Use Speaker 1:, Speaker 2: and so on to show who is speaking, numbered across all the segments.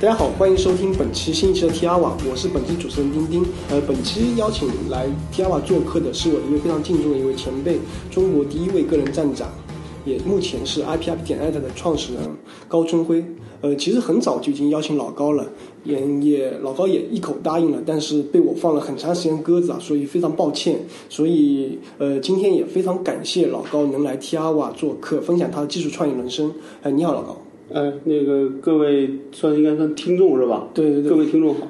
Speaker 1: 大家好，欢迎收听本期新一期的 T R 瓦，我是本期主持人丁丁。呃，本期邀请来 T R 瓦做客的是我一位非常敬重的一位前辈，中国第一位个人站长，也目前是 I P App 点 at 的创始人高春辉。呃，其实很早就已经邀请老高了，也也老高也一口答应了，但是被我放了很长时间鸽子啊，所以非常抱歉。所以呃，今天也非常感谢老高能来 T R 瓦做客，分享他的技术创业人生。呃，你好，老高。
Speaker 2: 哎，那个各位算应该算听众是吧？
Speaker 1: 对对对
Speaker 2: 各位听众好。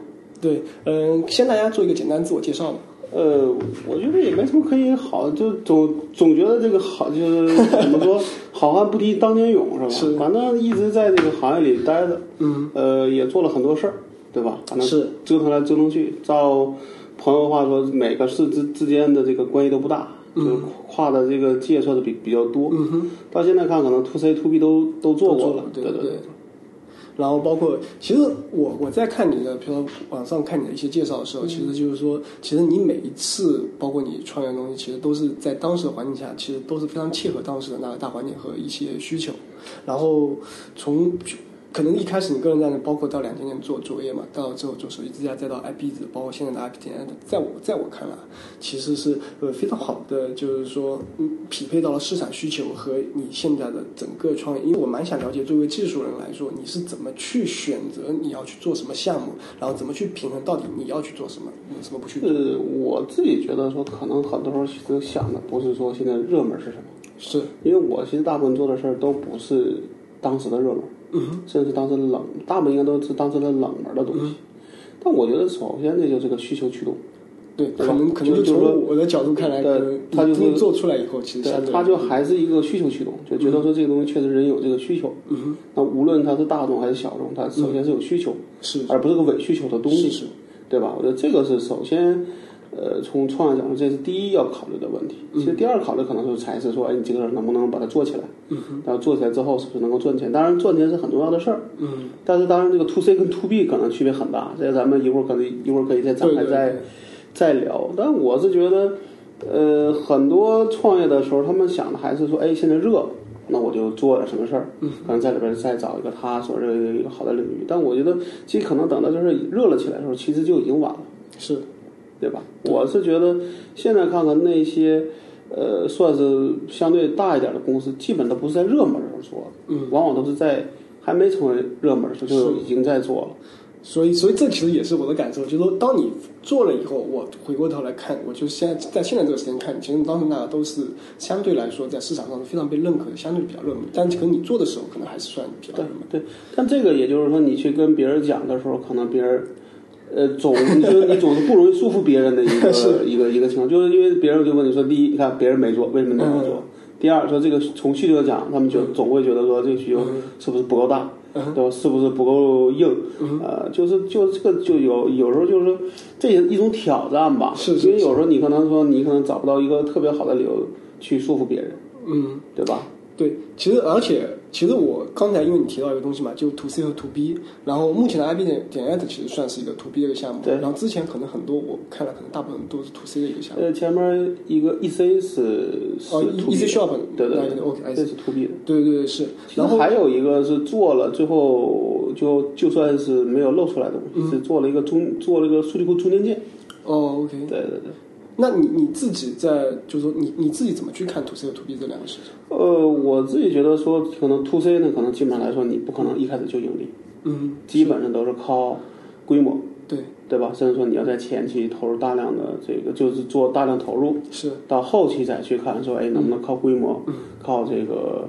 Speaker 1: 对，嗯、先大家做一个简单自我介绍吧。
Speaker 2: 呃，我觉得也没什么可以好，就总总觉得这个好就是怎么说，好汉不提当年勇是吧？
Speaker 1: 是
Speaker 2: 反正一直在这个行业里待着，
Speaker 1: 嗯，
Speaker 2: 呃，也做了很多事儿，对吧？反正
Speaker 1: 是
Speaker 2: 折腾来折腾去，照朋友话说，每个事之之间的这个关系都不大，就是跨的这个界算的比比较多。
Speaker 1: 嗯哼，
Speaker 2: 到现在看，可能 to C to B 都都做过了，
Speaker 1: 对
Speaker 2: 对
Speaker 1: 对。然后包括，其实我我在看你的，比如说网上看你的一些介绍的时候，其实就是说，其实你每一次，包括你创业的东西，其实都是在当时的环境下，其实都是非常切合当时的那个大环境和一些需求。然后从可能一开始你个人在那，包括到两千年做卓越嘛，到之后做手机之家，再到 i b 子，包括现在的 i p 点 n 在我在我看来，其实是呃非常好的，就是说嗯匹配到了市场需求和你现在的整个创业。因为我蛮想了解，作为技术人来说，你是怎么去选择你要去做什么项目，然后怎么去平衡到底你要去做什么，你怎么不去做？
Speaker 2: 呃，我自己觉得说，可能很多时候其实想的不是说现在热门是什么，
Speaker 1: 是，
Speaker 2: 因为我其实大部分做的事儿都不是当时的热门，
Speaker 1: 嗯嗯哼，
Speaker 2: 甚至是当时的冷，大部分应该都是当时的冷门的东西。但我觉得首先这就是个需求驱动，
Speaker 1: 对，可
Speaker 2: 对吧
Speaker 1: 能可能
Speaker 2: 就
Speaker 1: 从
Speaker 2: 就是说
Speaker 1: 我的角度看来，
Speaker 2: 对
Speaker 1: 可能
Speaker 2: 他就是
Speaker 1: 你做出来以后，其实相
Speaker 2: 对，
Speaker 1: 对
Speaker 2: 它就还是一个需求驱动，就觉得说这个东西确实人有这个需求。
Speaker 1: 嗯哼，
Speaker 2: 那无论它是大众还是小众，它首先是有需求，
Speaker 1: 是
Speaker 2: 而不是个伪需求的东西，
Speaker 1: 是是
Speaker 2: 对吧？我觉得这个是首先，呃，从创业角度，这是第一要考虑的问题。其实第二考虑可能就才是说，哎，你这个事儿能不能把它做起来？
Speaker 1: 嗯
Speaker 2: 然后做起来之后是不是能够赚钱？当然，赚钱是很重要的事儿。
Speaker 1: 嗯，
Speaker 2: 但是当然，这个 to C 跟 to B 可能区别很大，这个咱们一会儿可能一会儿可以再展开
Speaker 1: 对对
Speaker 2: 再再聊。但我是觉得，呃，很多创业的时候，他们想的还是说，哎，现在热，那我就做点什么事儿，可能在里边再找一个他所认为一个好的领域。但我觉得，其实可能等到就是热了起来的时候，其实就已经晚了。
Speaker 1: 是
Speaker 2: 对吧？我是觉得现在看看那些，呃，算是相对大一点的公司，基本都不是在热门的时候做，嗯，往往都是在还没成为热门的时候就已经在做了。
Speaker 1: 所以，所以这其实也是我的感受，就是说，当你做了以后，我回过头来看，我就现在在现在这个时间看，其实当时大家都是相对来说在市场上是非常被认可的，相对比较热门。但可能你做的时候，可能还是算比较热门。
Speaker 2: 对，但这个也就是说，你去跟别人讲的时候，可能别人，呃，总你就你总是不容易说服别人的一 个一个一个情况，就是因为别人就问你说，第一，你看别人没做，为什么你不
Speaker 1: 嗯
Speaker 2: 做？第二，说这个从需求讲，他们就总会觉得说这个需求
Speaker 1: 嗯
Speaker 2: 是不是不够大，对吧？是不是不够硬？
Speaker 1: 嗯
Speaker 2: 呃，就是就这个就有有时候就是说这也是一种挑战吧，
Speaker 1: 是是
Speaker 2: 因为有时候你可能说你可能找不到一个特别好的理由去说服别人，
Speaker 1: 嗯，
Speaker 2: 对吧？
Speaker 1: 对，其实而且其实我刚才因为你提到一个东西嘛，就 to C 和 to B，然后目前的 IB 点点 at 其实算是一个 to B 的一个项目，
Speaker 2: 对
Speaker 1: 然后之前可能很多我看了，可能大部分都是 to C 的一个项目。
Speaker 2: 呃，前面一个 E C 是是
Speaker 1: 哦
Speaker 2: to B 的
Speaker 1: EC shop，
Speaker 2: 对对
Speaker 1: 那
Speaker 2: 对
Speaker 1: 个 OK，I
Speaker 2: 这是 to B 的。
Speaker 1: 对对对，是。
Speaker 2: 其
Speaker 1: 然
Speaker 2: 实
Speaker 1: 后
Speaker 2: 还有一个是做了，最后就就算是没有露出来的东
Speaker 1: 嗯
Speaker 2: 西，是做了一个中做了一个数据库中间件。
Speaker 1: 哦，OK，
Speaker 2: 对对对。
Speaker 1: 那你你自己在就是说你你自己怎么去看 to C 和 to B 这两个事情？
Speaker 2: 呃，我自己觉得说，可能 to C 呢，可能基本上来说，你不可能一开始就盈利，
Speaker 1: 嗯，
Speaker 2: 基本上都是靠规模，
Speaker 1: 对，
Speaker 2: 对吧？甚至说你要在前期投入大量的这个，就是做大量投入，
Speaker 1: 是
Speaker 2: 到后期再去看说，哎，
Speaker 1: 嗯
Speaker 2: 能不能靠规模，靠这个，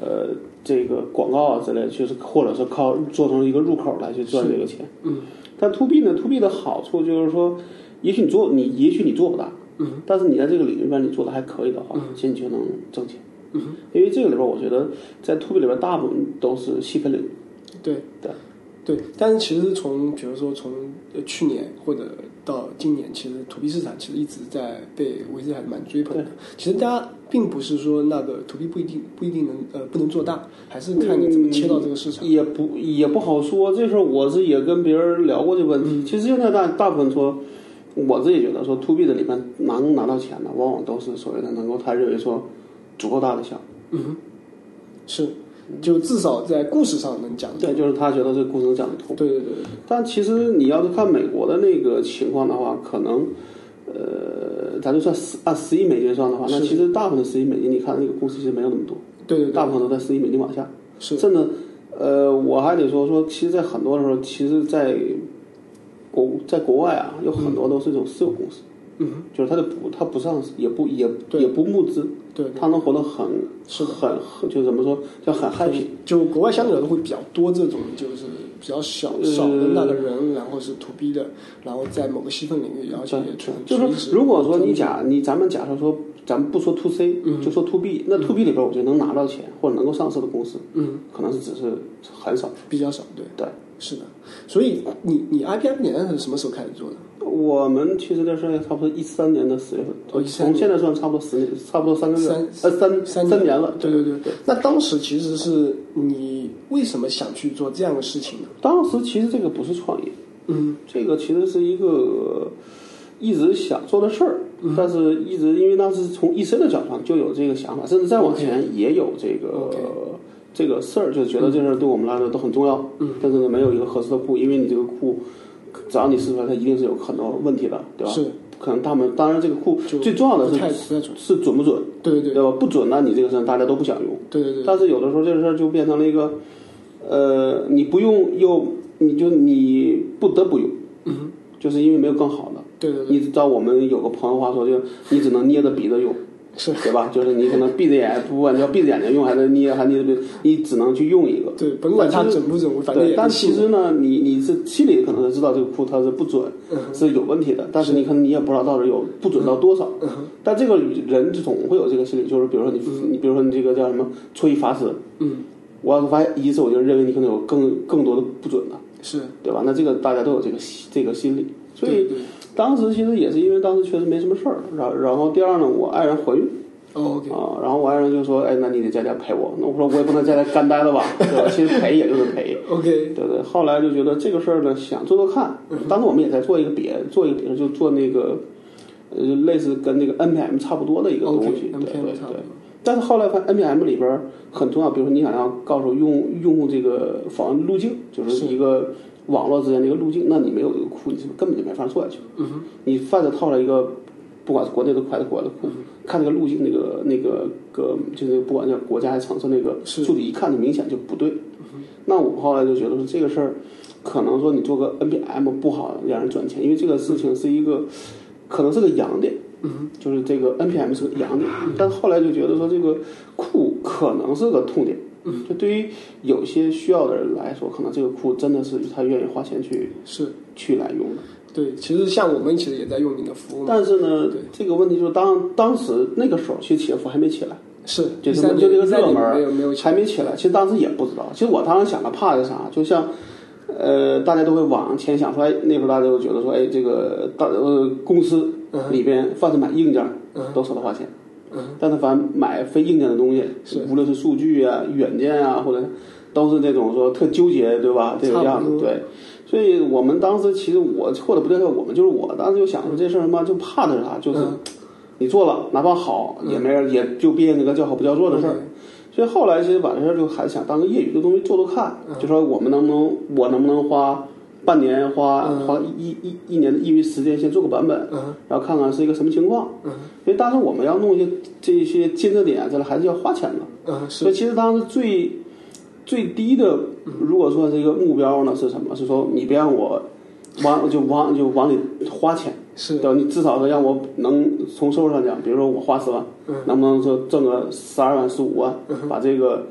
Speaker 2: 呃，这个广告啊之类的，就是或者是靠做成一个入口来去赚这个钱。
Speaker 1: 嗯，
Speaker 2: 但 to B 呢，to B 的好处就是说，也许你做你也许你做不大，
Speaker 1: 嗯，
Speaker 2: 但是你在这个领域里边你做的还可以的话，其实你就能挣钱。
Speaker 1: 嗯，
Speaker 2: 因为这个里边我觉得在 to B 里边大部分都是细分领域。
Speaker 1: 对
Speaker 2: 对
Speaker 1: 对。但是其实从比如说从呃去年或者到今年，其实 to B 市场其实一直在被维 C 还是蛮追捧的。其实大家并不是说那个 to B 不一定不一定能呃不能做大，还是看你怎么切到这个市场。
Speaker 2: 也不也不好说。这事儿我是也跟别人聊过这问
Speaker 1: 嗯
Speaker 2: 题。其实现在大大部分说，我自己觉得说 to B 的里面能拿到钱的，往往都是所谓的能够他认为说足够大的项目。
Speaker 1: 嗯哼，是。就至少在故事上能讲。
Speaker 2: 对，就是他觉得这故事能讲得通。
Speaker 1: 对对对，
Speaker 2: 但其实你要是看美国的那个情况的话，可能，呃，咱就算十按十亿美金算的话，那
Speaker 1: 是
Speaker 2: 其实大部分的十亿美金，你看那个公司其实没有那么多，
Speaker 1: 对对对，
Speaker 2: 大部分都在十亿美金往下。
Speaker 1: 是
Speaker 2: 甚至，呃，我还得说说，其实，在很多的时候，其实在国在国外啊，有很多都是这种私有公司，
Speaker 1: 嗯，
Speaker 2: 就是它的不，它不上市，也不也
Speaker 1: 对
Speaker 2: 也不募资，
Speaker 1: 对，
Speaker 2: 它能活得很
Speaker 1: 是的
Speaker 2: 很很就怎么说，就很 happy。
Speaker 1: 就国外相对来说会比较多这种，就是比较小
Speaker 2: 呃
Speaker 1: 少的那个人，然后是 to B 的，然后在某个细分领域，而且也垂
Speaker 2: 就是
Speaker 1: 垂直
Speaker 2: 说，如果说你假你咱们假设说，咱们不说 to C，、就
Speaker 1: 嗯
Speaker 2: 说 to B，那 to B 里边，我觉得能拿到钱或者能够上市的公司，
Speaker 1: 嗯，
Speaker 2: 可能是只是很少。
Speaker 1: 比较少，对，
Speaker 2: 对，
Speaker 1: 是的。所以你你 IPM 年代是什么时候开始做的？
Speaker 2: 我们其实这是差不多一三年的十月份，
Speaker 1: 哦13
Speaker 2: 从现在算差不多十年，差不多三个月，
Speaker 1: 三
Speaker 2: 呃三
Speaker 1: 三
Speaker 2: 三年了。
Speaker 1: 对对对对。那当时其实是你为什么想去做这样的事情呢？
Speaker 2: 当时其实这个不是创业，
Speaker 1: 嗯
Speaker 2: 这个其实是一个一直想做的事儿，但是一直因为当时从医生的角度上就有这个想法，甚至再往前也有这个
Speaker 1: OK
Speaker 2: 这个事儿，就觉得这事儿对我们来说都很重要，
Speaker 1: 嗯
Speaker 2: 但是呢没有一个合适的库，因为你这个库只要你试出来，它一定是有很多问题的，对吧？
Speaker 1: 是，
Speaker 2: 可能他们当然这个库
Speaker 1: 就
Speaker 2: 最重要的
Speaker 1: 不太
Speaker 2: 是
Speaker 1: 不太准。
Speaker 2: 是准不准，
Speaker 1: 对对
Speaker 2: 对吧？不准呢，你这个事儿大家都不想用。
Speaker 1: 对对对对，
Speaker 2: 但是有的时候这个事儿就变成了一个，呃，你不用又你就你不得不用，
Speaker 1: 嗯，
Speaker 2: 就是因为没有更好的。
Speaker 1: 对对对，
Speaker 2: 你知道我们有个朋友话说，就你只能捏着鼻子用，
Speaker 1: 是
Speaker 2: 对吧？就是你可能闭着眼，不管你要闭着眼睛用还是捏，还捏着鼻子，你只能去用一个。
Speaker 1: 对，甭管它
Speaker 2: 但其实
Speaker 1: 准不准，反正
Speaker 2: 对，
Speaker 1: 也
Speaker 2: 但
Speaker 1: 是
Speaker 2: 其实呢，你你是心里可能知道这个库它是不准，
Speaker 1: 嗯
Speaker 2: 是有问题的，但是你可能你也不知道到底有不准到多少。
Speaker 1: 嗯
Speaker 2: 但这个人总会有这个心理，就是比如说你你比如说你这个叫什么错一罚十，
Speaker 1: 嗯
Speaker 2: 我要是发现一次，我就认为你可能有更更多的不准的，
Speaker 1: 是，
Speaker 2: 对吧？那这个大家都有这个心这个心理，所以
Speaker 1: 对对
Speaker 2: 当时其实也是因为当时确实没什么事儿，然后然后第二呢，我爱人怀孕
Speaker 1: 哦 OK
Speaker 2: 啊，然后我爱人就说，哎，那你得在家陪我，那我说我也不能在家干待着吧，对吧？其实陪也就是陪，
Speaker 1: OK
Speaker 2: 对对。后来就觉得这个事儿呢，想做做看，
Speaker 1: 嗯
Speaker 2: 当时我们也在做一个别做一个别的，就做那个呃类似跟那个 NPM 差不多的一个东
Speaker 1: OK
Speaker 2: 西，对对
Speaker 1: MPM 差不
Speaker 2: 对
Speaker 1: 多。。
Speaker 2: 但是后来发现 NPM 里边儿很重要，比如说你想要告诉用用户这个访问路径，就是
Speaker 1: 是
Speaker 2: 一个网络之间的一个路径，那你没有这个库，你是根本就没法做下去。
Speaker 1: 嗯哼，
Speaker 2: 你泛着套了一个，不管是国内的还是国外的库，看那个路径那个那个个，就是不管叫国家还是城市那个
Speaker 1: 是嗯
Speaker 2: 数据，一看就明显就不对。那我后来就觉得说这个事儿，可能说你做个 NPM 不好让人赚钱，因为这个事情是一个可能是个阳点。
Speaker 1: 嗯
Speaker 2: 就是这个 NPM 是个阳点，但后来就觉得说这个库可能是个痛点，
Speaker 1: 嗯
Speaker 2: 就对于有些需要的人来说，可能这个库真的是他愿意花钱去
Speaker 1: 哼，是
Speaker 2: 去来用的。
Speaker 1: 对。其实像我们其实也在用你的服务嘛，
Speaker 2: 但是呢
Speaker 1: 嗯对，
Speaker 2: 这个问题就是当当时那个时候，其实企业服还没起来，
Speaker 1: 是
Speaker 2: 就
Speaker 1: 第
Speaker 2: 是
Speaker 1: 三
Speaker 2: 就这个
Speaker 1: 第三
Speaker 2: 热
Speaker 1: 年
Speaker 2: 门儿
Speaker 1: 没有没有钱，
Speaker 2: 还没起来。其实当时也不知道，其实我当时想的怕的是啥，就像。呃，大家都会往前想说，哎，那时候大家都觉得说，哎，这个大呃公司
Speaker 1: 嗯哼
Speaker 2: 里边凡是买硬件儿
Speaker 1: 嗯哼
Speaker 2: 都舍得花钱，
Speaker 1: 嗯
Speaker 2: 但是凡买非硬件的东西，
Speaker 1: 是
Speaker 2: 无论是数据啊、软件啊，或者都是这种说特纠结，对吧？这个
Speaker 1: 差不
Speaker 2: 样子，
Speaker 1: 多
Speaker 2: 对。所以我们当时其实我或者不对，我们就是我当时就想说这事儿他妈就怕的是啥，啊就是
Speaker 1: 嗯
Speaker 2: 你做了哪怕好也没人，也就变那个叫好不叫座的事儿。所以后来其实把这事儿就还想当个业余的东西做做看，
Speaker 1: 嗯
Speaker 2: 就说我们能不能，我能不能花半年花、
Speaker 1: 嗯
Speaker 2: 花一一一年的业余时间先做个版本，
Speaker 1: 嗯
Speaker 2: 然后看看是一个什么情况。
Speaker 1: 嗯
Speaker 2: 因为当时我们要弄一些这些监测点，这啊还是要花钱的。
Speaker 1: 嗯
Speaker 2: 所
Speaker 1: 是嗯
Speaker 2: 以其实当时最最低的，如果说是一个目标呢是什么？是说你别让我往就往就往里花钱，
Speaker 1: 是
Speaker 2: 对吧，你至少说让我能从收入上讲，比如说我花十万，
Speaker 1: 嗯
Speaker 2: 能不能说挣个十二万、十五万
Speaker 1: 嗯，
Speaker 2: 把这个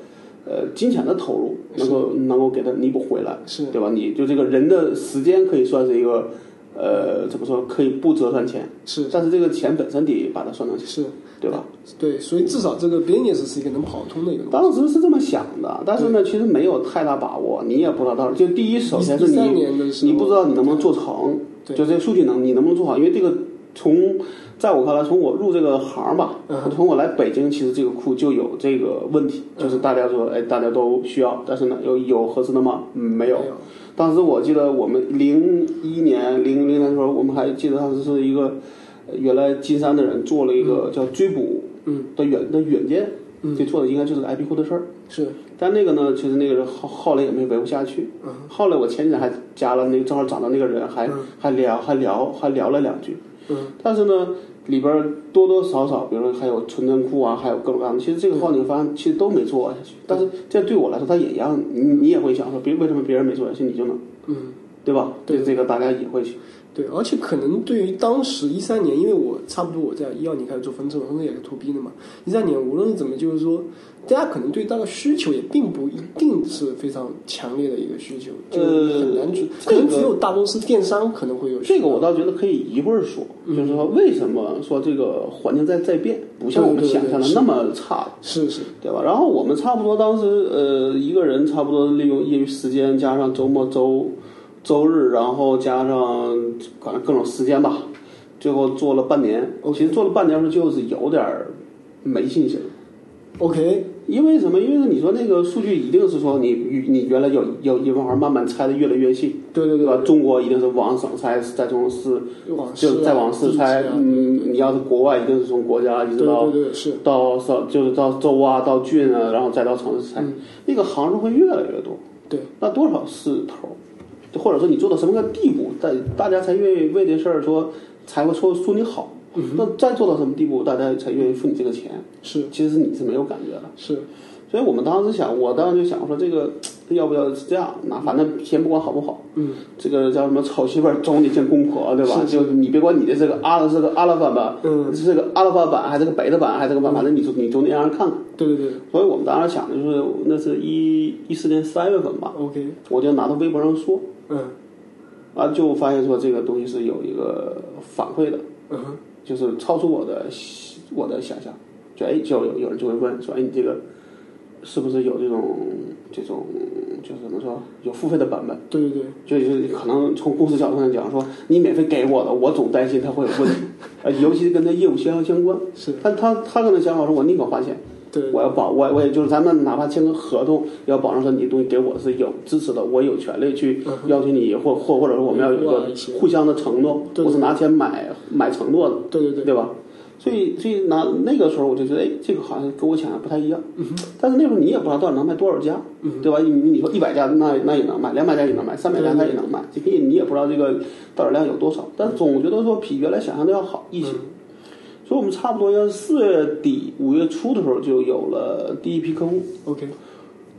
Speaker 2: 呃金钱的投入能够能够给它弥补回来，
Speaker 1: 是
Speaker 2: 对吧？你就这个人的时间可以算是一个呃怎么说可以不折算钱，
Speaker 1: 是
Speaker 2: 但是这个钱本身得把它算上去，
Speaker 1: 是，
Speaker 2: 对吧？
Speaker 1: 对，所以至少这个 business 是一个能跑通的一个东西。
Speaker 2: 当时是这么想的，但是呢，其实没有太大把握，你也不知道到底。就第一，首先是
Speaker 1: 一三
Speaker 2: 你
Speaker 1: 年的时候，
Speaker 2: 你不知道你能不能做成，
Speaker 1: 对
Speaker 2: 就这数据能你能不能做好，因为这个从在我看来，从我入这个行吧，
Speaker 1: 嗯
Speaker 2: 从我来北京，其实这个库就有这个问题，就是大家说，哎，大家都需要，但是呢，有有合适的吗？嗯没有。当时我记得我们零一年、零零年的时候，我们还记得当时是一个呃原来金山的人做了一个叫追捕
Speaker 1: 嗯
Speaker 2: 的软的软件，最错的应该就是 IP 库的事儿。
Speaker 1: 是，
Speaker 2: 但那个呢，其实那个后后来也没维护下去。
Speaker 1: 嗯
Speaker 2: 后来我前几天还加了那个，正好找到那个人，还、还聊，还聊，还聊了两句。
Speaker 1: 嗯，
Speaker 2: 但是呢，里边儿多多少少，比如说还有存真库啊，还有各种各样的，其实这个号你会发现其实都没做下去。
Speaker 1: 嗯
Speaker 2: 但是这对我来说，它也一样，你你也会想说，别为什么别人没做下去，你就能，
Speaker 1: 嗯，
Speaker 2: 对吧？
Speaker 1: 对
Speaker 2: 这个大家也会去。
Speaker 1: 对，而且可能对于当时一三年，因为我差不多我在一二年开始做分众，分众也是 to B 的嘛。一三年无论是怎么，就是说，大家可能对它的需求也并不一定是非常强烈的一个需求，就
Speaker 2: 呃
Speaker 1: 很难去，
Speaker 2: 这
Speaker 1: 可
Speaker 2: 个
Speaker 1: 能只有大公司电商可能会有需嗯
Speaker 2: 这
Speaker 1: 求
Speaker 2: 个我倒觉得可以一会儿说，就是说为什么说这个环境在在变，不像我们
Speaker 1: 对对对
Speaker 2: 想象的
Speaker 1: 是
Speaker 2: 那么差了。
Speaker 1: 是是，
Speaker 2: 对吧？然后我们差不多当时呃一个人差不多利用业余时间加上周末周周日，然后加上反正各种时间吧，最后做了半年。我其实做了半年的时候就是有点儿没信心了，
Speaker 1: OK，
Speaker 2: 因为什么？因为你说那个数据一定是说你你原来有有一方慢慢拆的越来越细，
Speaker 1: 对对
Speaker 2: 对
Speaker 1: 对，
Speaker 2: 吧？中国一定是往省拆，再从市
Speaker 1: 往事啊
Speaker 2: 就再往市拆。
Speaker 1: 地址啊
Speaker 2: 嗯，你要是国外一定是从国家一直
Speaker 1: 对
Speaker 2: 到
Speaker 1: 对对是，
Speaker 2: 到到就是到州啊，到郡啊，然后再到城市才，
Speaker 1: 嗯
Speaker 2: 那个行数会越来越多。
Speaker 1: 对，
Speaker 2: 那多少势头，或者说你做到什么个地步，大大家才愿意为这事儿说才会说说你好。那再做到什么地步，大家才愿意付你这个钱？
Speaker 1: 嗯是
Speaker 2: 其实你是没有感觉的。
Speaker 1: 是，
Speaker 2: 所以我们当时想，我当时就想说，这个要不要这样？那反正先不管好不好，
Speaker 1: 嗯，
Speaker 2: 这个叫什么丑媳妇儿总得见公婆，对吧？
Speaker 1: 是
Speaker 2: 就你别管你的这个阿是个阿拉法版，
Speaker 1: 嗯
Speaker 2: 是个阿拉法版还是个贝塔版还是个版，反正你就你总得让人看看。
Speaker 1: 对对对
Speaker 2: 所以我们当时想的就是，那是一一四年三月份吧，
Speaker 1: ，OK，
Speaker 2: 我就拿到微博上说，
Speaker 1: 嗯
Speaker 2: 啊，就发现说这个东西是有一个反馈的，
Speaker 1: 嗯哼，
Speaker 2: 就是超出我的我的想象，就哎，就有有人就会问说，哎，你这个是不是有这种这种就是怎么说有付费的版本？
Speaker 1: 对对对，
Speaker 2: 就是可能从公司角度上讲说，你免费给我的，我总担心它会有问题， 呃，尤其是跟这业务相相关。
Speaker 1: 是，
Speaker 2: 但他他可能想法说，我宁可花钱，
Speaker 1: 对
Speaker 2: 我要保我我也就是咱们哪怕签个合同，也要保证说你东西给我是有支持的，我有权利去要求你，或或或者说我们要有
Speaker 1: 嗯
Speaker 2: 一
Speaker 1: 另外一些
Speaker 2: 个互相的承诺，
Speaker 1: 对
Speaker 2: 我是拿钱买买承诺的，
Speaker 1: 对对对，
Speaker 2: 对吧？所以所以拿那个时候我就觉得，哎，这个好像跟我想象不太一样。
Speaker 1: 嗯
Speaker 2: 但是那时候你也不知道到底能卖多少家，对吧？你你说一百家那那也能卖，两百家也能卖，三百家那也能卖，这个你也不知道这个到底量有多少，但总觉得说比原来想象的要好一些。所以我们差不多要四月底五月初的时候就有了第一批客户。
Speaker 1: 嗯 OK，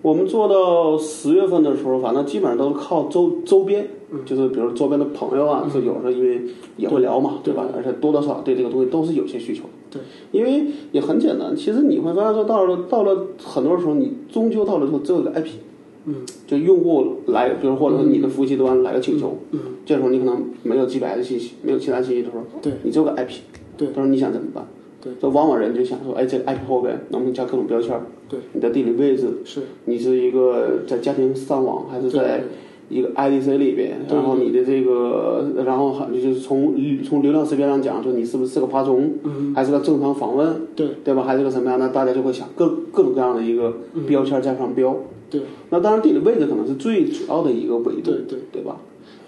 Speaker 2: 我们做到十月份的时候，反正基本上都是靠周周边，
Speaker 1: 嗯
Speaker 2: 就是比如周边的朋友啊，就有时候因为也会聊嘛，对吧？而且多多少少对这个东西都是有些需求。
Speaker 1: 对，
Speaker 2: 因为也很简单，其实你会发现说，到了到了很多时候，你终究到了之后只有一个 IP，
Speaker 1: 嗯
Speaker 2: 就用户来，比如或者说你的服务器端来个请求，
Speaker 1: 嗯，
Speaker 2: 这时候你可能没有 G 百的信息，没有其他信息的时候，
Speaker 1: 对
Speaker 2: 你只有个 IP，
Speaker 1: 对
Speaker 2: 他说你想怎么办？
Speaker 1: 对，
Speaker 2: 就往往人就想说，哎，这个 IP 后边能不能加各种标签儿？
Speaker 1: 对，
Speaker 2: 你的地理位置，
Speaker 1: 是，
Speaker 2: 你是一个在家庭上网还是
Speaker 1: 对
Speaker 2: 在一个 IDC 里边，
Speaker 1: 对
Speaker 2: 然后你的这个，然后还就是从从流量识别上讲，说你是不是是个爬虫，
Speaker 1: 嗯
Speaker 2: 还是个正常访问，
Speaker 1: 对
Speaker 2: 对吧？还是个什么样的？大家就会想各各种各样的一个
Speaker 1: 嗯
Speaker 2: 标签加上标。
Speaker 1: 对。
Speaker 2: 那当然，地理位置可能是最主要的一个维度，
Speaker 1: 对对
Speaker 2: 对吧？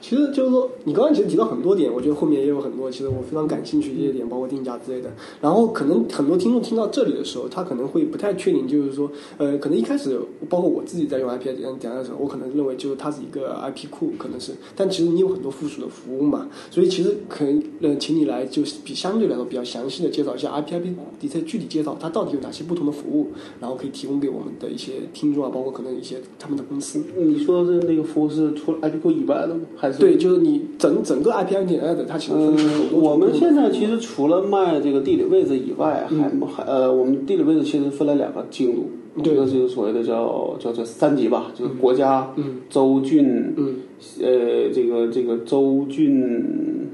Speaker 1: 其实就是说，你刚刚其实提到很多点，我觉得后面也有很多，其实我非常感兴趣这些点，包括定价之类的。然后可能很多听众听到这里的时候，他可能会不太确定，就是说，呃，可能一开始包括我自己在用 IP 点点的时候，我可能认为就是它是一个 IP 库，可能是，但其实你有很多附属的服务嘛，所以其实可能呃，请你来就是比相对来说比较详细的介绍一下 IP IP 底下具体介绍它到底有哪些不同的服务，然后可以提供给我们的一些听众啊，包括可能一些他们的公司。
Speaker 2: 你说的那个服务是除了 IP 库以外的吗？还是
Speaker 1: 对，就是你整整个 IP i 点 ad，它其实分成很多种
Speaker 2: 嗯，我们现在其
Speaker 1: 实
Speaker 2: 实除了卖这个地理位置以外，还还呃，我们地理位置其实分了两个精度，
Speaker 1: 对
Speaker 2: 一个就是所谓的叫叫叫三级吧，就是国家、
Speaker 1: 嗯
Speaker 2: 州郡，
Speaker 1: 嗯
Speaker 2: 呃，这个这个州郡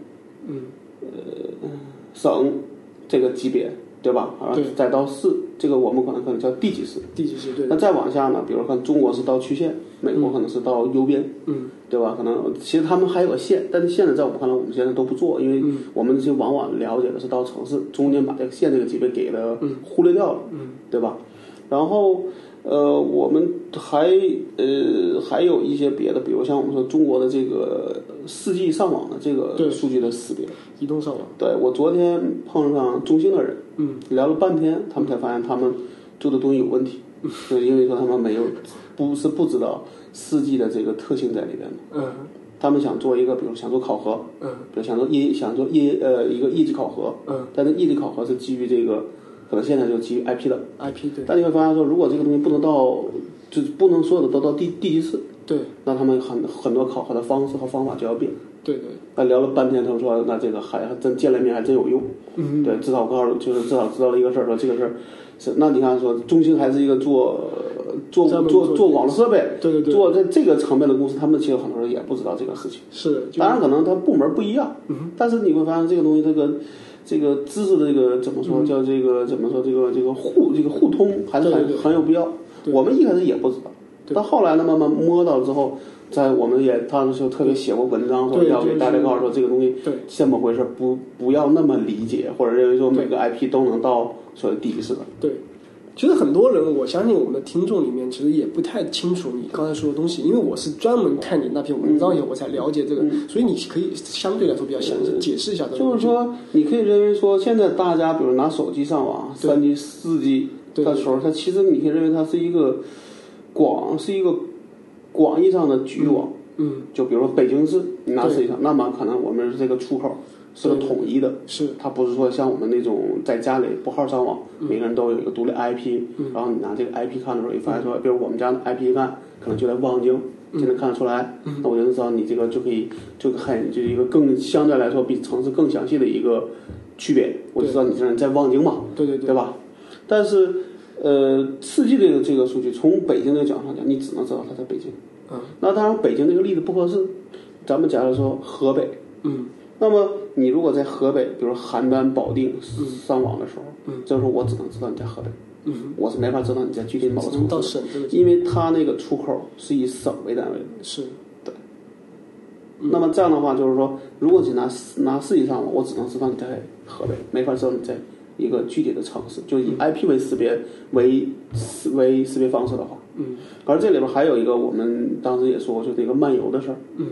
Speaker 2: 呃
Speaker 1: 嗯
Speaker 2: 省这个级别，对吧？啊
Speaker 1: 对，
Speaker 2: 再到市，这个我们可能可能叫地级市。
Speaker 1: 第几是对嗯
Speaker 2: 那
Speaker 1: 的，
Speaker 2: 再往下呢，比如看中国是到区县，美国可能是到邮编，
Speaker 1: 嗯
Speaker 2: 对吧？可能其实他们还有个县，但是县呢，在我们看来，我们现在都不做，因
Speaker 1: 嗯
Speaker 2: 为我们就往往了解的是到城市中间把这个县这个级别给的忽略掉了，
Speaker 1: 嗯
Speaker 2: 对吧？然后呃，我们还呃还有一些别的，比如像我们说中国的这个四 G 上网的这
Speaker 1: 对
Speaker 2: 个数据的识别。
Speaker 1: 移动上网，
Speaker 2: 对我昨天碰上中兴的人，
Speaker 1: 嗯
Speaker 2: 聊了半天，他们才发现他们做的东西有问题，对，因为说他们没有不是不知道四季的这个特性在里边的，
Speaker 1: 嗯
Speaker 2: 他们想做一个，比如想做考核，
Speaker 1: 嗯
Speaker 2: 比如想做业想做业呃一个业绩考核，
Speaker 1: 嗯
Speaker 2: 但是业绩考核是基于这个，可能现在就基于 IP 的，
Speaker 1: ，IP 对
Speaker 2: 但你会发现说，如果这个东西不能到就是不能所有的都到第第一次，
Speaker 1: 对
Speaker 2: 那他们很很多考核的方式和方法就要变。
Speaker 1: 对对，
Speaker 2: 那聊了半天，他们说那这个还还真见了面还真有用，
Speaker 1: 嗯
Speaker 2: 对，至少我告诉就是至少知道了一个事儿，说这个事儿是那你看说中兴还是一个做呃做
Speaker 1: 专门
Speaker 2: 做
Speaker 1: 做
Speaker 2: 做网络设备，
Speaker 1: 对对对
Speaker 2: 做在这个层面的公司，他们其实很多人也不知道这个事情。
Speaker 1: 是就
Speaker 2: 当然可能它部门不一样，
Speaker 1: 嗯
Speaker 2: 但是你会发现这个东西这个。这个知识的这个怎么
Speaker 1: 嗯
Speaker 2: 说叫这个怎么说这个这个互这个互通还是
Speaker 1: 对
Speaker 2: 很
Speaker 1: 对对
Speaker 2: 很有必要。
Speaker 1: 对
Speaker 2: 我们一开始也不知道，
Speaker 1: 对
Speaker 2: 到后来呢慢慢摸到之后，在我们也当时就特别写过文章说
Speaker 1: 对
Speaker 2: 要
Speaker 1: 就
Speaker 2: 给
Speaker 1: 是
Speaker 2: 大家告诉说这个东西
Speaker 1: 对
Speaker 2: 这么回事，不不要那么理解，或者认为说每个 IP 都能到所谓第一次的。
Speaker 1: 对。其实很多人，我相信我们的听众里面其实也不太清楚你刚才说的东西，因为我是专门看你那篇文章以后我才了解这个，所以你可以相对来说比较详细解释一下这个
Speaker 2: 嗯就
Speaker 1: 东
Speaker 2: 是
Speaker 1: 西。
Speaker 2: 说，你可以认为说，现在大家比如拿手机上网，
Speaker 1: 对
Speaker 2: 三 G、四 G
Speaker 1: 对
Speaker 2: 的时候，它其实你可以认为它是一个广，是一个广义上的局域网。
Speaker 1: 嗯，
Speaker 2: 就比如说北京市，你拿
Speaker 1: 对
Speaker 2: 实际上，那么可能我们这个出口是个
Speaker 1: 对
Speaker 2: 统一的，
Speaker 1: 是
Speaker 2: 它不是说像我们那种在家里拨号上网，每个人都有一个独立 IP，、
Speaker 1: 嗯
Speaker 2: 然后你拿这个 IP 看的时候，你发现说，哎比如我们家的 IP 看，可能就在望京。
Speaker 1: 嗯
Speaker 2: 就能看得出来，那我就能知道你这个就可以，就很就是一个更相对来说比城市更详细的一个区别。我就知道你这人在望京嘛，
Speaker 1: 对对对，
Speaker 2: 吧？但是，呃，四 G 这个这个数据，从北京这个角度上讲，你只能知道它在北京。
Speaker 1: 嗯
Speaker 2: 那当然，北京这个例子不合适。咱们假如说河北，
Speaker 1: 嗯
Speaker 2: 那么你如果在河北，比如邯郸、保定
Speaker 1: 嗯
Speaker 2: 上网的时候，
Speaker 1: 嗯
Speaker 2: 这时候我只能知道你在河北，
Speaker 1: 嗯，
Speaker 2: 我是没法知道你在具体某个
Speaker 1: 只能到
Speaker 2: 城
Speaker 1: 省
Speaker 2: 市，
Speaker 1: 这个
Speaker 2: 因为它那个出口是以省为单位的。
Speaker 1: 是嗯
Speaker 2: 那么这样的话，就是说，如果你拿拿市级上网，我只能知道你在河北，没法知道你在一个具体的城市，就以
Speaker 1: 嗯
Speaker 2: IP 为识别为为识别方式的话。
Speaker 1: 嗯
Speaker 2: 而这里边还有一个，我们当时也说过，就那个漫游的事儿。
Speaker 1: 嗯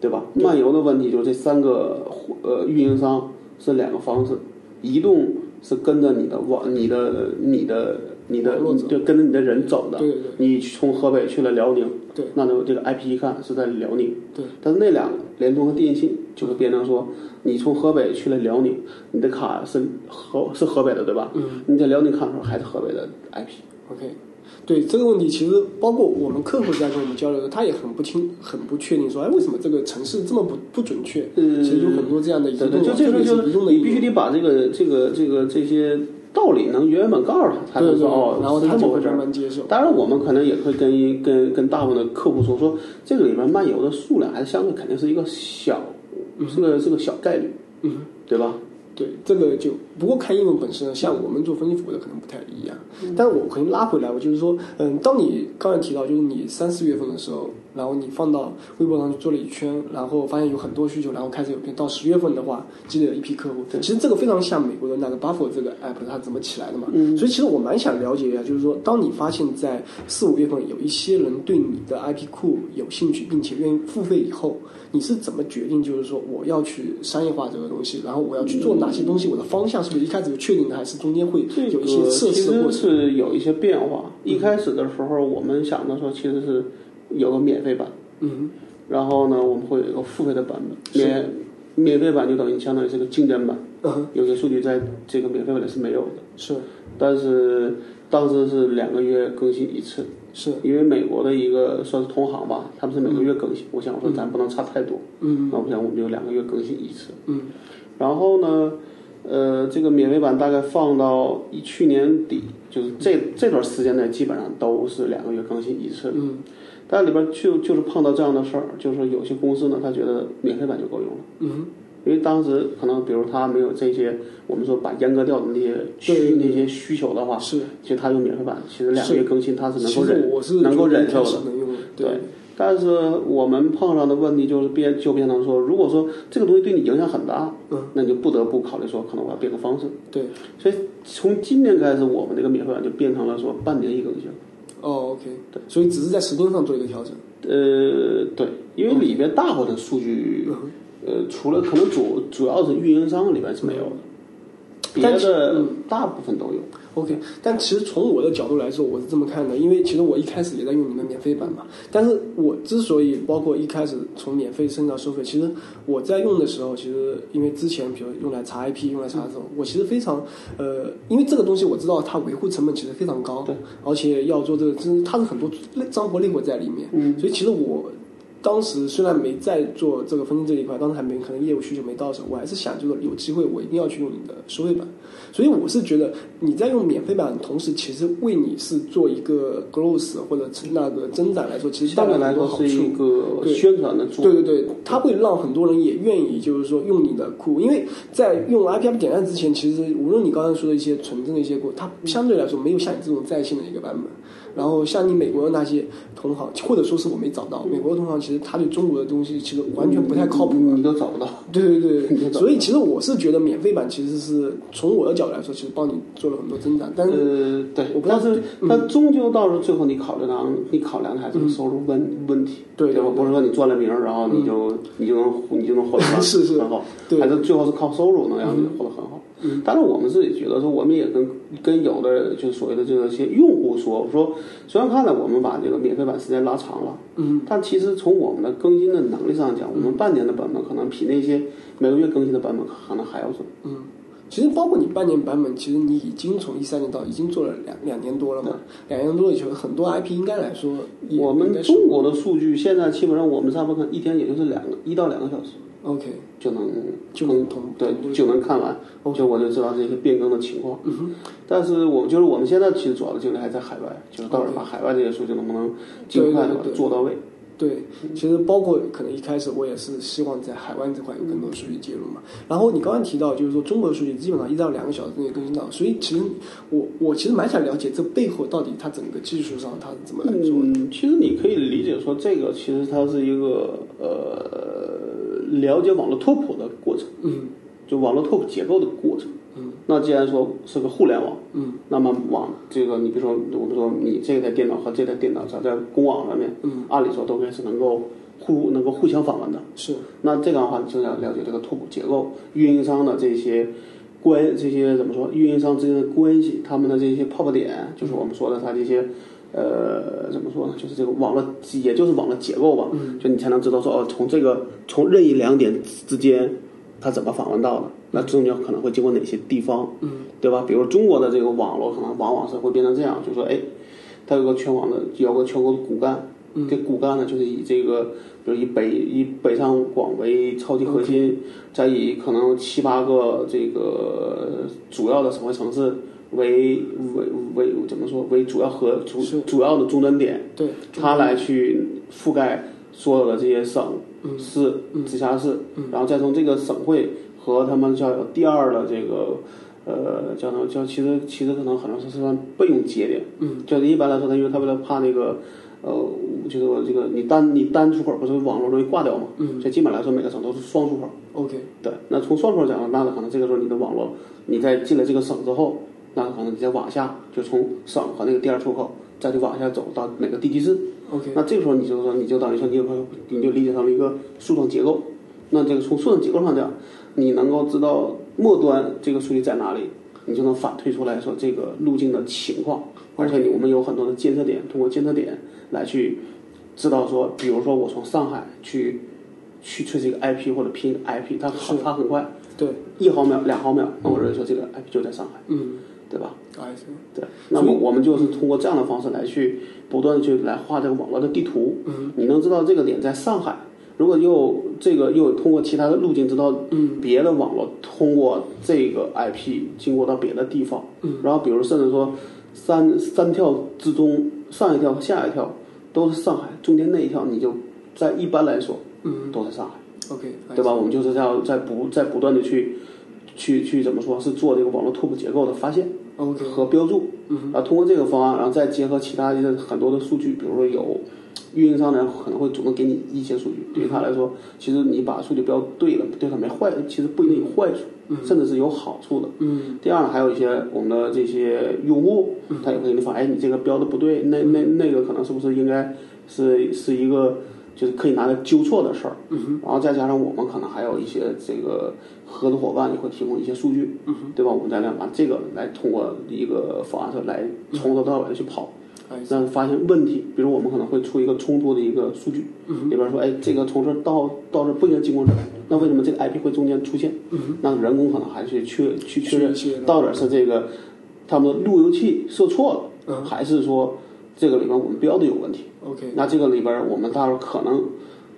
Speaker 2: 对吧？漫游的问题就是这三个呃运营商是两个方式，移动是跟着你的网、你的、你的、你的
Speaker 1: 网络，走
Speaker 2: 就跟着你的人走的。
Speaker 1: 对对对
Speaker 2: 你从河北去了辽宁，
Speaker 1: 对
Speaker 2: 那就这个 IP 一看是在辽宁，
Speaker 1: 对
Speaker 2: 但是那两个联通和电信就会变成说，你从河北去了辽宁，你的卡是河是河北的，对吧？
Speaker 1: 嗯
Speaker 2: 你在辽宁看的时候还是河北的 IP。
Speaker 1: OK，对这个问题，其实包括我们客户在跟我们交流的时候，他也很不清、很不确定说，哎，为什么这个城市这么不不准确？
Speaker 2: 嗯
Speaker 1: 其实有很多这样的移
Speaker 2: 对
Speaker 1: 动
Speaker 2: 对，
Speaker 1: 啊，
Speaker 2: 就这
Speaker 1: 特
Speaker 2: 个
Speaker 1: 别
Speaker 2: 就是
Speaker 1: 移动
Speaker 2: 是
Speaker 1: 的
Speaker 2: 你
Speaker 1: 移
Speaker 2: 必须
Speaker 1: 动。
Speaker 2: 得把这个这个这个这些道理能原本告诉他，才
Speaker 1: 对
Speaker 2: 能
Speaker 1: 对
Speaker 2: 说
Speaker 1: 对，
Speaker 2: 哦，
Speaker 1: 然后
Speaker 2: 是
Speaker 1: 他
Speaker 2: 这
Speaker 1: 就
Speaker 2: 么
Speaker 1: 会
Speaker 2: 回事
Speaker 1: 慢
Speaker 2: 儿。
Speaker 1: 慢接受。
Speaker 2: 当然，我们可能也会跟跟跟大部分的客户说，说这个里边漫游的数量还是相对肯定是一个小，是个是个小概率，
Speaker 1: 嗯，
Speaker 2: 对吧？
Speaker 1: 对，这个就不过看应用本身，啊像我们做分析服务的可能不太一样。
Speaker 2: 嗯
Speaker 1: 但我可能拉回来，我就是说，嗯，当你刚才提到，就是你三四月份的时候，然后你放到微博上去做了一圈，然后发现有很多需求，然后开始有变。到十月份的
Speaker 2: 嗯
Speaker 1: 话，积累了一批客户。其实这个非常像美国的那个 Buffalo 这个 app 它怎么起来的嘛。
Speaker 2: 嗯
Speaker 1: 所以其实我蛮想了解一下，就是说，当你发现在四五月份有一些人对你的 IP 库有兴趣，并且愿意付费以后，你是怎么决定，就是说我要去商业化这个东西，然后我要去做哪些东西，我的方向是不是一开始就确定的，还是中间会
Speaker 2: 这
Speaker 1: 有
Speaker 2: 个
Speaker 1: 一些测
Speaker 2: 其
Speaker 1: 试
Speaker 2: 实
Speaker 1: 过程？嗯
Speaker 2: 是有一些变化。一开始的时候，我们想的说其实是有个免费版，
Speaker 1: 嗯
Speaker 2: 然后呢，我们会有一个付费的版本。
Speaker 1: 是
Speaker 2: 免免费版就等于相当于是个竞争版，
Speaker 1: 嗯，
Speaker 2: 有些数据在这个免费版里是没有的。
Speaker 1: 是
Speaker 2: 但是当时是两个月更新一次，
Speaker 1: 是，
Speaker 2: 因为美国的一个算是同行吧，他们是每个月更新。我想说咱不能差太多，
Speaker 1: 嗯
Speaker 2: 那我想我们就两个月更新一次。
Speaker 1: 嗯
Speaker 2: 然后呢，呃，这个免费版大概放到一去年底，就是这这段时间内基本上都是两个月更新一次。
Speaker 1: 嗯
Speaker 2: 但里边就就是碰到这样的事儿，就是说有些公司呢，他觉得免费版就够用了。
Speaker 1: 嗯，
Speaker 2: 因为当时可能，比如他没有这些，我们说把阉割掉的那些
Speaker 1: 对
Speaker 2: 需
Speaker 1: 对对
Speaker 2: 那些需求的话，
Speaker 1: 是。
Speaker 2: 其实它用免费版，其实两个
Speaker 1: 是
Speaker 2: 月更新它是能
Speaker 1: 其
Speaker 2: 够
Speaker 1: 实
Speaker 2: 忍，
Speaker 1: 我是
Speaker 2: 能够忍受
Speaker 1: 是
Speaker 2: 的。
Speaker 1: 能用的，
Speaker 2: 对，但是我们碰上的问题就是变，就变成说，如果说这个东西对你影响很大，
Speaker 1: 嗯，
Speaker 2: 那你就不得不考虑说，可能我要变个方式。
Speaker 1: 对。
Speaker 2: 所以从今年开始，我们这个免费版就变成了说半年一更新。
Speaker 1: 哦，OK，对，所以只是在时间上做一个调整。
Speaker 2: 呃，对，因为里边大部
Speaker 1: 嗯
Speaker 2: 分的数据，呃，除了可能主主要是运营商里边是没有的。别
Speaker 1: 但是
Speaker 2: 的
Speaker 1: 嗯
Speaker 2: 大部分都有。
Speaker 1: OK，但其实从我的角度来说，我是这么看的，因为其实我一开始也在用你们免费版嘛，但是我之所以包括一开始从免费升到收费，其实我在用的时候，其实因为之前比如用来查 IP，用来查这种，我其实非常呃，因为这个东西我知道它维护成本其实非常高
Speaker 2: 对，
Speaker 1: 而且要做这个，真是它是很多累脏活累活在里面，
Speaker 2: 嗯
Speaker 1: 所以其实我。当时虽然没在做这个分析这一块，当时还没可能业务需求没到手，我还是想就是有机会我一定要去用你的收费版，所以我是觉得你在用免费版的同时，其实为你是做一个 growth 或者是那个增长来说，其实带
Speaker 2: 相对
Speaker 1: 来
Speaker 2: 来
Speaker 1: 很多
Speaker 2: 说
Speaker 1: 好
Speaker 2: 是一
Speaker 1: 处。
Speaker 2: 个
Speaker 1: 对
Speaker 2: 宣传的作
Speaker 1: 对
Speaker 2: 用。
Speaker 1: 对对，它会让很多人也愿意，就是说用你的库，因为在用 IPF 点赞之前，其实无论你刚才说的一些纯正的一些库，它相对来说没有像你这种在线的一个版本。然后像你美国的那些同行，或者说是我没找到美国的同行，其实他对中国的东西其实完全不太靠谱。啊
Speaker 2: 你你都找不到。
Speaker 1: 对对对，所以其实我是觉得免费版其实是从我的角度来说，其实帮你做了很多增长，但是
Speaker 2: 呃，对
Speaker 1: 我，不知道嗯
Speaker 2: 但是但终究到时候最后你考虑量，你考量的还是个收入问问题，
Speaker 1: 对
Speaker 2: 吧？
Speaker 1: 对嗯
Speaker 2: 不是说你赚了名儿，然后你就你就能你就能活得 很
Speaker 1: 是是
Speaker 2: 很好，
Speaker 1: 对嗯
Speaker 2: 还是最后是靠收入能让你活得很好。但是我们自己觉得说，我们也跟跟有的就是所谓的这个些用户说，说虽然看来我们把这个免费版时间拉长了，嗯，但其实从我们的更新的能力上讲，我
Speaker 1: 嗯
Speaker 2: 们半年的版本可能比那些每个月更新的版本可能还要准。
Speaker 1: 其实包括你半年版本，其实你已经从一三年到已经做了两两年多了嘛，两年多以后，很多 IP 应该来说也，
Speaker 2: 我
Speaker 1: 应
Speaker 2: 们
Speaker 1: 该是
Speaker 2: 中国的数据现在基本上我们上班看一天也就是两个一到两个小时
Speaker 1: OK
Speaker 2: 就能
Speaker 1: 就能同
Speaker 2: 嗯对
Speaker 1: 同步嗯
Speaker 2: 就能看完，就我就知道这些变更的情况。但是我就是我们现在其实主要的精力还在海外，就是到时候把海外这些数据能不能尽快的
Speaker 1: 对对对
Speaker 2: 做到位。
Speaker 1: 对，其实包括可能一开始我也是希望在海外这块有更多的数据介入嘛。然后你刚刚提到，就是说中国的数据基本上一到两个小时内更新到，所以其实我我其实蛮想了解这背后到底它整个技术上它是怎么来做的。
Speaker 2: 嗯，其实你可以理解说，这个其实它是一个呃了解网络拓扑的过程，
Speaker 1: 嗯
Speaker 2: 就网络拓扑结构的过程。
Speaker 1: 嗯，
Speaker 2: 那既然说是个互联网，
Speaker 1: 嗯
Speaker 2: 那么往这个，你比如说，我们说你这台电脑和这台电脑，它在公网上面，
Speaker 1: 嗯，
Speaker 2: 按理说都应该是能够互能够互相访问的。
Speaker 1: 是
Speaker 2: 那这样的话，你就要了解这个拓扑结构，运营商的这些关，这些怎么说，运营商之间的关系，他们的这些泡泡点，就是我们说的它这些。呃，怎么说呢？就是这个网络，也就是网络结构吧，就你才能知道说哦，从这个从任意两点之间，它怎么访问到的？那中间可能会经过哪些地方？
Speaker 1: 嗯
Speaker 2: 对吧？比如中国的这个网络，可能往往是会变成这样，就是说，哎，它有个全网的，有个全国的骨干，
Speaker 1: 嗯
Speaker 2: 这骨干呢，就是以这个，比如以北以北上广为超级核心，再以可能七八个这个主要的省会城市为为为怎么说为主要核主
Speaker 1: 是
Speaker 2: 主要的终端点，
Speaker 1: 对，
Speaker 2: 它来去覆盖所有的这些省、
Speaker 1: 嗯
Speaker 2: 市、直辖市，然后再从这个省会和他们叫有第二的这个呃叫什么叫其实其实可能可能是算备用节点，
Speaker 1: 嗯，
Speaker 2: 就是一般来说，他因为他为了怕那个呃就是我这个你单你单出口不是网络容易挂掉嘛，
Speaker 1: 嗯
Speaker 2: 所以基本来说每个省都是双出口。
Speaker 1: OK
Speaker 2: 对，那从双头讲，那可能这个时候你的网络，你在进了这个省之后，那可能你再往下，就从省和那个第二出口再去往下走到每个地级市。
Speaker 1: OK
Speaker 2: 那这个时候你就说，你就等于说你有你就理解成了一个树状结构。那这个从树状结构上讲，你能够知道末端这个数据在哪里，你就能反推出来说这个路径的情况。而且你我们有很多的监测点，通过监测点来去知道说，比如说我从上海去去吹这个 IP 或者拼一个 IP，它很它很快，
Speaker 1: 对，
Speaker 2: 一毫秒、两毫秒，那我认为说这个 IP 就在上海，
Speaker 1: 嗯
Speaker 2: 对吧？
Speaker 1: ，I see。
Speaker 2: 对，那么我们就是通过这样的方式来去不断地去来画这个网络的地图。
Speaker 1: 嗯，
Speaker 2: 你能知道这个点在上海，如果又这个又通过其他的路径知道，
Speaker 1: 嗯，
Speaker 2: 别的网络通过这个 IP 经过到别的地方，嗯，然后比如甚至说三三跳之中上一跳和下一跳都是上海，中间那一跳你就在一般来说
Speaker 1: 嗯
Speaker 2: 都在上海。
Speaker 1: ，OK，哎
Speaker 2: 对吧？我们就是要在不在不断的去去去怎么说是做这个网络拓扑结构的发现
Speaker 1: ？OK，嗯
Speaker 2: 和标注，啊，通过这个方案，然后再结合其他的很多的数据，比如说有运营商呢可能会主动给你一些数据，对于他来说，其实你把数据标对了，对他没坏，其实不一定有坏处，甚至是有好处的。
Speaker 1: 嗯
Speaker 2: 第二呢，还有一些我们的这些用户，他也会给你发，哎，你这个标的不对，那那那个可能是不是应该是是一个就是可以拿来纠错的事儿。
Speaker 1: 嗯
Speaker 2: 然后再加上我们可能还有一些这个合作伙伴也会提供一些数据，对吧？我们再来把这个来通过一个方案来从头到尾的去跑。让发现问题，比如我们可能会出一个冲突的一个数据，里边说，哎，这个从这儿到到这儿不应该经过这儿，那为什么这个 IP 会中间出现？那人工可能还去确去确认
Speaker 1: 确认
Speaker 2: 到底是这个他们的路由器设错了，还是说这个里边我们标的有问题？
Speaker 1: OK，
Speaker 2: 那这个里边我们到时候可能。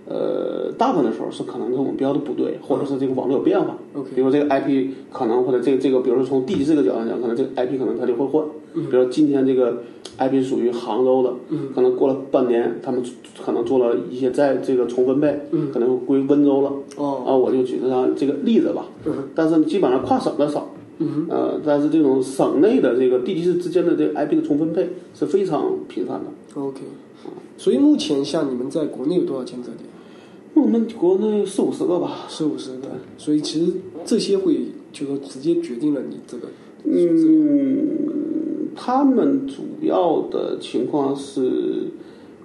Speaker 2: 呃，大部分的时候是可能跟我们标的不对，或者是这个网络有变化。
Speaker 1: OK
Speaker 2: 比如这个 IP 可能或者这个这个，比如说从地理这个角度来讲，可能这个 IP 可能它就会换。
Speaker 1: 嗯
Speaker 2: 比如说今天这个 IP 属于杭州的，可能过了半年，他们可能做了一些在这个重分配，可能归温州了。
Speaker 1: 嗯哦，
Speaker 2: 啊，我就举这这个例子吧。但是基本上跨省的少。
Speaker 1: 嗯
Speaker 2: 呃，但是这种省内的这个地区之间的这个 IP 的重分配是非常频繁的。
Speaker 1: OK，所以目前像你们在国内有多少监测点？
Speaker 2: 我们国内四五十个吧，
Speaker 1: 四五十个，所以其实这些会就说直接决定了你这个
Speaker 2: 嗯，他们主要的情况是，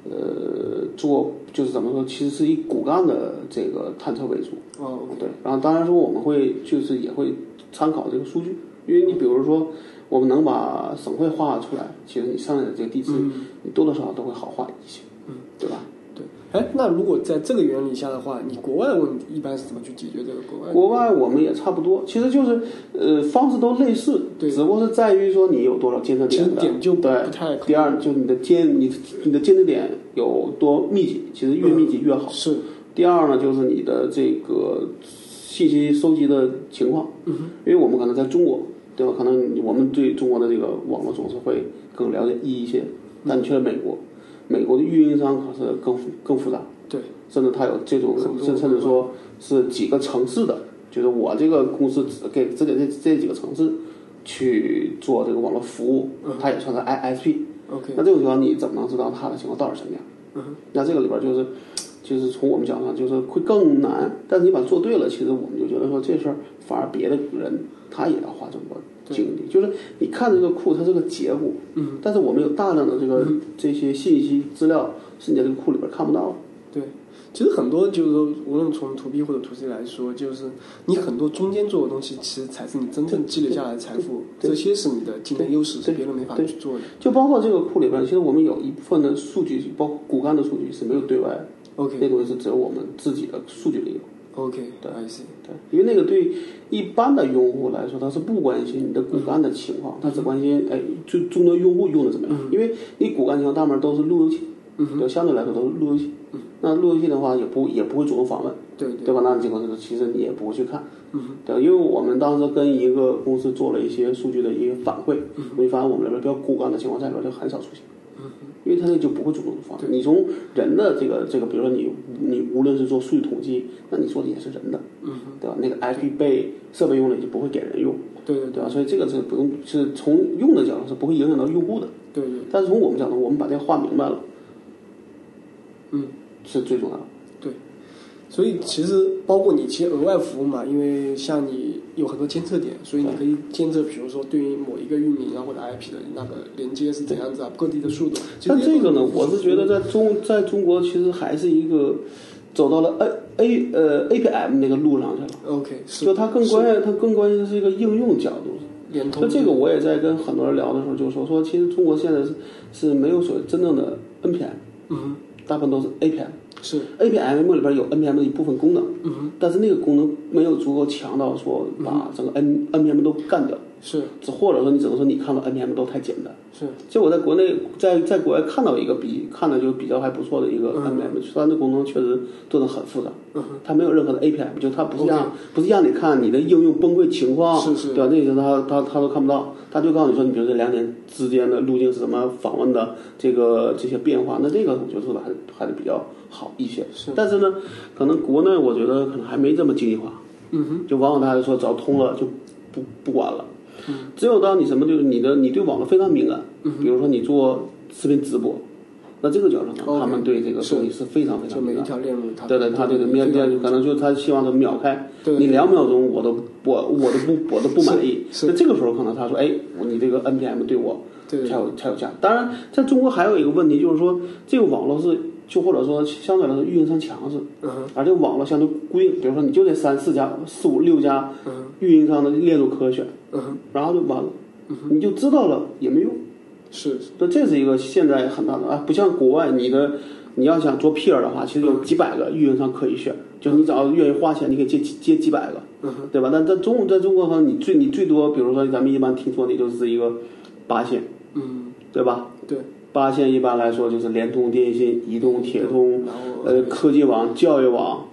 Speaker 2: 呃，做就是怎么说，其实是以骨干的这个探测为主。
Speaker 1: 哦
Speaker 2: 对，然后当然说我们会就是也会参考这个数据，因为你比如说我们能把省会画出来，其实你上来的这个地址，
Speaker 1: 嗯
Speaker 2: 你多多少少都会好画一些，嗯，对吧？
Speaker 1: 对。哎，那如果在这个原理下的话，你国外的问题一般是怎么去解决这个国外？
Speaker 2: 国外我们也差不多，其实就是呃方式都类似，
Speaker 1: 对
Speaker 2: 只不过是在于说你有多少监测
Speaker 1: 其实
Speaker 2: 点的，
Speaker 1: 点就不
Speaker 2: 对
Speaker 1: 不太可
Speaker 2: 第二就是你的监你你的监测点有多密集，其实
Speaker 1: 嗯
Speaker 2: 越密集越好。
Speaker 1: 是
Speaker 2: 第二呢，就是你的这个信息收集的情况，
Speaker 1: 嗯
Speaker 2: 因为我们可能在中国，对吧？可能我们对中国的这个网络总是会更了解一些，但你去了美国，美国的运营商可是更复更复杂，
Speaker 1: 对，
Speaker 2: 甚至它有这种
Speaker 1: 很，多
Speaker 2: 甚甚至说是几个城市的，就是我这个公司只给只给这这几个城市去做这个网络服务，
Speaker 1: 嗯
Speaker 2: 它也算是 ISP。
Speaker 1: OK，嗯
Speaker 2: 那这种情况你怎么能知道它的情况到底是什么样？那这个里边就是，就是从我们讲上就是会更难，但是你把它做对了，其实我们就觉得说这事儿反而别的人他也要花这么多精力，就是你看这个库它是个结果，嗯，但是我们有大量的这个、这些信息资料是你在这个库里边看不到的。
Speaker 1: 对。其实很多就是说，无论从 to B 或者 to C 来说，就是你很多中间做的东西，其实才是你真正积累下来的财富，这些是你的竞争优势，是别人没法去做的。
Speaker 2: 就包括这个库里边，其实我们有一部分的数据，包括骨干的数据是没有对外的，
Speaker 1: OK
Speaker 2: 那东西是只有我们自己的数据里有。
Speaker 1: OK，I 哎 see。
Speaker 2: 对，因为那个对一般的用户来说，他是不关心你的骨干的情况，他只关心哎，最终端用户用的怎么样。因为你骨干情况大部分都是路由器，对，相对来说都是路由器。那路由器的话，也不也不会主动访问，
Speaker 1: 对对嗯
Speaker 2: 对吧？那这个其实你也不会去看，对，因为我们当时跟一个公司做了一些数据的一个反馈，
Speaker 1: 嗯
Speaker 2: 我就发现我们里边比较骨干的情况在里边就很少出现。因为它那就不会主动放。你从人的这个这个，比如说你你无论是做数据统计，那你做的也是人的，嗯，对吧？那个 IP 被设备用了，也就不会给人用，
Speaker 1: 对对
Speaker 2: 对吧？所以这个是不用，是从用的角度是不会影响到用户的。
Speaker 1: 对对
Speaker 2: 但是从我们角度，我们把这个画明白了，
Speaker 1: 嗯，
Speaker 2: 是最重要的。
Speaker 1: 对，所以其实包括你其实额外服务嘛，因为像你有很多监测点，所以你可以监测，比如说对于某一个域名啊或者 IP 的那个连接是怎样子啊，各地的速度。其实
Speaker 2: 但这个呢，
Speaker 1: 都
Speaker 2: 我是觉得在中在中国其实还是一个走到了 A A 呃 APM 那个路上去了，
Speaker 1: OK 是
Speaker 2: 就它更关键，它更关键是一个应用角度。
Speaker 1: 联通
Speaker 2: 那这个我也在跟很多人聊的时候就说，说其实中国现在是是没有所谓真正的 NPM，
Speaker 1: 嗯
Speaker 2: 大部分都是 APM。
Speaker 1: 是
Speaker 2: APM 里边有 NPM 的一部分功能，
Speaker 1: 嗯哼
Speaker 2: 但是那个功能没有足够强到说把整个 N、NPM 都干掉，
Speaker 1: 是
Speaker 2: 只或者说你只能说你看到 NPM 都太简单。
Speaker 1: 是
Speaker 2: 就我在国内在在国外看到一个比看的就比较还不错的一个
Speaker 1: 嗯
Speaker 2: NPM，虽然这功能确实做的很复杂，
Speaker 1: 嗯
Speaker 2: 它没有任何的 APM，就它不是让不是让你看你的应用崩溃情况，
Speaker 1: 是是
Speaker 2: 对吧？那个它它它都看不到，它就告诉你说，你比如这两点之间的路径是怎么访问的，这个这些变化，那这个我觉得做的还还是比较好一些。
Speaker 1: 是
Speaker 2: 但是呢，可能国内我觉得可能还没这么精细化，
Speaker 1: 嗯哼
Speaker 2: 就往往大家说只要通了就不不管了。
Speaker 1: 嗯
Speaker 2: 只有当你什么就是你的你对网络非常敏感，比如说你做视频直播，那这个角度上
Speaker 1: OK，
Speaker 2: 他们对这个东西是非常非
Speaker 1: 就
Speaker 2: 常
Speaker 1: 每
Speaker 2: 敏
Speaker 1: 一
Speaker 2: 感。
Speaker 1: 条链路它
Speaker 2: 对对，他这个面面可能就他希望他秒开，
Speaker 1: 对
Speaker 2: 你两秒钟我都我我都不我都不满意，
Speaker 1: 是
Speaker 2: 那这个时候可能他说，哎，我你这个 NPM 对我
Speaker 1: 对
Speaker 2: 才有才有价值。当然，在中国还有一个问题就是说，这个网络是就或者说相对来说运营商强势，
Speaker 1: 嗯
Speaker 2: 而且啊网络相对固定，比如说你就这三四家、四五六家
Speaker 1: 嗯
Speaker 2: 运营商的列入可选，
Speaker 1: 嗯，
Speaker 2: 然后就完了，你就知道了也没用。
Speaker 1: 是
Speaker 2: 那这是一个现在很大的啊，不像国外，你的你要想做 peer 的话，其实有几百个运营商可以选，就是你只要愿意花钱，你可以接几接几百个，
Speaker 1: 嗯
Speaker 2: 对吧？但在中在中国可能你最你最多，比如说咱们一般听说的就是一个八线，
Speaker 1: 嗯
Speaker 2: 对吧？
Speaker 1: 对，
Speaker 2: 八线一般来说就是联通、电信、移动、铁通，
Speaker 1: 然后
Speaker 2: 呃，科技网、教育网，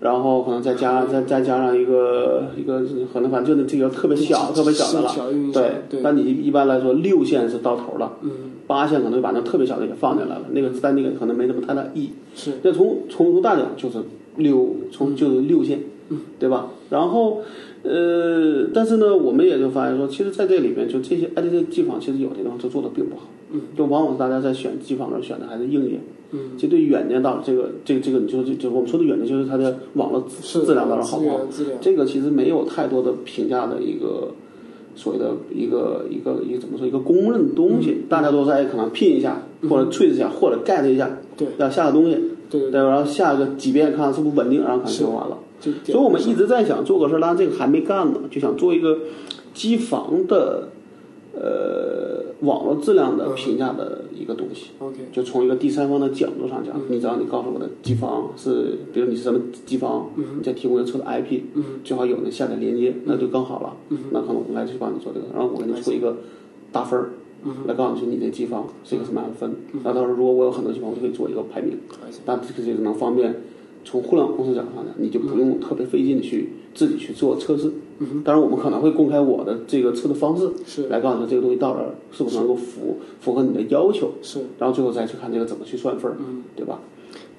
Speaker 2: 然后可能再加再再加上一个一个可能反正就是这个特别小特别小的
Speaker 1: 小嗯运营商
Speaker 2: 了，对
Speaker 1: 对。
Speaker 2: 但你一般来说六线是到头了。
Speaker 1: 嗯
Speaker 2: 八线可能就把那特别小的也放进来了，那个但那个可能没什么太大意义。
Speaker 1: 是
Speaker 2: 那从从从大讲就是六，从就是六线，
Speaker 1: 嗯
Speaker 2: 对吧？然后呃，但是呢，我们也就发现说，其实在这里面就这些 IDC 机房，其实有的地方就做的并不好，
Speaker 1: 嗯，
Speaker 2: 就往往大家在选机房的时候选的还是硬件，
Speaker 1: 嗯，
Speaker 2: 其实对远件到这个这个这个，你就就就我们说的远件就是它的网络
Speaker 1: 是
Speaker 2: 质质量到底好
Speaker 1: 资
Speaker 2: 不好，
Speaker 1: 源资源，
Speaker 2: 这个其实没有太多的评价的一个所谓的一个一个一个怎么说一个公认的东
Speaker 1: 嗯
Speaker 2: 西，大家都在可能拼一下，或者 tweet 一下，或者 get 一下，
Speaker 1: 对
Speaker 2: 要下个东西，
Speaker 1: 对，
Speaker 2: 对吧，然后下个几遍看是不是稳定，然后可能
Speaker 1: 是
Speaker 2: 就完了。
Speaker 1: 这
Speaker 2: 所以我们一直在想做个事儿，当然这个还没干呢，就想做一个机房的呃网络质量的评价的一个东西。
Speaker 1: 嗯 OK 嗯
Speaker 2: 就从一个第三方的角度上讲，你只要你告诉我的机房是，比如你是什么机房，
Speaker 1: 嗯
Speaker 2: 你再提供一个车的 IP，最好有那下载连接，那就更嗯好了。
Speaker 1: 嗯
Speaker 2: 那可能我们来去帮你做这个，然后我给你出一个打分儿，
Speaker 1: 嗯
Speaker 2: 来告诉你说你这机房是一个什么样的分。那到时候如果我有很多机房，我就可以做一个排名。但这个就能方便从互联网公司角度上讲，你就不用特别费劲的去自己去做测试。当然，我们可能会公开我的这个测的方式，
Speaker 1: 嗯是
Speaker 2: 来告诉你这个东西到底是不是能够符符合你的要求。
Speaker 1: 是嗯
Speaker 2: 然后最后再去看这个怎么去算分儿，对吧？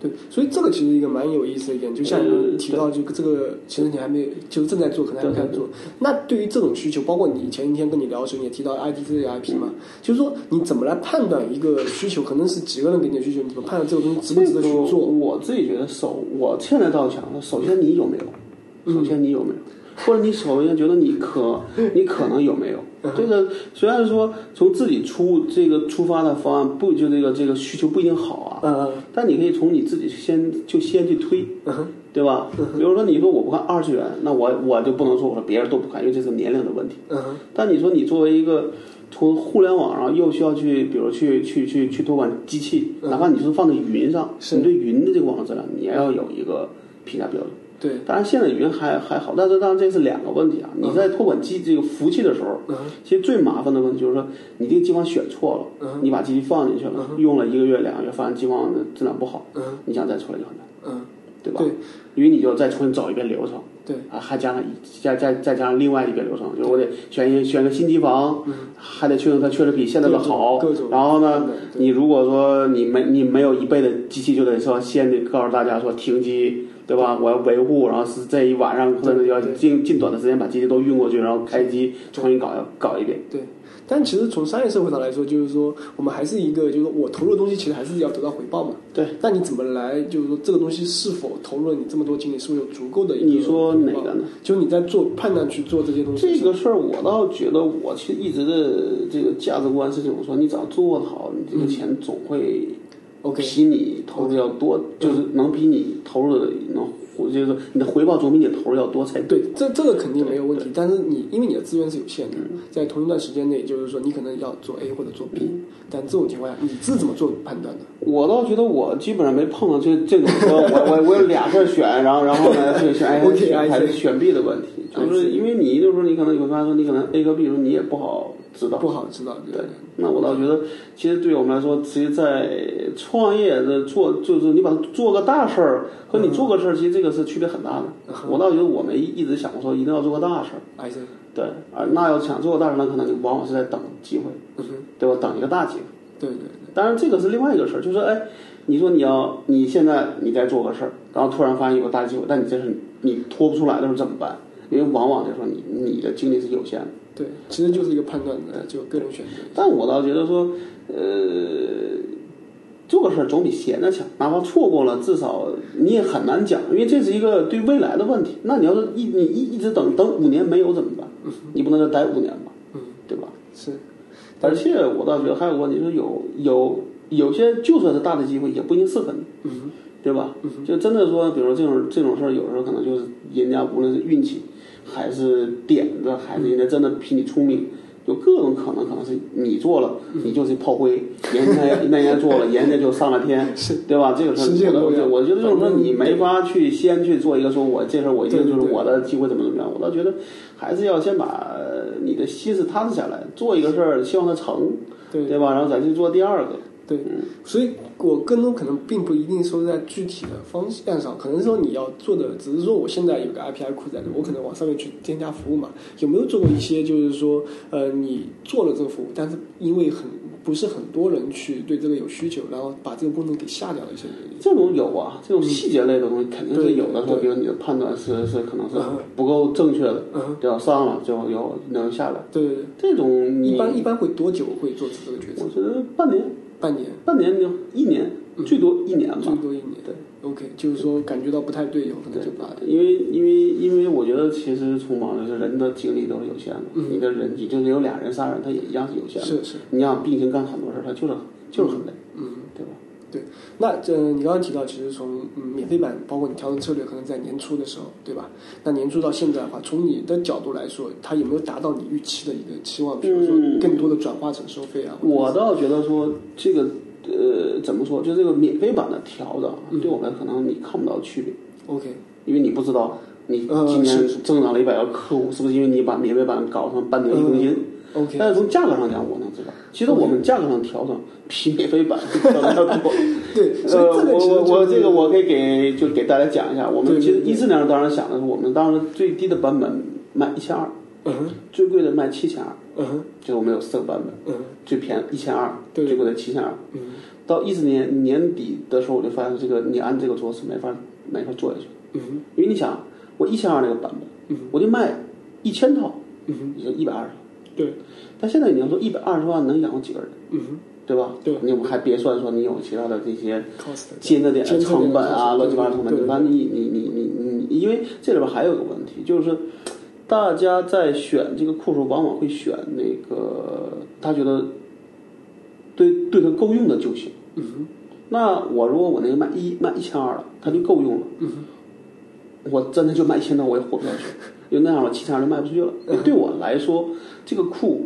Speaker 1: 对，所以这个其实一个蛮有意思的一点，就像
Speaker 2: 呃
Speaker 1: 你提到，就这个其实你还没就是正在做，可能还没开始做。那对于这种需求，包括你前一天跟你聊的时候，你也提到 IT 这个 IP 嘛，就是说你怎么来判断一个需求，可能是几个人给你的需求，你怎么判断这个东西值不值得去
Speaker 2: 这个
Speaker 1: 做？
Speaker 2: 我自己觉得首，我现在倒想，首先你有没
Speaker 1: 嗯
Speaker 2: 有？首先你有没有？或者你首先觉得你 可你可能有没有？
Speaker 1: 嗯
Speaker 2: 这个虽然说从自己出这个出发的方案不就这个这个需求不一定好啊，
Speaker 1: 嗯
Speaker 2: 但你可以从你自己先就先去推，
Speaker 1: 嗯哼
Speaker 2: 对吧？比如说你说我不看二次元，那我我就不能说我说别人都不看，因为这是年龄的问题。
Speaker 1: 嗯哼
Speaker 2: 但你说你作为一个从互联网上又需要去，比如去去去去托管机器，哪怕你是放在云上，
Speaker 1: 嗯是
Speaker 2: 你对云的这个网络质量，你也要有一个评价标准。
Speaker 1: 对，
Speaker 2: 当然现在云还还好，但是当然这是两个问题啊。你在托管机这个服务器的时候，
Speaker 1: 嗯
Speaker 2: 其实最麻烦的问题就是说，你这个机房选错
Speaker 1: 嗯
Speaker 2: 了，你把机器放进去了，用了一个月两个月，发现机房的质量不好，
Speaker 1: 嗯
Speaker 2: 你想再出来就很难，
Speaker 1: 嗯，
Speaker 2: 对吧？因为你就再重新找一遍流程。
Speaker 1: 对
Speaker 2: 啊，还加上一再再再加上另外一个流程，就是我得选一选个新机房，还得确定它确实比现在的好
Speaker 1: 嗯各种。
Speaker 2: 然后呢
Speaker 1: 对，
Speaker 2: 你如果说你没你没有一倍的机器，就得说先得告诉大家说停机，对吧？我要维护，然后是这一晚上或者要尽尽短的时间把机器都运过去，然后开机重新搞搞一遍。
Speaker 1: 对，但其实从商业社会上来说，就是说我们还是一个，就是说我投入的东西，其实还是要得到回报嘛。
Speaker 2: 对，
Speaker 1: 那你怎么来，就是说这个东西是否投入了你这么多精力，是不是有足够的一个？
Speaker 2: 你说哪个呢？
Speaker 1: 就你在做判断去做这些东西的
Speaker 2: 嗯这
Speaker 1: 时候，
Speaker 2: 个事儿，我倒觉得我其实一直的这个价值观是这种说，你只要做得好，你这个钱总会
Speaker 1: OK
Speaker 2: 比你嗯投入要多，就是能比你投入的能回，就是你的回报总比你投入要多才对。
Speaker 1: 对，这这个肯定没有问题，但是你因为你的资源是有限的，在
Speaker 2: 嗯
Speaker 1: 同一段时间内，就是说你可能要做 A 或者做 B，但这种情况下你是怎么做判断的？
Speaker 2: 我倒觉得我基本上没碰到这这种说我我我有俩事儿选，然后然后呢选 选 A
Speaker 1: OK，
Speaker 2: 选还
Speaker 1: I see
Speaker 2: 是选 B 的问题，就是因为你有时候你可能你会发现说你可能 A 和 B 的时候你也不好知道。
Speaker 1: 不好知道，
Speaker 2: 对，那我倒觉得，其实对于我们来说，其实，在创业的做，就是你把它做个大事儿和你做个
Speaker 1: 嗯
Speaker 2: 事儿，其实这个是区别很大的。我倒觉得我们一直想说，一定要做个大事儿。
Speaker 1: 还是
Speaker 2: 对，而那要想做个大事儿，那可能你往往是在等机会，
Speaker 1: 嗯哼，
Speaker 2: 对吧？等一个大机会。
Speaker 1: 对对
Speaker 2: 当然，这个是另外一个事儿，就是说，哎，你说你要你现在你在做个事儿，然后突然发现有个大机会，但你这是你拖不出来的时候怎么办？因为往往这时候你你的精力是有限的。
Speaker 1: 对，其实就是一个判断的，就个人选择。
Speaker 2: 但我倒觉得说，呃，做个事儿总比闲着强，哪怕错过了，至少你也很难讲，因为这是一个对未来的问题。那你要是一你一一直等等五年没有怎么办？你不能再待五年吧，对吧？
Speaker 1: 是，
Speaker 2: 而且我倒觉得还有个问题，就是有有有些就算是大的机会，也不一定适合你，
Speaker 1: 嗯
Speaker 2: 对吧？就真的说，比如说这种这种事儿，有时候可能就是人家无论是运气，还是点子，还
Speaker 1: 嗯
Speaker 2: 是人家真的比你聪明，有各种可能，可能是你做了，
Speaker 1: 嗯
Speaker 2: 你就是炮灰；人家那人家做了，人家就上了天，对吧？这个
Speaker 1: 实际
Speaker 2: 事
Speaker 1: 上
Speaker 2: 儿，
Speaker 1: 都
Speaker 2: 我
Speaker 1: 一样
Speaker 2: 我觉得就是说，
Speaker 1: 反正
Speaker 2: 你没法去先去做一个说我这事儿我一定
Speaker 1: 对
Speaker 2: 就
Speaker 1: 对
Speaker 2: 是
Speaker 1: 对
Speaker 2: 我的机会怎么怎么样，我倒觉得还是要先把呃你的心思踏实下来，做一个事儿，希望它成，
Speaker 1: 对
Speaker 2: 对吧？然后再去做第二个。
Speaker 1: 对，
Speaker 2: 嗯
Speaker 1: 所以我更多可能并不一定说在具体的方向上，可能说你要做的只是说我现在有个
Speaker 2: 嗯
Speaker 1: API 库在这，我可能往上面去添加服务嘛。有没有做过一些就是说，呃，你做了这个服务，但是因为很不是很多人去对这个有需求，然后把这个功能给下掉了一些原因？
Speaker 2: 这种有啊，这种细节类的东西肯定是有的。
Speaker 1: 嗯对对
Speaker 2: 说，比如你的判断是是可能是
Speaker 1: 嗯
Speaker 2: 不够正确的，
Speaker 1: 嗯，
Speaker 2: 对吧？上了就有能下来。
Speaker 1: 对对对。
Speaker 2: 这种你
Speaker 1: 一般一般会多久会做出这个决策？
Speaker 2: 我觉得半年、
Speaker 1: 半年，
Speaker 2: 半年就一年，
Speaker 1: 嗯
Speaker 2: 最多一年吧
Speaker 1: 最。多一年。对，OK，就是说感觉到不太对以后，可能就把
Speaker 2: 因为因为因为我觉得其实从忙就是人的精力都是有限的，
Speaker 1: 嗯
Speaker 2: 你的人你就是有俩人仨人，他也一样是有限的。
Speaker 1: 是是，
Speaker 2: 你想并行干很多事儿，他就是就是很累，
Speaker 1: 嗯。
Speaker 2: 对吧？
Speaker 1: 对，那这、呃你刚刚提到，其实从、嗯、免费版，包括你调整策略，可能在年初的时候，对吧？那年初到现在的话，从你的角度来说，它有没有达到你预期的一个期望？比如说
Speaker 2: 嗯
Speaker 1: 更多的转化成收费啊？
Speaker 2: 我倒觉得说这个呃怎么说，就这个免费版的调整，啊对我们可能你看不到区别。
Speaker 1: OK，
Speaker 2: 因为你不知道你
Speaker 1: 呃
Speaker 2: 今年增长了一百个客户，是不是因为你把免费版搞成半年一更新？
Speaker 1: OK
Speaker 2: 但是从价格上讲，我能知道，其实我们价格上调整比免费版 调整要多。
Speaker 1: 对，所以
Speaker 2: 呃，
Speaker 1: 这个
Speaker 2: 我
Speaker 1: 其实
Speaker 2: 我
Speaker 1: 就
Speaker 2: 我
Speaker 1: 是
Speaker 2: 这个我可以给就给大家讲一下，我们
Speaker 1: 对
Speaker 2: 其实
Speaker 1: 对对
Speaker 2: 一四年当时想的是，我们当时最低的版本卖一千二，
Speaker 1: 嗯哼
Speaker 2: 最贵的卖七千二，
Speaker 1: 嗯哼
Speaker 2: 就是我们有四个版本，
Speaker 1: 嗯哼
Speaker 2: 最便宜一千二，
Speaker 1: 对
Speaker 2: 最贵的七千二。
Speaker 1: 嗯
Speaker 2: 到一四年年底的时候，我就发现这个你按这个做是没法没法做下去。
Speaker 1: 嗯
Speaker 2: 因为你想，我一千二那个版本，我就卖一千套，
Speaker 1: 嗯哼
Speaker 2: 也就一百二十。
Speaker 1: 对
Speaker 2: 但现在你要说一百二十万能养活几个人，
Speaker 1: 嗯哼
Speaker 2: 对吧？
Speaker 1: 对
Speaker 2: 你我们还别算说你有其他的这些
Speaker 1: cost
Speaker 2: 兼着点
Speaker 1: 兼着点
Speaker 2: 成本啊，
Speaker 1: cost，
Speaker 2: 乱七八糟成
Speaker 1: 对
Speaker 2: 本。反正你你你你你你，因为这里边还有一个问题，就是大家在选这个库时候，往往会选那个他觉得对对他够用的就行。
Speaker 1: 嗯
Speaker 2: 那我如果我那个卖一卖一千二了，他就够用了。
Speaker 1: 哼嗯哼
Speaker 2: 我真的就卖一千套，我也活不下去，因为那样我七千二就卖不出去
Speaker 1: 嗯
Speaker 2: 了。对我来说，这个库，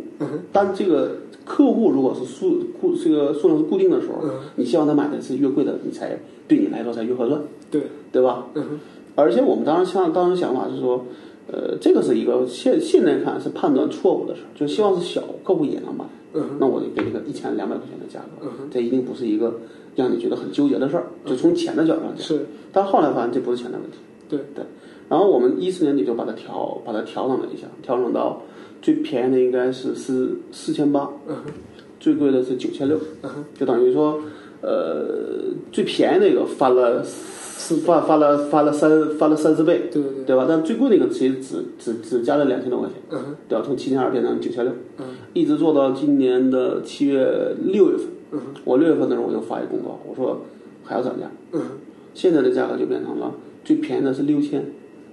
Speaker 2: 当这个客户如果是数固这个数量是固定的时候
Speaker 1: 嗯，
Speaker 2: 你希望他买的是越贵的，你才对你来说才越合算，
Speaker 1: 对
Speaker 2: 对吧？
Speaker 1: 嗯哼
Speaker 2: 而且我们当时想当时想法是说，呃，这个是一个现现在看是判断错误的事儿，就希望是小客户也能买，
Speaker 1: 嗯哼
Speaker 2: 那我就给这个一千两百块钱的价格
Speaker 1: 嗯，
Speaker 2: 这一定不是一个让你觉得很纠结的事儿，就从钱的角度上讲。
Speaker 1: 是
Speaker 2: 但后来发现这不是钱的问题。
Speaker 1: 对
Speaker 2: 对，然后我们一四年底就把它调，把它调整了一下，调整到最便宜的应该是四四千八，
Speaker 1: 嗯哼
Speaker 2: 最贵的是九千六
Speaker 1: 嗯哼，
Speaker 2: 就等于说，呃，最便宜那个翻了四翻翻了翻了三翻了三四倍，
Speaker 1: 对对对
Speaker 2: 对吧？但最贵那个其实只只只加了两千多块钱，
Speaker 1: 嗯哼
Speaker 2: 对吧？从七千二变成九千六，
Speaker 1: 嗯
Speaker 2: 一直做到今年的七月六月份，
Speaker 1: 嗯
Speaker 2: 我六月份的时候我就发一公告，我说还要涨价。
Speaker 1: 嗯哼
Speaker 2: 现在的价格就变成了最便宜的是六千，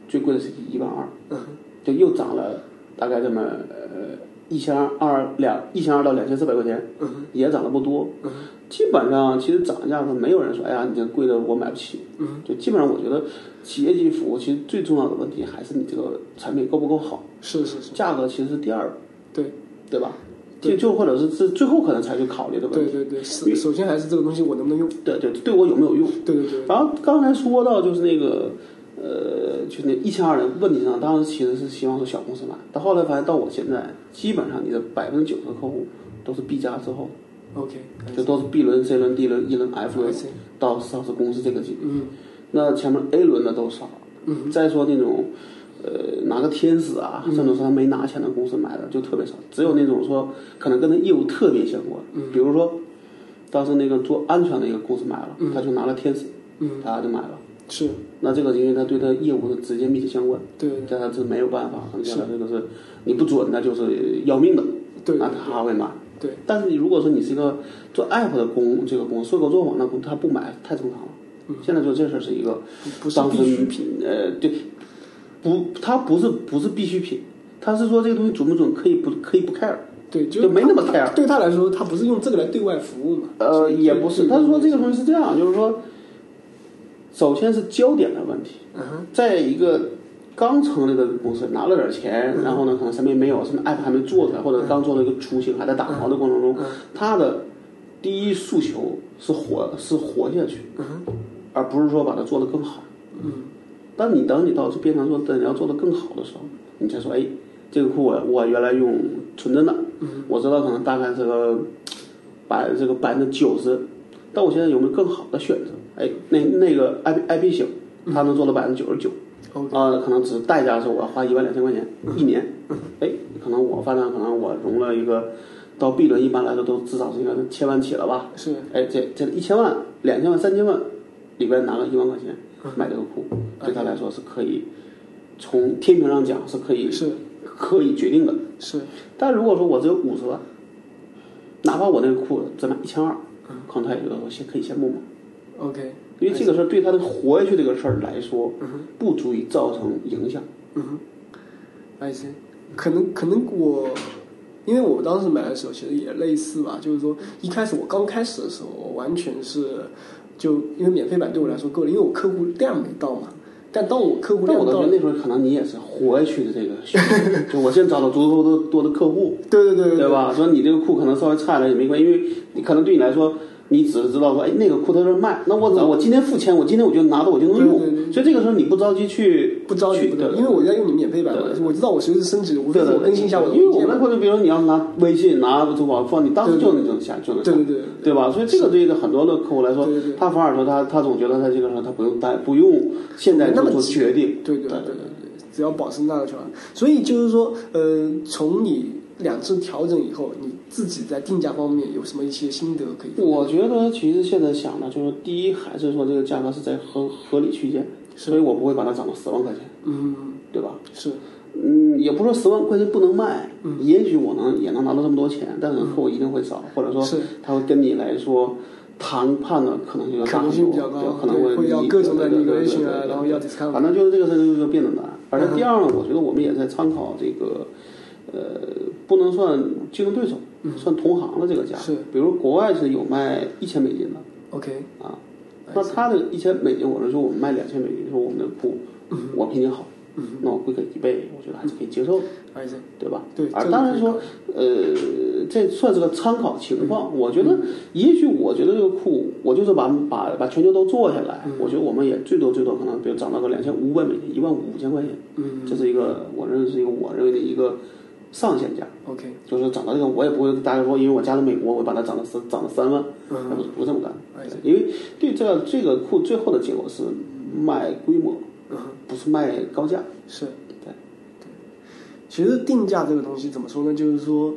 Speaker 2: 最贵的是一万二，
Speaker 1: 嗯哼
Speaker 2: 就又涨了大概这么呃一千二两一千二到两千四百块钱，
Speaker 1: 嗯哼
Speaker 2: 也涨得不多。
Speaker 1: 嗯
Speaker 2: 基本上其实涨价的没有人说，哎呀，你这贵的我买不起。
Speaker 1: 嗯，
Speaker 2: 就基本上我觉得企业级服务其实最重要的问题还是你这个产品够不够好，
Speaker 1: 是是是
Speaker 2: 价格其实是第二，
Speaker 1: 对
Speaker 2: 对吧？就就或者是是最后可能才去考虑的问
Speaker 1: 对
Speaker 2: 题。
Speaker 1: 对对，首首先还是这个东西我能不能用？
Speaker 2: 对对，对我有没有用？
Speaker 1: 对对对，
Speaker 2: 然后刚才说到就是那个，呃，就那一千二的问题上，当时其实是希望说小公司买，但后来发现到我现在，基本上你的百分之九十的客户都是 B 加之后，
Speaker 1: OK，
Speaker 2: 就都是 B 轮、C 轮、D 轮、E 轮、
Speaker 1: I
Speaker 2: F 轮
Speaker 1: see
Speaker 2: 到上市公司这个级，
Speaker 1: 嗯
Speaker 2: 那前面 A 轮的都少。
Speaker 1: 嗯
Speaker 2: 再说那种，呃，拿个天使啊，甚至说他没拿钱的公司买的就特别少，只有那种说可能跟他业务特别相关，比如说当时那个做安全的一个公司买了，他就拿了天使，
Speaker 1: 嗯，
Speaker 2: 大家就买了。
Speaker 1: 是
Speaker 2: 那这个因为它对它业务是直接密切相关，
Speaker 1: 对
Speaker 2: 这它是没有办法，这个这个是你不准，那就是要命的，
Speaker 1: 对
Speaker 2: 那他还会买。
Speaker 1: 对，
Speaker 2: 但是你如果说你是一个做 app 的公这个公司，做个做网站公司，他不买太正常了。现在说这事儿是一个
Speaker 1: 嗯不是
Speaker 2: 当时
Speaker 1: 必需品，
Speaker 2: 呃，对，不，它不是不是必需品，它是说这个东西准不准可以不可以不 care，
Speaker 1: 对，
Speaker 2: 就是没那么 care
Speaker 1: 对他来说，他不是用这个来对外服务嘛？
Speaker 2: 呃，
Speaker 1: 所以
Speaker 2: 也不是，
Speaker 1: 所以
Speaker 2: 他说这个东西是这样，就是说，首先是焦点的问题，
Speaker 1: 嗯哼，
Speaker 2: 在一个刚成立的公司拿了点钱，
Speaker 1: 嗯
Speaker 2: 然后呢，可能身边没有什么 app 还没做出来，或者刚做了一个雏形还在打磨的过程中，
Speaker 1: 嗯
Speaker 2: 他的第一诉求是活是活下去，
Speaker 1: 嗯哼，
Speaker 2: 而不是说把它做得更好。
Speaker 1: 嗯，
Speaker 2: 当你等你到变成说等你要做得更好的时候，你才说，哎，这个库我我原来用纯真的，
Speaker 1: 嗯
Speaker 2: 我知道可能大概是个百这个百分之九十，但我现在有没有更好的选择？哎，那那个 I P I P 型，
Speaker 1: 嗯
Speaker 2: 它能做到百分之九十九，
Speaker 1: OK
Speaker 2: 啊，可能只是代价是我要花一万两千块钱一年，哎，可能我发展可能我融了一个到 B 轮，一般来说都至少是一个千万起了吧，
Speaker 1: 是
Speaker 2: 哎，这这一千万、两千万、三千万里边拿个一万块钱买这个库，对他来说是可以从天平上讲是可以
Speaker 1: 是
Speaker 2: 可以决定的。
Speaker 1: 是，
Speaker 2: 但如果说我只有五十万，哪怕我那个库只买一千二，可能他也觉得我先可以先不买，
Speaker 1: OK，
Speaker 2: 因为这个事儿对他的活下去这个事儿来说，不足以造成影响。
Speaker 1: I see，可能可能我，因为我当时买的时候其实也类似吧，就是说一开始我刚开始的时候，我完全是就因为免费版对我来说够了，因为我客户量没到嘛。但当我客户
Speaker 2: 但
Speaker 1: 量
Speaker 2: 我都
Speaker 1: 到
Speaker 2: 觉
Speaker 1: 了，
Speaker 2: 得那时候可能你也是活下去的这个需求， 就我现在找到足够多多的客户，
Speaker 1: 对对对对
Speaker 2: 对吧？说你这个库可能稍微差一点也没关系，因为你可能对你来说，你只是知道说，哎，那个库在这儿卖，那我只要我今天付钱，我今天我就拿到，我就能用。
Speaker 1: 对对对
Speaker 2: 所以这个时候你不着急去，
Speaker 1: 不着急，
Speaker 2: 去
Speaker 1: 不着
Speaker 2: 对
Speaker 1: 急，因为我在用你免费版嘛
Speaker 2: 对，
Speaker 1: 我知道我随时升级，无非
Speaker 2: 对
Speaker 1: 是
Speaker 2: 对
Speaker 1: 我更新一下我的
Speaker 2: 因为
Speaker 1: 文
Speaker 2: 我
Speaker 1: 件
Speaker 2: 们
Speaker 1: 嘛。
Speaker 2: 或者比如说你要拿微信、拿支付宝放，你当时就能就能下，就能下
Speaker 1: 对对对，
Speaker 2: 对吧？所以这个对于很多的客户来说
Speaker 1: 对对对，
Speaker 2: 他反而说他他总觉得他这个时候他不用担，不用现在
Speaker 1: 那
Speaker 2: 做
Speaker 1: 么
Speaker 2: 出
Speaker 1: 急
Speaker 2: 决定。
Speaker 1: 对对对对对，只要保持那个就好。所以就是说，呃，从你两次调整以后，你自己在定价方面有什么一些心得可以分享？
Speaker 2: 我觉得其实现在想的就是，第一还是说这个价格是在合合理区间，所以我不会把它涨到十万块钱，
Speaker 1: 嗯，
Speaker 2: 对吧？
Speaker 1: 是
Speaker 2: 嗯，也不是说十万块钱不能卖，
Speaker 1: 嗯
Speaker 2: 也许我能也能拿到这么多钱，但是客户一定会少，或者说
Speaker 1: 是
Speaker 2: 他会跟你来说谈判的可能性要
Speaker 1: 可
Speaker 2: 大
Speaker 1: 能
Speaker 2: 很
Speaker 1: 性比
Speaker 2: 多，
Speaker 1: 较高，
Speaker 2: 可能
Speaker 1: 对，会要
Speaker 2: 你
Speaker 1: 各种的
Speaker 2: 对对对
Speaker 1: negotiation
Speaker 2: 对
Speaker 1: 啊，
Speaker 2: 对
Speaker 1: 然后要 discount。
Speaker 2: 反正就是这个事情就变得难。而且第二呢，我觉得我们也在参考这个，呃，不能算竞争对手，算同行的这个价。
Speaker 1: 是，
Speaker 2: 比如国外是有卖一千美金的
Speaker 1: OK，
Speaker 2: 啊，那他的一千美金，我是说我们卖两千美金，说我们的铺，我品质好，那我会给一倍，我觉得还是可以接受的，
Speaker 1: 而且
Speaker 2: 对吧？
Speaker 1: 对
Speaker 2: 而
Speaker 1: 这个
Speaker 2: 当然
Speaker 1: 可以
Speaker 2: 说，呃，这算是个参考情况。我觉得，也许我觉得这个库，我就是把把把全球都做下
Speaker 1: 嗯
Speaker 2: 来，我觉得我们也最多最多可能，比如涨到个两千五百美金，一万五千块钱，
Speaker 1: 嗯
Speaker 2: 这是一个我认为是一个我认为的一个上限价。
Speaker 1: OK，
Speaker 2: 就是涨到这个，我也不会跟大家说，因为我加入美国，我把它涨到三涨到三万，
Speaker 1: 嗯
Speaker 2: 那不是不这么干
Speaker 1: 哎
Speaker 2: 的，因为对这个这个库最后的结果是卖规模，
Speaker 1: 嗯
Speaker 2: 不是卖高价。
Speaker 1: 是。
Speaker 2: 对，
Speaker 1: 其实定价这个东西怎么说呢？就是说，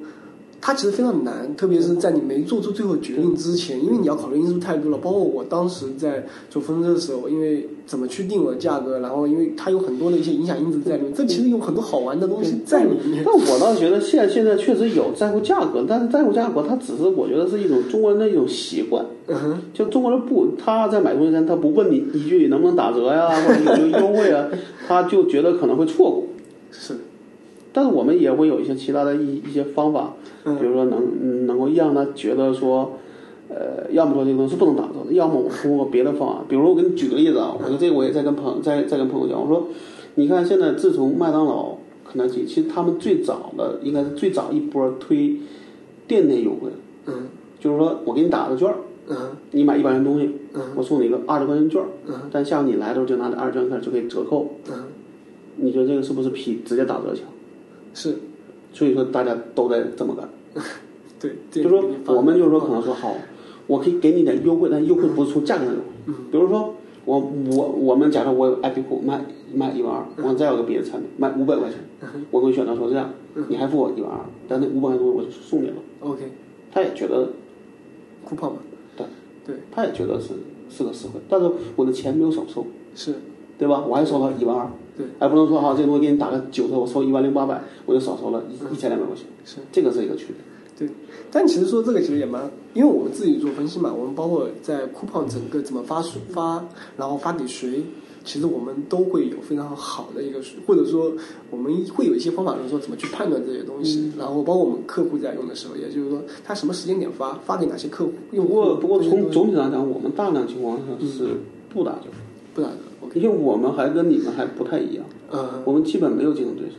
Speaker 1: 它其实非常难，特别是在你没做出最后决定之前，因为你要考虑因素太多了。包括我当时在做分车的时候，因为怎么去定我的价格，然后因为它有很多的一些影响因子在里面，这其实有很多好玩的东西在里面。
Speaker 2: 但我倒觉得现现在确实有在乎价格，但是在乎价格，它只是我觉得是一种中国人的一种习惯。
Speaker 1: 嗯哼，
Speaker 2: 就中国人不，他在买东西前他不问你一句能不能打折呀，或者有没有优惠 啊，他就觉得可能会错过。
Speaker 1: 是
Speaker 2: 但是我们也会有一些其他的一一些方法，
Speaker 1: 嗯
Speaker 2: 比如说能嗯能够让他觉得说，呃，要么说这个东西是不能打折的，要么我通过别的方案，比如说我给你举个例子啊，我说这个我也在跟朋友在在跟朋友讲，我说，你看现在自从麦当劳、肯德基，其实他们最早的应该是最早一波推店内优惠，
Speaker 1: 嗯
Speaker 2: 就是说我给你打个券儿，
Speaker 1: 嗯哼
Speaker 2: 你买一百元东西，
Speaker 1: 嗯
Speaker 2: 我送你一个二十块钱券儿，
Speaker 1: 嗯
Speaker 2: 但下次你来的时候就拿这二十块钱券儿就可以折扣，
Speaker 1: 嗯哼，
Speaker 2: 你觉得这个是不是比直接打折强？
Speaker 1: 是
Speaker 2: 所以说大家都在这么干。
Speaker 1: 对，
Speaker 2: 就说我们就是说可能说好，我可以给你点优惠，但优惠不是从价格上
Speaker 1: 嗯
Speaker 2: 优惠。比如说我我我们假设我有 IP 库卖卖一万二，
Speaker 1: 嗯
Speaker 2: 我再有个别的产品卖五百块钱，我会选择说这样，
Speaker 1: 嗯
Speaker 2: 你还付我一万二，但那五百块钱我就送你了。
Speaker 1: OK
Speaker 2: 他也觉得，
Speaker 1: 酷胖嘛，
Speaker 2: 对，
Speaker 1: 对
Speaker 2: 他也觉得是是个实惠，但是我的钱没有少收，
Speaker 1: 是
Speaker 2: 对吧？我还收了一万二，
Speaker 1: 对
Speaker 2: 还不能说好这东西给你打个九折，我收一万零八百，我就少收了一一千两百块钱，
Speaker 1: 嗯是
Speaker 2: 这个是一个区别。
Speaker 1: 对，但其实说这个其实也蛮，因为我们自己做分析嘛，我们包括在 coupon 整个怎么发数发，然后发给谁，其实我们都会有非常好的一个，或者说我们会有一些方法，就是说怎么去判断这些东西，然后包括我们客户在用的时候，也就是说他什么时间点发，发给哪些客户，用
Speaker 2: 不过不过
Speaker 1: 这些东
Speaker 2: 从
Speaker 1: 西
Speaker 2: 总体上讲，我们大量情况下
Speaker 1: 嗯
Speaker 2: 是不打折扣，
Speaker 1: 不打折，OK，
Speaker 2: 因为我们还跟你们还不太一样，
Speaker 1: 呃，
Speaker 2: 我们基本没有竞争对手。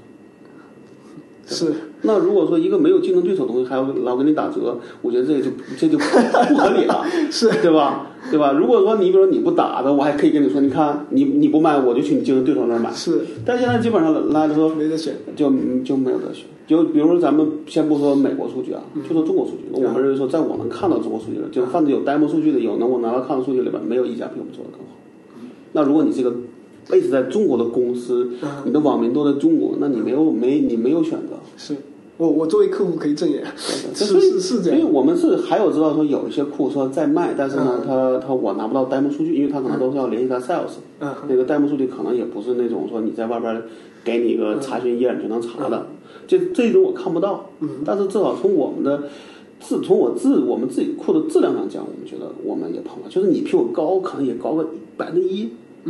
Speaker 1: 是
Speaker 2: 那如果说一个没有竞争对手的东西还要老给你打折，我觉得这就这就不合理了， 是对吧？对吧？如果说你比如说你不打的，我还可以跟你说，你看你你不卖，我就去你竞争对手那儿买。
Speaker 1: 是，
Speaker 2: 但现在基本上来说，
Speaker 1: 没得选，
Speaker 2: 就就没有得选。就比如说咱们先不说美国数据啊，就说中国数据，我们认为说在我能看到中国数据的，就泛着有 demo 数据的，有能我拿到看到数据里边，没有一家比我们做的更好。那如果你是一个 base 在中国的公司，
Speaker 1: 嗯
Speaker 2: 你的网民都在中国，那你没有没你没有选择。
Speaker 1: 是我我作为客户可以正眼，是
Speaker 2: 所以
Speaker 1: 是是这样
Speaker 2: 所以，我们是还有知道说有一些库说在卖，但是呢，他他我拿不到 demo 数据，因为他可能都是要联系他 sales，、
Speaker 1: 嗯
Speaker 2: 那个 demo 数据可能也不是那种说你在外边给你一个查询页你就能查的，这这种我看不到。但是至少从我们的自从我自我们自己库的质量上讲，我们觉得我们也碰了，就是你比我高，可能也高个百分之一。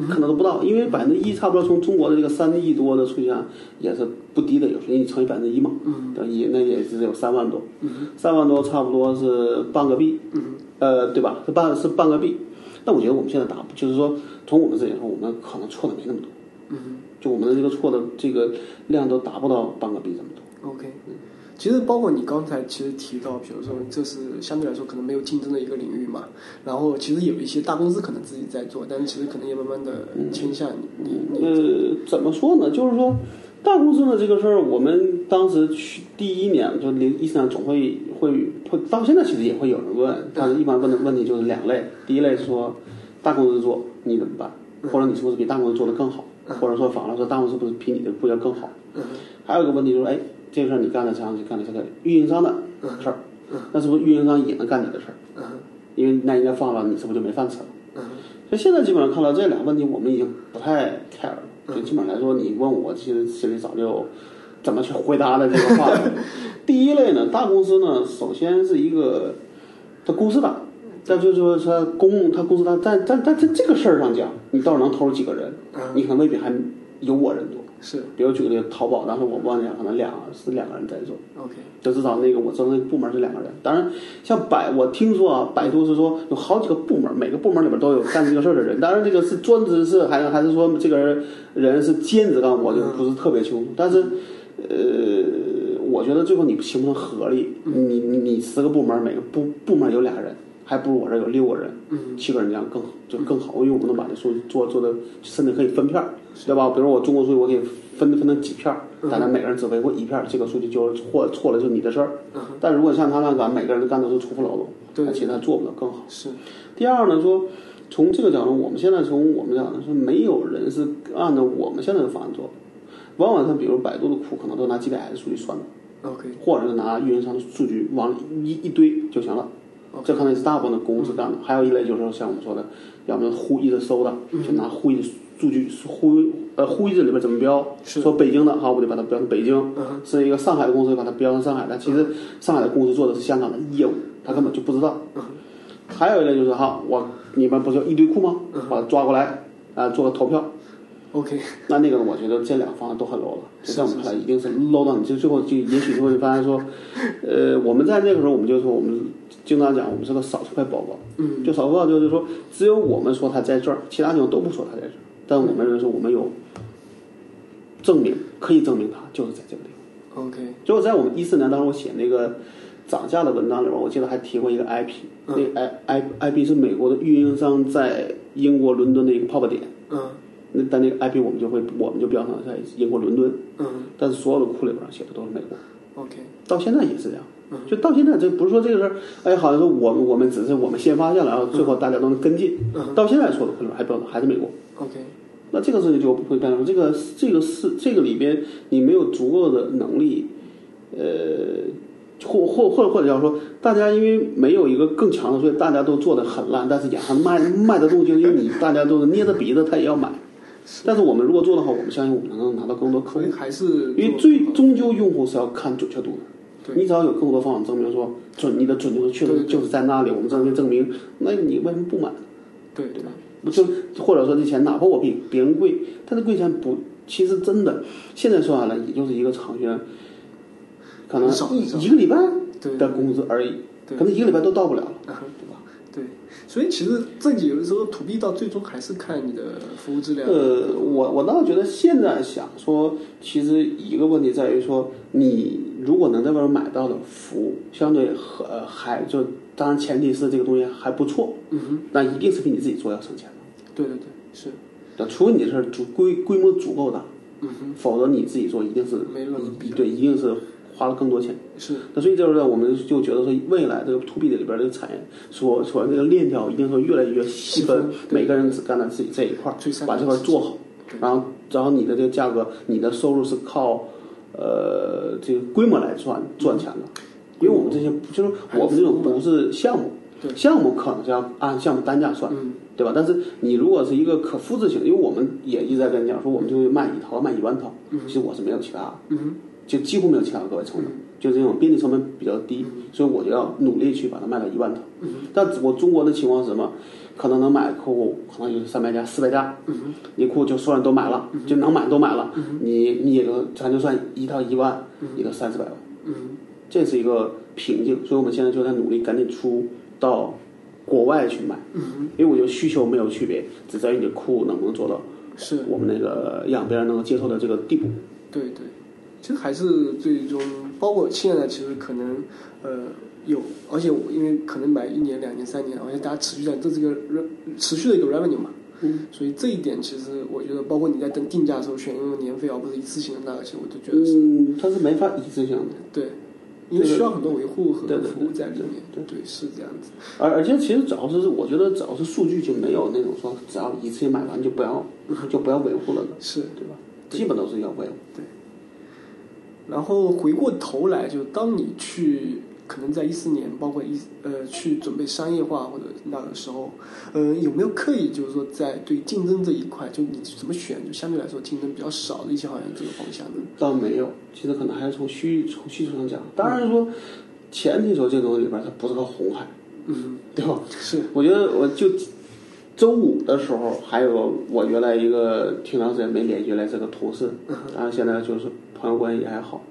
Speaker 2: 可能都不到，因为百分之一差不多从中国的这个三亿多的数据上也是不低的，有时候你乘以百分之一嘛，等于那也是有三万多，三万多差不多是半个币，呃，对吧？是半是半个币。那我觉得我们现在打不，就是说从我们这里说，我们可能错的没那么多，就我们的这个错的这个量都达不到半个币这么多。
Speaker 1: OK，其实包括你刚才其实提到，比如说这是相对来说可能没有竞争的一个领域嘛，然后其实有一些大公司可能自己在做，但是其实可能也慢慢的倾向你你你
Speaker 2: 呃，怎么说呢？就是说，大公司呢这个事儿，我们当时去第一年，就零一四年，总会会会到现在其实也会有人问，但是一般问的问题就是两类，第一类是说大公司做你怎么办，或者你是不是比大公司做的更好，或者说反过来说大公司不是比你的部件更好，还有一个问题就是，哎，这个事儿你干的长，就干的这个运营商的事儿，那是不是运营商也能干你的事儿？因为那人家放了，你是不是就没饭吃了？所以现在基本上看到这俩问题，我们已经不太 care 了。就基本上来说，你问我，其实心里早就怎么去回答的这个话了。第一类呢，大公司呢，首先是一个它公司大，再就是说它公它公司大，但但但在这个事儿上讲，你倒是能投入几个人，你可能未必还有我人多。
Speaker 1: 是
Speaker 2: 比如举个例子，淘宝当时我忘记了，可能两是两个人在做，
Speaker 1: OK
Speaker 2: 就至少那个我知道那个部门是两个人。当然，像百我听说啊，百度是说有好几个部门，每个部门里边都有干这个事儿的人。当然，这个是专职是还还是说这个人人是兼职干，我就不是特别清楚。但是，呃，我觉得最后你形不成合力，你你你十个部门，每个部部门有俩人。还不如我这儿有六个人，七个人这样更好，就更好，因为我们能把这数据做做的，甚至可以分片儿，对吧？比如我中国数据，我可以分分成几片儿，大家每个人只维护一片儿，这个数据就是错错了就是你的事儿。但如果像他那咱每个人干的都是重复劳动，
Speaker 1: 嗯对
Speaker 2: 那其实他做不了更好。
Speaker 1: 是
Speaker 2: 第二呢，说从这个角度，我们现在从我们讲的是没有人是按照我们现在的方案做的，往往像比如百度的库，可能都拿 GDI 的数据算的。
Speaker 1: OK
Speaker 2: 或者是拿运营商的数据往里一一堆就行了。
Speaker 1: 哦
Speaker 2: 这可能也是大部分的公司干的。还有一类就是像我们说的，要么呼一的搜的，
Speaker 1: 嗯
Speaker 2: 就拿呼一的数据呼呃呼一这里边怎么标，
Speaker 1: 是
Speaker 2: 说北京的，好，我就把它标成北京
Speaker 1: 嗯，
Speaker 2: 是一个上海的公司，把它标成上海。但其实上海的公司做的是香港的业务，他根本就不知道。还有一类就是哈，我你们不是有一堆库吗？把它抓过来啊、做个投票。
Speaker 1: OK
Speaker 2: 那那个我觉得这两个方案都很 low 了，就在我们看来一定是 low 到你就最后就也许就会发现说，呃，我们在那个时候我们就说我们经常讲我们是个少数派宝宝，嗯，就少数派就是说只有我们说他在这儿，其他地方都不说他在这儿，但我们认为说我们有证明可以证明他就是在这个地方。
Speaker 1: OK
Speaker 2: 就在我们一四年当时我写那个涨价的文章里边，我记得还提过一个 IP，、那个 I I IP 是美国的运营商在英国伦敦的一个泡泡点。
Speaker 1: 嗯
Speaker 2: 那但那个 IP 我们就会，我们就标上在英国伦敦，
Speaker 1: 嗯
Speaker 2: 但是所有的库里边写的都是美国，
Speaker 1: OK
Speaker 2: 到现在也是这样。就到现在，这不是说这个事儿，哎，好像说我们我们只是我们先发现了，然后最后大家都能跟进。到现在所有的库里边还标的还是美国，
Speaker 1: OK
Speaker 2: 那这个事情就不会干了。这个这个是这个里边你没有足够的能力，呃，或或或或者叫说，大家因为没有一个更强的，所以大家都做的很烂，但是也还卖卖得动，就是因为你大家都是捏着鼻子他也要买。但是我们如果做的好，我们相信我们能够拿到更多客户
Speaker 1: 所以，还是
Speaker 2: 因为最终究用户是要看准确度的。
Speaker 1: 对
Speaker 2: 你只要有够多方法证明说准，你的准就是确
Speaker 1: 对
Speaker 2: 实
Speaker 1: 对
Speaker 2: 就是在那里，我们正确证明，那你为什么不买？
Speaker 1: 对对
Speaker 2: 不就或者说这钱，哪怕我比别人贵，但是贵钱不，其实真的现在说下来，也就是一个厂学，可能
Speaker 1: 少
Speaker 2: 一
Speaker 1: 少
Speaker 2: 一个礼拜
Speaker 1: 对
Speaker 2: 的工资而已，
Speaker 1: 对
Speaker 2: 可能一个礼拜都到不了。
Speaker 1: 啊，对吧？对，所以其实这个有的时候 to B 到最终还是看你的服务质量。
Speaker 2: 呃，我我倒觉得现在想说，其实一个问题在于说，你如果能在外面买到的服务，相对和呃还就当然前提是这个东西还不错，
Speaker 1: 嗯哼，
Speaker 2: 那一定是比你自己做要省钱的。
Speaker 1: 对对对，是，
Speaker 2: 对除非你是足规规模足够大，
Speaker 1: 嗯哼，
Speaker 2: 否则你自己做一定是
Speaker 1: 没人能比
Speaker 2: 对，一定是花了更多钱。
Speaker 1: 是，
Speaker 2: 那所以这时候我们就觉得说，未来这个 to B 的里边这个产业所所这个链条一定会越来越
Speaker 1: 细
Speaker 2: 细分
Speaker 1: 分，对
Speaker 2: 每个人只干了自己这一块儿
Speaker 1: 最擅，长
Speaker 2: 把这块儿做好
Speaker 1: 对，
Speaker 2: 然后然后你的这个价格，你的收入是靠呃这个规模来赚赚钱的，
Speaker 1: 嗯
Speaker 2: 因为我们这些就是我们这种不是项目
Speaker 1: 对。
Speaker 2: 项目可能是要按项目单价算，
Speaker 1: 嗯，
Speaker 2: 对吧？但是你如果是一个可复制性的，因为我们也一直在跟你讲说，我们就会卖一套，卖一万套。其实我是没有其他的，
Speaker 1: 嗯哼，
Speaker 2: 就几乎没有其他额外成本，就这种边际成本比较低，
Speaker 1: 嗯
Speaker 2: 所以我就要努力去把它卖到一万套。但只不过中国的情况是什么？可能能买客户可能就是三百家、四百家，
Speaker 1: 嗯
Speaker 2: 你客户就所有人都买了，就能买都买了，你你也就咱就算一套一万，也就三四百万，
Speaker 1: 嗯，
Speaker 2: 这是一个瓶颈，所以我们现在就在努力赶紧出到国外去卖，
Speaker 1: 嗯
Speaker 2: 因为我觉得需求没有区别，只在于你的客户能不能做到
Speaker 1: 是，
Speaker 2: 我们那个让别人能够接受的这个地步。
Speaker 1: 对对，其实还是最终，包括现在其实可能呃有，而且我因为可能买一年、两年、三年，而且大家持续在这是一个 re- 持续的一个 revenue 嘛，
Speaker 2: 嗯，
Speaker 1: 所以这一点其实我觉得，包括你在定定价的时候选用年费啊而不是一次性的那个，其实我都觉得是、
Speaker 2: 嗯，它是没法一次性的。
Speaker 1: 对，因为
Speaker 2: 这个
Speaker 1: 需要很多维护和
Speaker 2: 对对对
Speaker 1: 服务在里面，
Speaker 2: 对
Speaker 1: 对是这样子，
Speaker 2: 而而且其实只要是我觉得只要是数据就没有那种说只要一次性买完就不要就不要维护了的，
Speaker 1: 嗯是。
Speaker 2: 对吧？基本都是要维护。
Speaker 1: 然后回过头来，就当你去可能在一四年，包括一呃去准备商业化或者那个时候，呃有没有刻意就是说在对竞争这一块，就你怎么选，就相对来说竞争比较少的一些行业这个方向呢？
Speaker 2: 倒没有，其实可能还是从需从需求上讲。当然说，前提说这个东西里边它不是个红海，
Speaker 1: 嗯，
Speaker 2: 对吧？
Speaker 1: 是，
Speaker 2: 我觉得我就周五的时候，还有我原来一个挺长时间没联系来这个同事，
Speaker 1: 嗯
Speaker 2: 当然现在就是朋友关系也还好，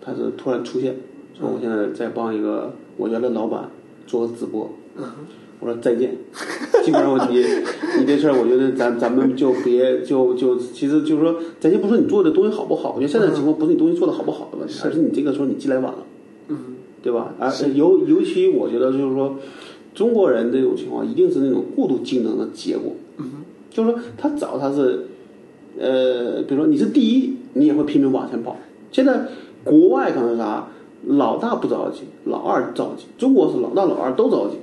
Speaker 2: 他是突然出现，说
Speaker 1: 嗯
Speaker 2: 我现在在帮一个我原来老板做个直播，
Speaker 1: 嗯
Speaker 2: 我说再见，基本上我 你你这事儿，我觉得咱咱们就别就就其实就是说，咱就不说你做的东西好不好，我觉得现在的情况不是你东西做的好不好的问题，而是你这个时候你进来晚了。
Speaker 1: 嗯，
Speaker 2: 对吧？而尤尤其我觉得就是说，中国人这种情况一定是那种过度竞争的结果。嗯，就是说他找他是，呃，比如说你是第一，你也会拼命往前跑。现在国外可能是啥，老大不着急，老二着急。中国是老大老二都着急，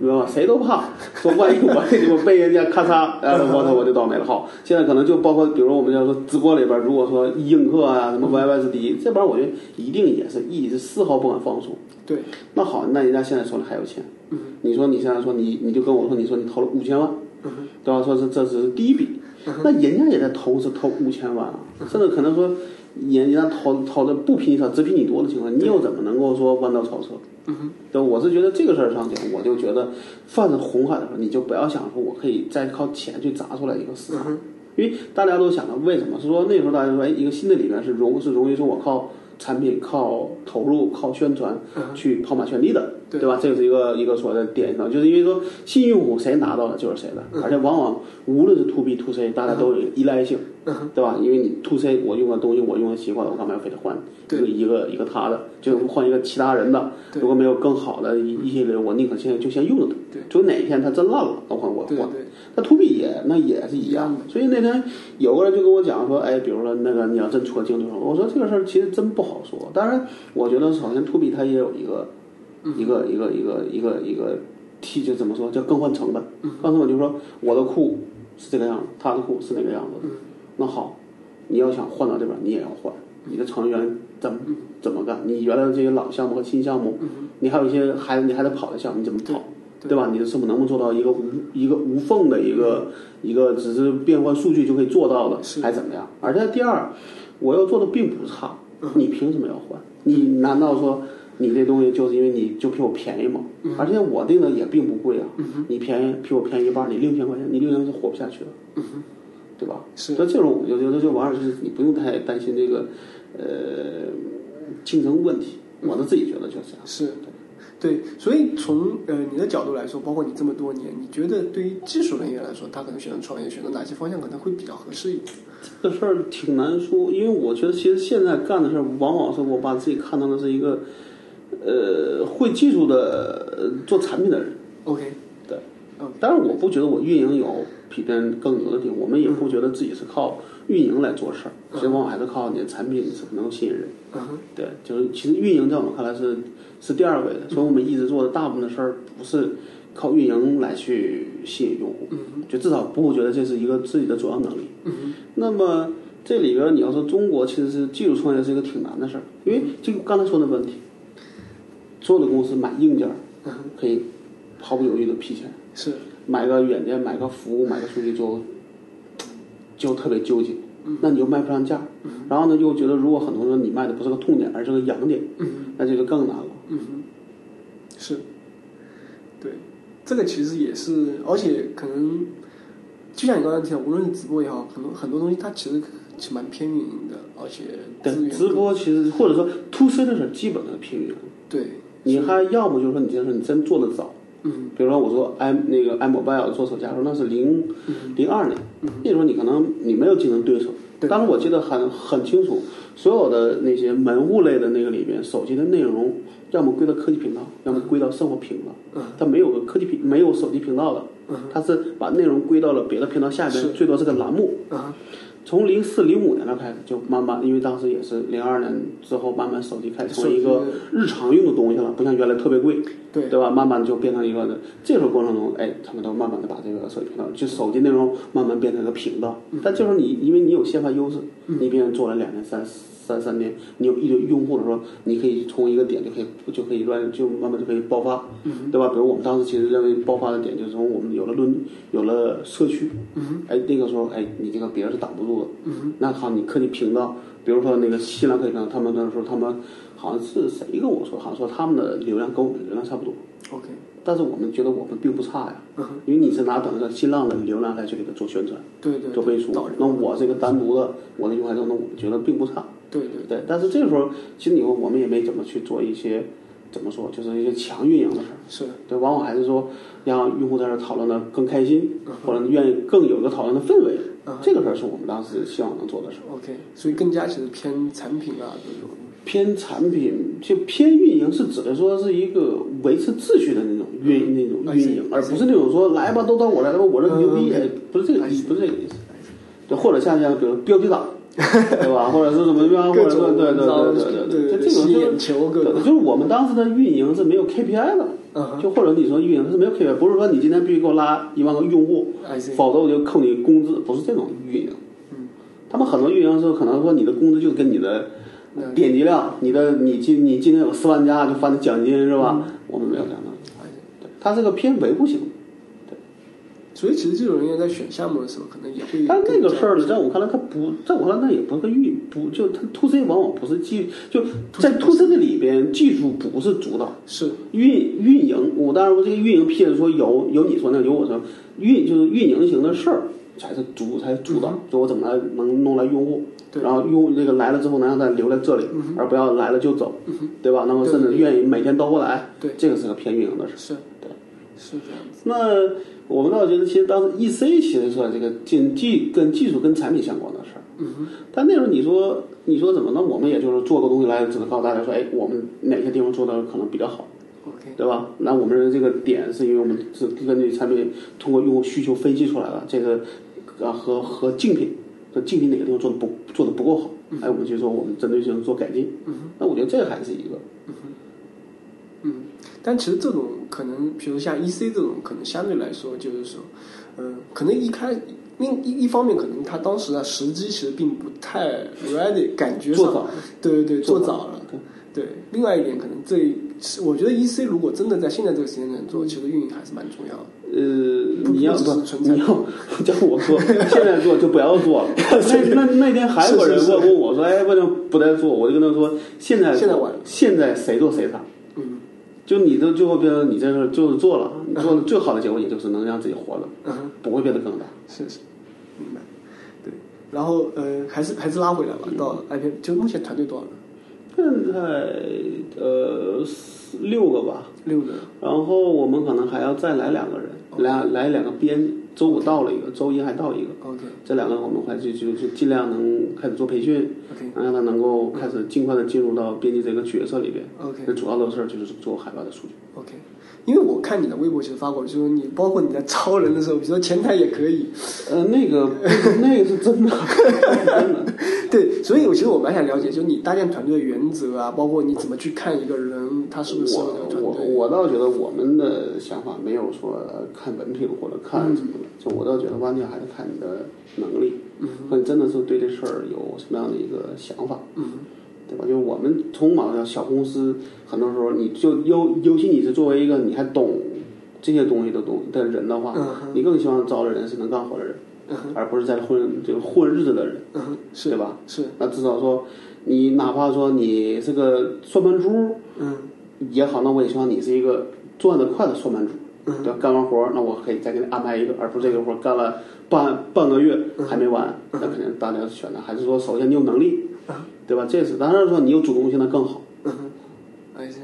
Speaker 2: 明白吧？谁都怕说万一我我被人家咔嚓，呃，我操我就倒霉了。好，现在可能就包括比如我们要说直播里边，如果说映客啊什么 YY 是第一，这边我觉得一定也是一直丝毫不敢放松。
Speaker 1: 对，
Speaker 2: 那好，那人家现在手里还有钱，
Speaker 1: 嗯
Speaker 2: 你说你现在说你你就跟我说，你说你投了五千万，
Speaker 1: 嗯
Speaker 2: 对吧？说是这只是第一笔，那人家也在投资投五千万啊，
Speaker 1: 嗯
Speaker 2: 甚至可能说人家投投的不比你少，只比你多的情况，你又怎么能够说弯道超车？
Speaker 1: 嗯哼，
Speaker 2: 对，我是觉得这个事儿上讲，我就觉得犯了红海的时候，你就不要想说我可以再靠钱去砸出来一个
Speaker 1: 嗯
Speaker 2: 市场，
Speaker 1: 哼，
Speaker 2: 因为大家都想到为什么是说那时候大家说，哎，一个新的理念是容是容易说我靠产品、靠投入、靠宣传去跑马圈地的，
Speaker 1: 对
Speaker 2: 对吧？这个是一个一个所谓的典型的，就是因为说新用户谁拿到了就是谁的，
Speaker 1: 嗯
Speaker 2: 而且往往无论是 to B to C，大家都有依赖性，
Speaker 1: 嗯
Speaker 2: 对吧？因为你 to C 我用的东西我用的习惯了，我干嘛要非得换一
Speaker 1: 对
Speaker 2: 个一个一个他的，就是换一个其他人的？
Speaker 1: 对
Speaker 2: 如果没有更好的一一些人，我宁可现在就先用着它，
Speaker 1: 对
Speaker 2: 就哪一天它真烂了，那我我
Speaker 1: 对
Speaker 2: 换。
Speaker 1: 对，
Speaker 2: 那 to B 也那也是一样的，所以那天有个人就跟我讲说，哎，比如说那个你要真出了竞争，我说这个事儿其实真不好说。当然，我觉得首先 to B 它也有一个、一个一个一个一个一个 T 就怎么说叫更换成本，更换成本就是说我的库是这个样子，他的库是那个样子的。那好，你要想换到这边，你也要换，你的成员怎么怎么干？你原来的这些老项目和新项目，你还有一些还你还得跑的项目，你怎么跑？嗯对吧？你的成本能不能做到一个无一个无缝的一个一个只是变换数据就可以做到的，
Speaker 1: 是
Speaker 2: 还怎么样？
Speaker 1: 嗯
Speaker 2: 而且第二，我要做的并不差，你凭什么要换？你难道说你这东西就是因为你就比我便宜嘛，
Speaker 1: 嗯
Speaker 2: 而且我定的也并不贵啊，你便宜比我便宜一半，你六千块钱，你六千块钱活不下去了，对吧？
Speaker 1: 嗯是
Speaker 2: 所以这种我觉得就完事儿，就是你不用太担心这个呃竞争问题，我
Speaker 1: 嗯
Speaker 2: 是自己觉得就是这样。
Speaker 1: 是，对，所以从呃你的角度来说，包括你这么多年，你觉得对于技术人员来说，他可能选择创业，选择哪些方向可能会比较合适一点？
Speaker 2: 这个事儿挺难说，因为我觉得其实现在干的事儿，往往是我把自己看到的是一个，呃，会技术的呃做产品的人。
Speaker 1: OK，
Speaker 2: 对，
Speaker 1: 嗯，
Speaker 2: 当然我不觉得我运营有比别人更牛的地方，我们也不觉得自己是靠运营来做事儿，其实往往还是靠你的产品是能够吸引人。
Speaker 1: 嗯哼，
Speaker 2: 对，就是其实运营在我们看来是是第二位的，所以我们一直做的大部分的事儿不是靠运营来去吸引用户，
Speaker 1: 嗯
Speaker 2: 就至少不会觉得这是一个自己的主要能力。那么这里边你要说中国其实是技术创业是一个挺难的事儿，因为就刚才说的问题，所有的公司买硬件儿
Speaker 1: 嗯
Speaker 2: 可以毫不犹豫的批钱，
Speaker 1: 是，
Speaker 2: 买个软件、买个服务、买个数据就就特别纠结，
Speaker 1: 嗯
Speaker 2: 那你又卖不上价，然后呢又觉得如果很多人说你卖的不是个痛点，而是个痒点，
Speaker 1: 嗯
Speaker 2: 那这就更难了。
Speaker 1: 嗯哼，是，对，这个其实也是，而且可能就像你刚才提到，无论是直播也好，很多很多东西它其实是蛮偏运营的，而且资
Speaker 2: 对，
Speaker 1: 源
Speaker 2: 直播其实或者说 to C 的事儿基本上偏运营，
Speaker 1: 对，
Speaker 2: 你还要么就是说你这事儿你真做得早，
Speaker 1: 嗯
Speaker 2: 比如说我说 i 那个 iMobile 做手机的时候，那是零
Speaker 1: 嗯
Speaker 2: 零二年，那时候你可能你没有竞争对手。
Speaker 1: 对
Speaker 2: 当时我记得很很清楚，所有的那些门户类的那个里边，手机的内容要么归到科技频道，要么归到生活频道
Speaker 1: 嗯。
Speaker 2: 它没有科技频，没有手机频道的
Speaker 1: 嗯，
Speaker 2: 它是把内容归到了别的频道下
Speaker 1: 是
Speaker 2: 边，最多是个栏目。
Speaker 1: 啊
Speaker 2: 从零四零五年那开始，就慢慢，因为当时也是零二年之后，慢慢手机开始成为一
Speaker 1: 手
Speaker 2: 个
Speaker 1: 机
Speaker 2: 日常用的东西了，不像原来特别贵。
Speaker 1: 对，
Speaker 2: 对吧？慢慢就变成一个，这时候过程中，哎，他们都慢慢的把这个手机频道，就手机内容慢慢变成一个频道。但就是你，因为你有先发优势，你别人做了两年、三三三年，你有一堆用户的时候，你可以从一个点就可以就可以乱就慢慢就可以爆发，对吧？比如我们当时其实认为爆发的点就是从我们有了论有了社区，
Speaker 1: 嗯
Speaker 2: 哎，那个时候哎，你这个别人是挡不住的，那好，你科技频道，比如说那个新浪科技频道，他们那时候他们好像是谁跟我说，好像说他们的流量跟我们流量差不多，
Speaker 1: ，OK，
Speaker 2: 但是我们觉得我们并不差呀，
Speaker 1: 嗯哼
Speaker 2: 因为你是拿等于说新浪的流量来去给他做宣传、
Speaker 1: 对对，
Speaker 2: 做背书
Speaker 1: 导流，
Speaker 2: 那我这个单独的我的用户量，那我们觉得并不差，
Speaker 1: 对对
Speaker 2: 对。但是这时候其实你说我们也没怎么去做一些怎么说，就是一些强运营的事儿。
Speaker 1: 是，
Speaker 2: 对，往往还是说让用户在这儿讨论的更开心，或者愿意更有一个讨论的氛围
Speaker 1: 嗯，
Speaker 2: 这个事儿是我们当时希望能做的事儿。
Speaker 1: OK，所以更加其实偏产品啊这种。
Speaker 2: 偏产品就偏运营，是指的说是一个维持秩序的那种运那种运营，而不是那种说来吧都到我来吧我这牛
Speaker 1: 嗯
Speaker 2: 逼，哎，不是这个意思，不是这个意思。对，或者像像比如标 题党，对吧？或者是怎么样？或者
Speaker 1: 各
Speaker 2: 是
Speaker 1: 种
Speaker 2: 对对对对
Speaker 1: 对
Speaker 2: 对，这
Speaker 1: 吸
Speaker 2: 种
Speaker 1: 眼
Speaker 2: 就是
Speaker 1: 球各
Speaker 2: 对
Speaker 1: 种，
Speaker 2: 就是我们当时的运营是没有 KPI 的。
Speaker 1: 嗯哼
Speaker 2: 就或者你说运营是没有 KPI，不是说你今天必须给我拉一万个用户，
Speaker 1: ，I see，
Speaker 2: 否则我就扣你工资，不是这种运营。
Speaker 1: 嗯，
Speaker 2: 他们很多运营是可能说你的工资就跟你的
Speaker 1: 嗯
Speaker 2: 点击量，你的你今你今天有四万加就发你奖金是吧？我们没有这样的，
Speaker 1: I see
Speaker 2: 对它是个偏维护型的。
Speaker 1: 所以其实这种人员在选项目的时候，可能也会
Speaker 2: 但那
Speaker 1: 更
Speaker 2: 个
Speaker 1: 加
Speaker 2: 事儿呢，在我看来，它不，在我看来，它也不是个运，不就它 to C 往往不是技，就在 to C 的里边，技术不是主导，
Speaker 1: 是
Speaker 2: 运运营，我当然我这个运营批的说有有你说那有我说运就是运营型的事儿才是主才是主导，就我怎么来能弄来用户，
Speaker 1: 对嗯
Speaker 2: 然后用户这个来了之后能让他留在这里，而不要来了就走，对吧？那么
Speaker 1: 对
Speaker 2: 甚至愿意每天都过来，
Speaker 1: 对
Speaker 2: 这个是个偏运营的事儿。
Speaker 1: 是
Speaker 2: 对
Speaker 1: 是这样子，
Speaker 2: 那我们倒觉得，其实当时 E C 其实算这个技技跟技术跟产品相关的事儿。
Speaker 1: 嗯哼，
Speaker 2: 但那时候你说你说怎么呢？我们也就是做个东西来，只能告诉大家说，哎，我们哪些地方做的可能比较好。
Speaker 1: ，OK，
Speaker 2: 对吧？那我们的这个点是因为我们是根据产品通过用户需求分析出来的，这个啊和和竞品，和竞品哪个地方做的不做的不够好，
Speaker 1: 嗯
Speaker 2: 哎，我们就说我们针对性做改进。那我觉得这还是一个，
Speaker 1: 嗯，但其实这种可能，比如像 EC 这种，可能相对来说就是说，嗯、可能一开另一一方面，可能他当时的时机其实并不太 ready，感觉
Speaker 2: 做早
Speaker 1: 上，对对对，做
Speaker 2: 做
Speaker 1: 早了，
Speaker 2: 对
Speaker 1: 对，另外一点可能最，我觉得 EC 如果真的在现在这个时间点做，其实运营还是蛮重要的。
Speaker 2: 呃，你要
Speaker 1: 不
Speaker 2: 不
Speaker 1: 只是存在
Speaker 2: 你要 叫我做， 现在做就不要做了。 那那那天韩国人
Speaker 1: 是是
Speaker 2: 问问我说：“哎，为什么不再做？”我就跟他说：“现在做
Speaker 1: 现在晚
Speaker 2: 现在谁做谁惨。
Speaker 1: 嗯
Speaker 2: 就你到最后变成你在这儿就是做了，你做的最好的结果也就是能让自己活着，
Speaker 1: 嗯哼，
Speaker 2: 不会变得更大。
Speaker 1: 是是，明白。对，然后呃，还是还是拉回来吧，到 IPM，就目前团队多少人？
Speaker 2: 现在呃四六个吧，
Speaker 1: 六人。
Speaker 2: 然后我们可能还要再来两个人，来来两个编，周五到了一个，周一还到一个，
Speaker 1: OK
Speaker 2: 这两个我们还是就就尽量能开始做培训，
Speaker 1: OK
Speaker 2: 让他能够开始尽快的进入到编辑这个角色里边。
Speaker 1: OK
Speaker 2: 那主要的事儿就是做海报的数据。
Speaker 1: OK，因为我看你的微博其实发过，就是你包括你在招人的时候，比如说前台也可 以，
Speaker 2: 呃，那个那个是真的，真的。
Speaker 1: 对，所以我其实我蛮想了解，就是你搭建团队的原则啊，包括你怎么去看一个人 他是不是适合这个
Speaker 2: 我
Speaker 1: 团
Speaker 2: 我
Speaker 1: 队。
Speaker 2: 我倒觉得我们的想法没有说呃看文凭或者看什么的，
Speaker 1: 嗯
Speaker 2: 就我倒觉得完全还是看你的能力，和你真的是对这事儿有什么样的一个想法，
Speaker 1: 嗯
Speaker 2: 对吧？就是我们从网上小公司，很多时候你就尤尤其你是作为一个你还懂这些东西的东的人的话，
Speaker 1: 嗯哼
Speaker 2: 你更希望招的人是能干活的人，
Speaker 1: 嗯哼
Speaker 2: 而不是在混就混日子的人，
Speaker 1: 嗯哼，是
Speaker 2: 对吧？
Speaker 1: 是，
Speaker 2: 那至少说，你哪怕说你是个算盘猪。
Speaker 1: 嗯
Speaker 2: 也好，那我也希望你是一个赚得快的算盘主，
Speaker 1: 嗯
Speaker 2: 对吧，干完活儿，那我可以再给你安排一个，而不是这个活儿干了半半个月还没完，那肯定大家选的还是说，首先你有能力，对吧？这是当然说你有主动性那更好。
Speaker 1: 嗯哼，哎是。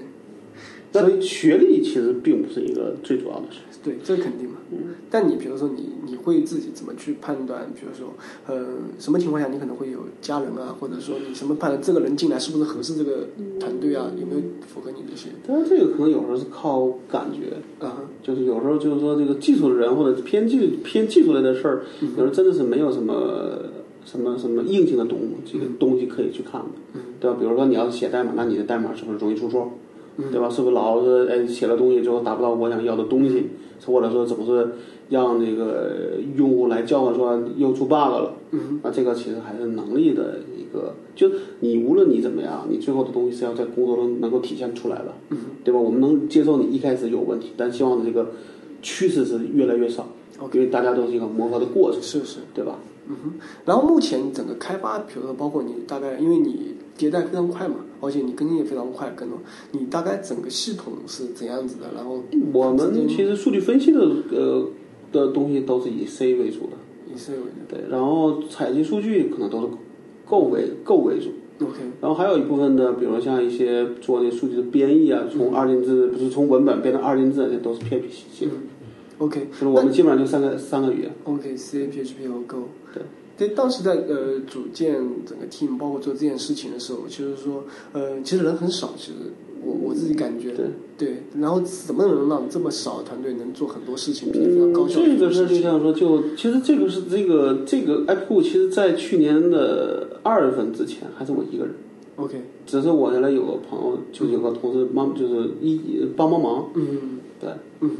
Speaker 2: 所以学历其实并不是一个最主要的事，
Speaker 1: 对，这肯定嘛。
Speaker 2: 嗯
Speaker 1: 但你比如说你，你会自己怎么去判断？比如说，呃，什么情况下你可能会有家人啊，或者说你什么判断这个人进来是不是合适这个团队啊？有没有符合你这些？
Speaker 2: 但是这个可能有时候是靠感觉，
Speaker 1: 啊，
Speaker 2: 就是有时候就是说这个技术的人或者偏技偏技术类的事儿，有时候真的是没有什么什么什么硬性的东这个东西可以去看的，对吧？比如说你要写代码，那你的代码是不是容易出错？对吧？是不是老是哎写了东西之后达不到我想要的东西，或者说总是让这个用户来叫唤说又出 bug 了？
Speaker 1: 嗯
Speaker 2: 那这个其实还是能力的一个，就你无论你怎么样，你最后的东西是要在工作中能够体现出来的，
Speaker 1: 嗯
Speaker 2: 对吧？我们能接受你一开始有问题，但希望这个趋势是越来越少
Speaker 1: OK
Speaker 2: 因为大家都是一个磨合的过程，
Speaker 1: 是是，
Speaker 2: 对吧？
Speaker 1: 嗯哼。然后目前整个开发，比如说包括你大概，因为你迭代非常快嘛，而且你更新也非常快，可能你大概整个系统是怎样子的？然后
Speaker 2: 我们
Speaker 1: 嗯
Speaker 2: 其实数据分析的呃的东西都是以 C 为主的，
Speaker 1: 以 C 为
Speaker 2: 对，然后采集数据可能都是 Go 为 Go 为主。
Speaker 1: 主，OK，
Speaker 2: 然后还有一部分的，比如像一些做这数据的编译啊，
Speaker 1: 嗯
Speaker 2: 从二进制不是从文本变成二进制，这都是 PHP 系统。
Speaker 1: OK，
Speaker 2: 就是我们基本上就三个三个语言。
Speaker 1: OK，C、PHP 和 Go。
Speaker 2: 对，
Speaker 1: 对，当时在呃组建整个 team，包括做这件事情的时候，就是说，呃，其实人很少，其实我我自己感觉，
Speaker 2: 对
Speaker 1: 对，然后怎么能让这么少的团队能做很多事情，并且非常
Speaker 2: 嗯
Speaker 1: 高效地
Speaker 2: 这
Speaker 1: 做
Speaker 2: 个
Speaker 1: 事
Speaker 2: 是
Speaker 1: 情？
Speaker 2: 就像说，就其实这个是这个这个 App Cool，其实在去年的二月份之前还是我一个人，
Speaker 1: OK，
Speaker 2: 只是我原来有个朋友，就有个同事帮，就是一帮帮忙。
Speaker 1: 嗯
Speaker 2: 对，
Speaker 1: 嗯，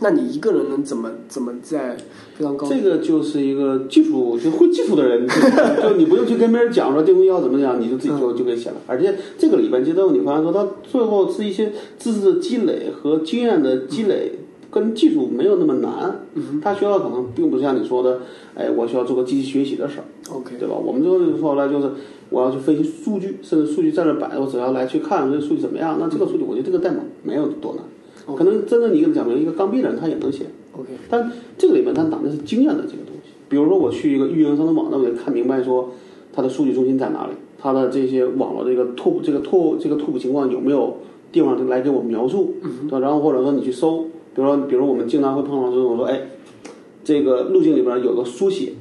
Speaker 1: 那你一个人能怎么怎么在非常高？
Speaker 2: 这个就是一个技术，就会技术的 人，就就你不用去跟别人讲说这东西要怎么讲，你就自己
Speaker 1: 嗯
Speaker 2: 就就可以写了。而且这个里边，其实你发现说，它最后是一些知识的积累和经验的积累，跟技术没有那么难。
Speaker 1: 嗯
Speaker 2: 它需要可能并不像你说的，哎，我需要做个机器学习的事儿，
Speaker 1: OK，
Speaker 2: 对吧？我们最后就后来就是，我要去分析数据，甚至数据在那摆，我只要来去看这数据怎么样。那这个数据，我觉得这个代码没有多
Speaker 1: 嗯
Speaker 2: 难，可能真的你跟他讲，一个钢笔的人他也能写。
Speaker 1: OK，
Speaker 2: 但这个里面它讲的是经验的这个东西。比如说我去一个运营商的网站，我得看明白说它的数据中心在哪里，它的这些网络这个拓扑这个拓这个拓扑情况有没有地方来给我描述，对吧？然后或者说你去搜，比如说比如我们经常会碰到这种说，哎，这个路径里边有个缩写，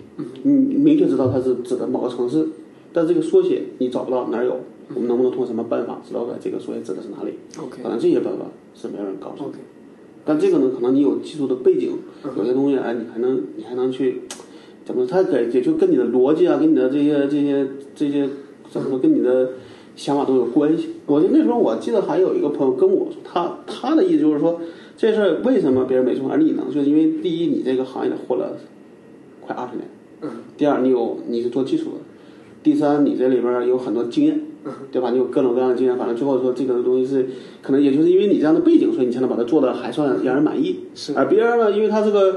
Speaker 2: 你明确知道它是指的某个城市，但这个缩写你找不到哪儿有，我们能不能通过什么办法知道它这个缩写指的是哪里？
Speaker 1: OK
Speaker 2: 可能这些办法是没有人告诉你的。
Speaker 1: OK，
Speaker 2: 但这个呢，可能你有技术的背景，有些东西哎，你还能你还能去怎么说？它可也就跟你的逻辑啊，跟你的这些这些这些怎么说，跟你的想法都有关系。我就那时候我记得还有一个朋友跟我说，他他的意思就是说，这事儿为什么别人没做，而你能？就是因为第一，你这个行业里混了快二十年；
Speaker 1: 嗯
Speaker 2: 第二，你有你是做技术的；第三，你这里边儿有很多经验。对吧？你有各种各样的经验，反正最后说这个东西是可能也就是因为你这样的背景，所以你才能把它做的还算让人满意。
Speaker 1: 是
Speaker 2: 而别人呢，因为他这个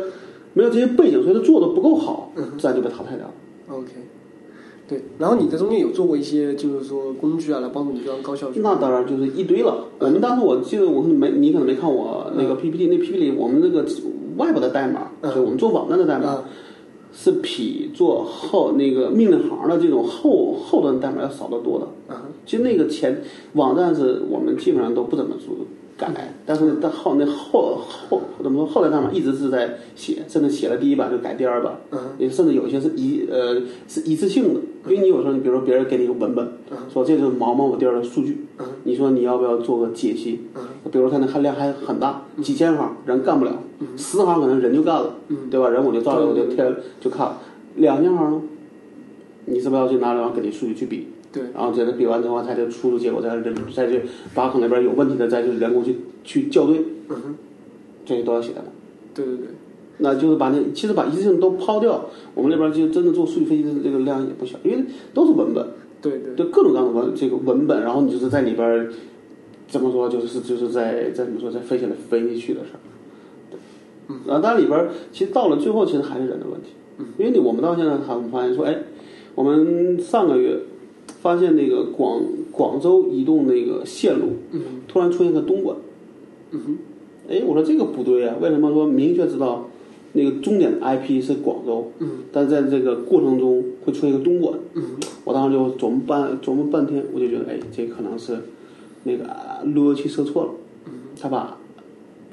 Speaker 2: 没有这些背景，所以他做的不够好，
Speaker 1: 嗯
Speaker 2: 自然就被淘汰掉了。
Speaker 1: OK，对。然后你在中间有做过一些，就是说工具啊，来帮助你非常高效去。
Speaker 2: 那当然就是一堆了。我们当时我记得我没你可能没看我那个 PPT，、那 PPT 里我们那个外部的代码，
Speaker 1: 嗯
Speaker 2: 就我们做网站的代码，
Speaker 1: 啊
Speaker 2: 是比做后那个命令行的这种后后端代码要少得多的。
Speaker 1: 啊
Speaker 2: 其实那个前网站是我们基本上都不怎么做改，但是到后那后后怎么说后来代码一直是在写，甚至写了第一版就改第二版，
Speaker 1: 嗯
Speaker 2: 也甚至有些是一呃是一次性的，因为你有时候你比如说别人给你一个文本，说这就是毛某某地儿的数据，你说你要不要做个解析？比如它那含量还很大，几千行人干不了，十行可能人就干了，对吧？人我就照着我就贴了就看了，两千行呢，你是不是要去拿两行给你数据去比？
Speaker 1: 对，
Speaker 2: 然后这个比完之后，它就出出结果，再人再去把可能那边有问题的再去人工去去校对，
Speaker 1: 嗯哼，
Speaker 2: 这些都要写的。
Speaker 1: 对对对，
Speaker 2: 那就是把那其实把一次性都抛掉，我们那边就真的做数据分析的这个量也不小，因为都是文本，
Speaker 1: 对对
Speaker 2: 就各种各样的文这个文本，然后你就是在里边儿怎么说，就是就是在在怎么说，在分析来分析去的事儿。嗯，然后当然里边儿其实到了最后，其实还是人的问题，
Speaker 1: 嗯
Speaker 2: 因为你我们到现在还我们发现说，哎，我们上个月发现那个广广州移动那个线路
Speaker 1: 嗯
Speaker 2: 突然出现个东莞，
Speaker 1: 嗯哼，
Speaker 2: 哎，我说这个不对啊，为什么说明确知道那个终点的 IP 是广州，
Speaker 1: 嗯
Speaker 2: 但是在这个过程中会出现一个东莞？
Speaker 1: 嗯
Speaker 2: 我当时就琢磨半琢磨半天，我就觉得，哎，这可能是那个啊路由器设错了，他把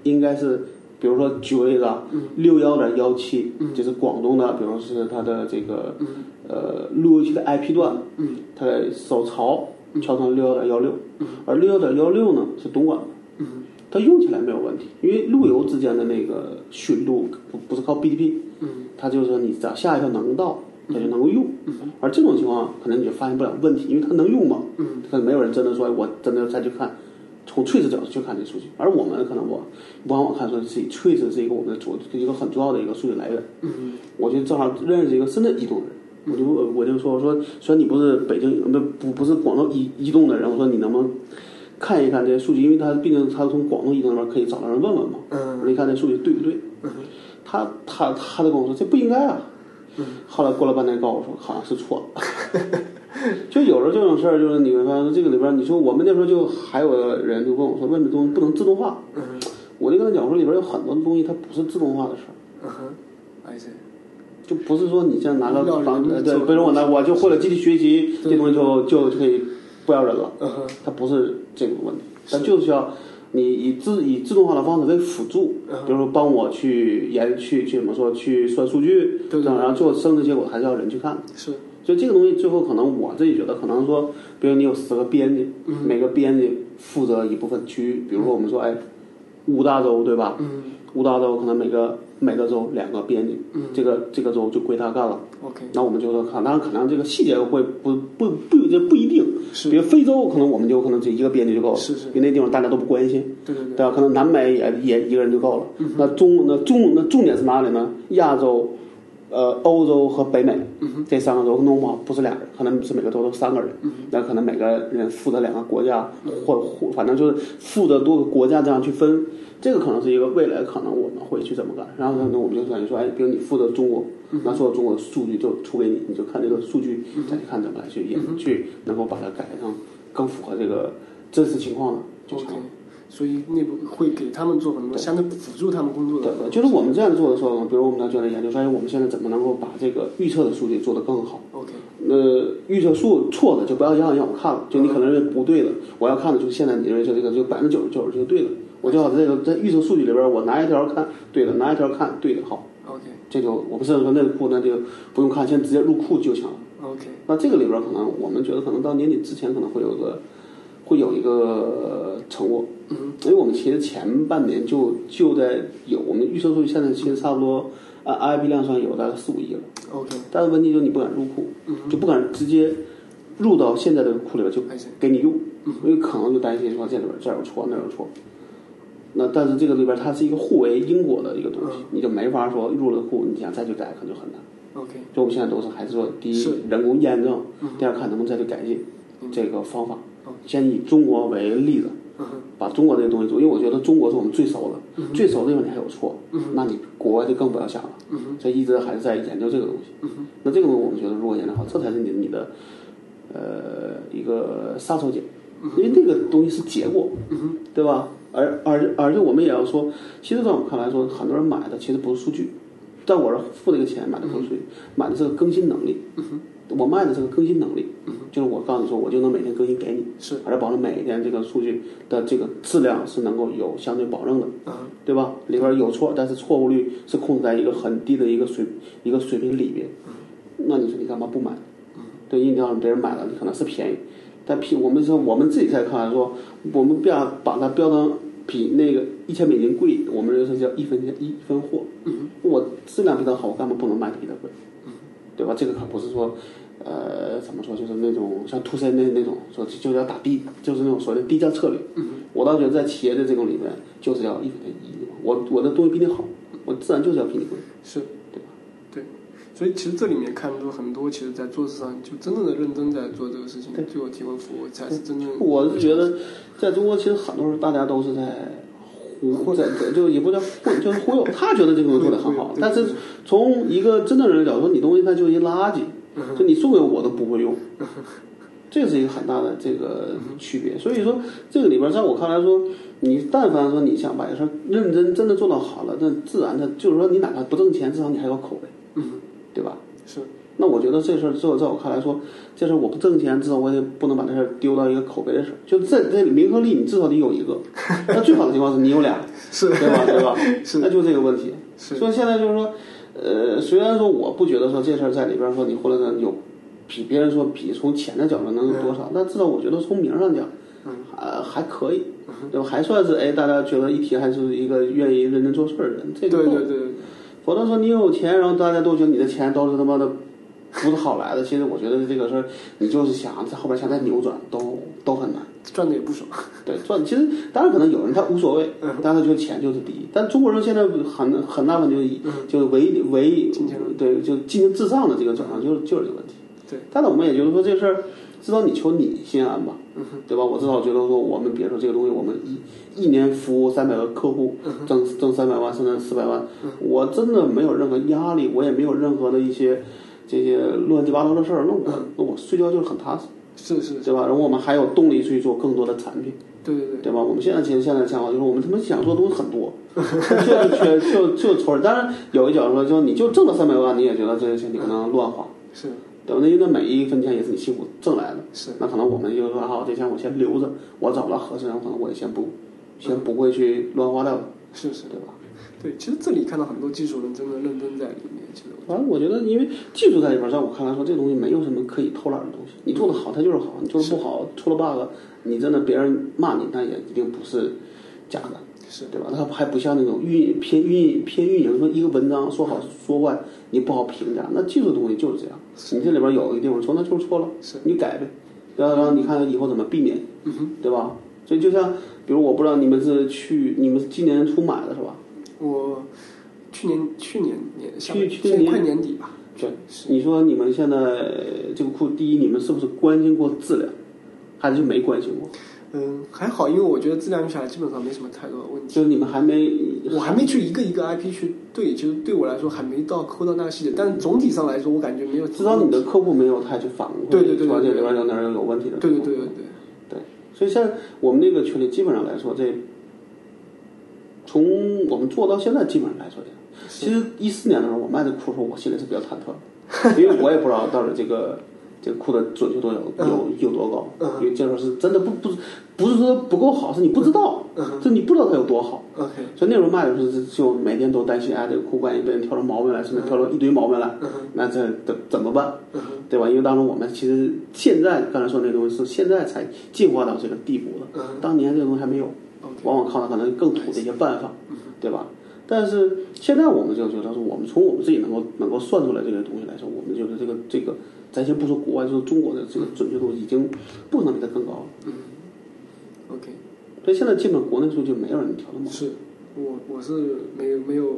Speaker 2: 应该是，比如说举个例子啊，六幺点幺七，就是广东的，比如是它的这个呃路由器的 IP 段，
Speaker 1: 嗯
Speaker 2: 它的手槽敲成六幺点幺六，而六幺点幺六呢是东莞的，
Speaker 1: 嗯
Speaker 2: 它用起来没有问题，因为路由之间的那个寻路不不是靠 BDP，
Speaker 1: 嗯
Speaker 2: 它就是说你只要下一条能到，它就能够用。而这种情况可能你就发现不了问题，因为它能用嘛，
Speaker 1: 嗯
Speaker 2: 可能没有人真的说我真的再去看，从垂直角度去看这数据。而我们可能我往往看说自己垂直是一个我们的主一个很重要的一个数据来源。
Speaker 1: 嗯
Speaker 2: 我就正好认识一个深圳移动的人，我就我就说我说虽然你不是北京不不不是广州移移动的人，我说你能不能看一看这些数据，因为他毕竟他是从广东移动那边可以找到人问问嘛。我说
Speaker 1: 嗯
Speaker 2: 你看这数据对不对？他他他就跟我说这不应该啊。
Speaker 1: 嗯
Speaker 2: 后来过了半年告诉我说好像是错了。 就有时候这种事儿，就是你会发现这个里边儿，你说我们那时候就还有人就问我说为什么东西不能自动化？
Speaker 1: 嗯
Speaker 2: 我就跟他讲我说里边儿有很多东西它不是自动化的事儿。
Speaker 1: 嗯哼，I see，
Speaker 2: 就不是说你这样拿个
Speaker 1: 要人
Speaker 2: 房呃
Speaker 1: 做
Speaker 2: 对，比如我拿我就会了集体学习
Speaker 1: 对
Speaker 2: 这东西就就就可以不要人了，
Speaker 1: 嗯哼
Speaker 2: 它不是这个问题，它就是要你以自以自动化的方式为辅助，比如说帮我去研去去怎么说去算数据，
Speaker 1: 对对
Speaker 2: 这样然后最后生成结果还是要人去看。
Speaker 1: 是，
Speaker 2: 所以这个东西最后可能我自己觉得，可能说，比如你有十个编辑，
Speaker 1: 嗯
Speaker 2: 每个编辑负责一部分区域，比如说我们说，哎，五大洲对吧？
Speaker 1: 嗯
Speaker 2: 五大洲可能每个每个州两个编辑，这个这个州就归他干了。
Speaker 1: ，OK，
Speaker 2: 那我们就说看，当然可能这个细节会不不不这不一定，
Speaker 1: 是
Speaker 2: 比如非洲可能我们就可能就一个编辑就够了，
Speaker 1: 是是
Speaker 2: 因为那地方大家都不关心，
Speaker 1: 对对对，
Speaker 2: 对
Speaker 1: 嗯
Speaker 2: 吧？可能南美也也一个人就够了。那中那中那重点是哪里呢？亚洲、呃欧洲和北美、
Speaker 1: 嗯
Speaker 2: 这三个州弄不好不是俩人，可能是每个州都三个人，
Speaker 1: 嗯
Speaker 2: 那可能每个人负责两个国家，或或反正就是负责多个国家这样去分。这个可能是一个未来可能我们会去怎么干，然后可能我们就感觉说，哎，比如你负责中国，
Speaker 1: 嗯
Speaker 2: 那所有中国的数据就出给你，你就看这个数据，再去看怎么来去
Speaker 1: 嗯
Speaker 2: 演、去能够把它改成更符合这个真实情况的就行
Speaker 1: OK，
Speaker 2: 了。
Speaker 1: 所以内部会给他们做很多相对辅助他们工作
Speaker 2: 对
Speaker 1: 的，，
Speaker 2: 对，就是我们这样做的时候，比如我们在做的研究，说哎，我们现在怎么能够把这个预测的数据做得更好？
Speaker 1: OK，
Speaker 2: 呃，预测数错的就不要让让我看了，就你可能认为不对的，我要看的就是现在你认为这个就百分之九十九是对的，我就好在这个在预测数据里边，我拿一条看对的，拿一条看对的，好，
Speaker 1: OK
Speaker 2: 这就我们甚至说那个库那就不用看，先直接入库就行了。
Speaker 1: OK，
Speaker 2: 那这个里边可能我们觉得可能到年底之前可能会有个会有一个呃成果，
Speaker 1: 嗯，
Speaker 2: 因为我们其实前半年就就在有我们预测数据现在其实差不多呃按 IP 量算有大概四五亿了，
Speaker 1: OK，
Speaker 2: 但是问题就是你不敢入库，就不敢直接入到现在这个库里边就
Speaker 1: 还行
Speaker 2: 给你用，因为可能就担心说这里边这儿有错那儿有错。那但是这个里边它是一个互为因果的一个东西，你就没法说入了库，你想再去改可能就很难。
Speaker 1: OK，
Speaker 2: 就我们现在都是还是说，第一
Speaker 1: 是
Speaker 2: 人工验证，第二看能不能再去改进。这个方法。先以中国为例子，把中国这些东西做，因为我觉得中国是我们最熟的，最熟的地方你还有错，那你国外就更不要想了。所以一直还是在研究这个东西。那这个东西我们觉得如果研究好，这才是你你的呃一个杀手锏，因为那个东西是结果，对吧？而而而且我们也要说，其实在我们看来说，很多人买的其实不是数据，但我是付这个钱买的不是数据，买的是个更新能力。我卖的是个更新能力，就是我告诉你说，我就能每天更新给你，
Speaker 1: 是，
Speaker 2: 而且保证每一天这个数据的这个质量是能够有相对保证的，
Speaker 1: 啊，
Speaker 2: 对吧？里边有错，但是错误率是控制在一个很低的一个水一个水平里边。那你说你干嘛不买？对，因为你要让别人买了，你可能是便宜，但比我们说我们自己在看来说，我们不要把它标成比那个一千美金贵，我们就是叫一分钱一分货。我质量比它好，我干嘛不能卖比它贵？对吧？这个可不是说，呃，怎么说，就是那种像兔森那那种说就就要打低，就是那种所谓的低价策略。
Speaker 1: 嗯
Speaker 2: 我倒觉得在企业的这种里面，就是要一分钱一分货我我的东西比你好，我自然就是要比你贵。
Speaker 1: 是，对吧？对，所以其实这里面看出很多，其实在做市场就真正的认真在做这个事情，对我提供服务才是真正。
Speaker 2: 我是觉得，在中国其实很多时候大家都是在忽在在就也不叫混，就是忽悠。他觉得这个东西做的很好，但是从一个真正人的角度，你东西它就是一垃圾，
Speaker 1: 嗯
Speaker 2: 就你送给我我都不 会用，这是一个很大的这个区别。所以说，这个里边在我看来说，你但凡说你想把这事儿认真真的做到好了，那自然的就是说你哪怕不挣钱，至少你还有口碑，
Speaker 1: 嗯，
Speaker 2: 对吧？
Speaker 1: 是，
Speaker 2: 那我觉得这事儿，在我在我看来说，这事儿我不挣钱，至少我也不能把这事儿丢到一个口碑的事儿。就这这零和利，你至少得有一 个。那最好的情况是你有俩，
Speaker 1: 是
Speaker 2: 对吧？对吧？
Speaker 1: 是
Speaker 2: 那就这个问题。
Speaker 1: 是
Speaker 2: 所以现在就是说，呃，虽然说我不觉得说这事儿在里边儿说你混的有比别人说比从钱的角度能有多
Speaker 1: 嗯
Speaker 2: 少，但至少我觉得从名儿上讲，呃，还可以，
Speaker 1: 嗯
Speaker 2: 对吧？还算是哎，大家觉得一提还是一个愿意认真做事儿的人，这
Speaker 1: 对
Speaker 2: 个
Speaker 1: 对
Speaker 2: 够
Speaker 1: 对对，
Speaker 2: 否则说你有钱，然后大家都觉得你的钱都是他妈的不是好来的。其实我觉得这个事儿，你就是想在后边想再扭转，都都很难。
Speaker 1: 赚的也不少。
Speaker 2: 对，赚其实当然可能有人他无所谓
Speaker 1: 嗯，
Speaker 2: 但他觉得钱就是第一。但中国人现在很很大部分就是以
Speaker 1: 嗯
Speaker 2: 就是唯唯
Speaker 1: 金钱
Speaker 2: 对就金钱至上的这个转向，就是就是这个问题。
Speaker 1: 对，
Speaker 2: 但是我们也就是说这事儿，至少你求你心安吧，
Speaker 1: 嗯
Speaker 2: 对吧？我至少觉得说我们别说这个东西，我们一一年服务三百个客户，
Speaker 1: 嗯
Speaker 2: 挣挣三百万甚至四百万，我真的没有任何压力，我也没有任何的一些这些乱七八糟的事儿，那我那我睡觉就是很踏实，
Speaker 1: 嗯是是，
Speaker 2: 对吧？然后我们还有动力去做更多的产品。
Speaker 1: 对对对，
Speaker 2: 对吧？我们现在其实现在的想法就是，我们他妈想做的东西很多，就是缺就就愁。当然有一角说，就你就挣了三百万，你也觉得这些钱你不能乱花，
Speaker 1: 是
Speaker 2: 对吧？那因为每一分钱也是你辛苦挣来的，
Speaker 1: 是
Speaker 2: 那可能我们就说，好，这钱我先留着，我找不到合适人，可能我也先不，先不会去乱花掉，
Speaker 1: 是是，
Speaker 2: 对吧？
Speaker 1: 对，其实这里看到很多技术人真的认真在里面，其实
Speaker 2: 反正我觉得，因为技术在里边，在我看来说，这东西没有什么可以偷懒的东西。你做的好，它就是好；你做的不好，出了 bug，你真的别人骂你，那也一定不是假的。
Speaker 1: 是
Speaker 2: 对吧？它还不像那种运偏运偏运营，说一个文章说好说坏，你不好评价。那技术东西就是这样，你这里边有一个地方错，那就是错了，
Speaker 1: 是
Speaker 2: 你改呗，然后然后你看以后怎么避免，
Speaker 1: 嗯
Speaker 2: 对吧？所以就像，比如我不知道你们是去，你们是今年初买的是吧？
Speaker 1: 我去年去年年下
Speaker 2: 去去
Speaker 1: 现在
Speaker 2: 年
Speaker 1: 快年底吧，
Speaker 2: 对，你说你们现在呃这个库，第一，你们是不是关心过质量，还是没关心过？
Speaker 1: 嗯，还好，因为我觉得质量下来基本上没什么太多的问题。
Speaker 2: 就是你们还没，
Speaker 1: 我还没去一个一个 IP 去对，其实对我来说还没到抠到那个细节，但总体上来说，我感觉没有
Speaker 2: 至少你的客户没有太去反馈，
Speaker 1: 对对对对
Speaker 2: 说这
Speaker 1: 对
Speaker 2: 里边有哪儿有问题的
Speaker 1: 对
Speaker 2: 地方。
Speaker 1: 对对对对，
Speaker 2: 对，所以像我们那个群里，基本上来说，这从我们做到现在，基本上来说这样。其实一四年的时候，我卖这裤的时候，我心里是比较忐忑的，因为我也不知道到底这个这个裤的准确度有有有多高，因为这时候是真的不不不是说不够好，是你不知道，是你不知道它有多
Speaker 1: 嗯
Speaker 2: 好。
Speaker 1: OK，
Speaker 2: 所以那时候卖的时候就就每天都担心，哎，这个裤万一被人挑出毛病来，甚至挑出一堆毛病来，
Speaker 1: 嗯
Speaker 2: 那这怎怎么办？对吧？因为当时我们其实现在刚才说那东西是现在才进化到这个地
Speaker 1: 嗯
Speaker 2: 步的，当年这个东西还没有，
Speaker 1: 哦
Speaker 2: 往往靠的可能更土的一些办法，
Speaker 1: 嗯
Speaker 2: 对吧？但是现在我们就觉得说，我们从我们自己能够能够算出来这个东西来说，我们觉得这个这个，咱先不说国外，就是中国的这个准确度已经不能比它更高了。
Speaker 1: OK，
Speaker 2: 所以现在基本国内数据没有人挑的毛病。
Speaker 1: 是我我是没有没有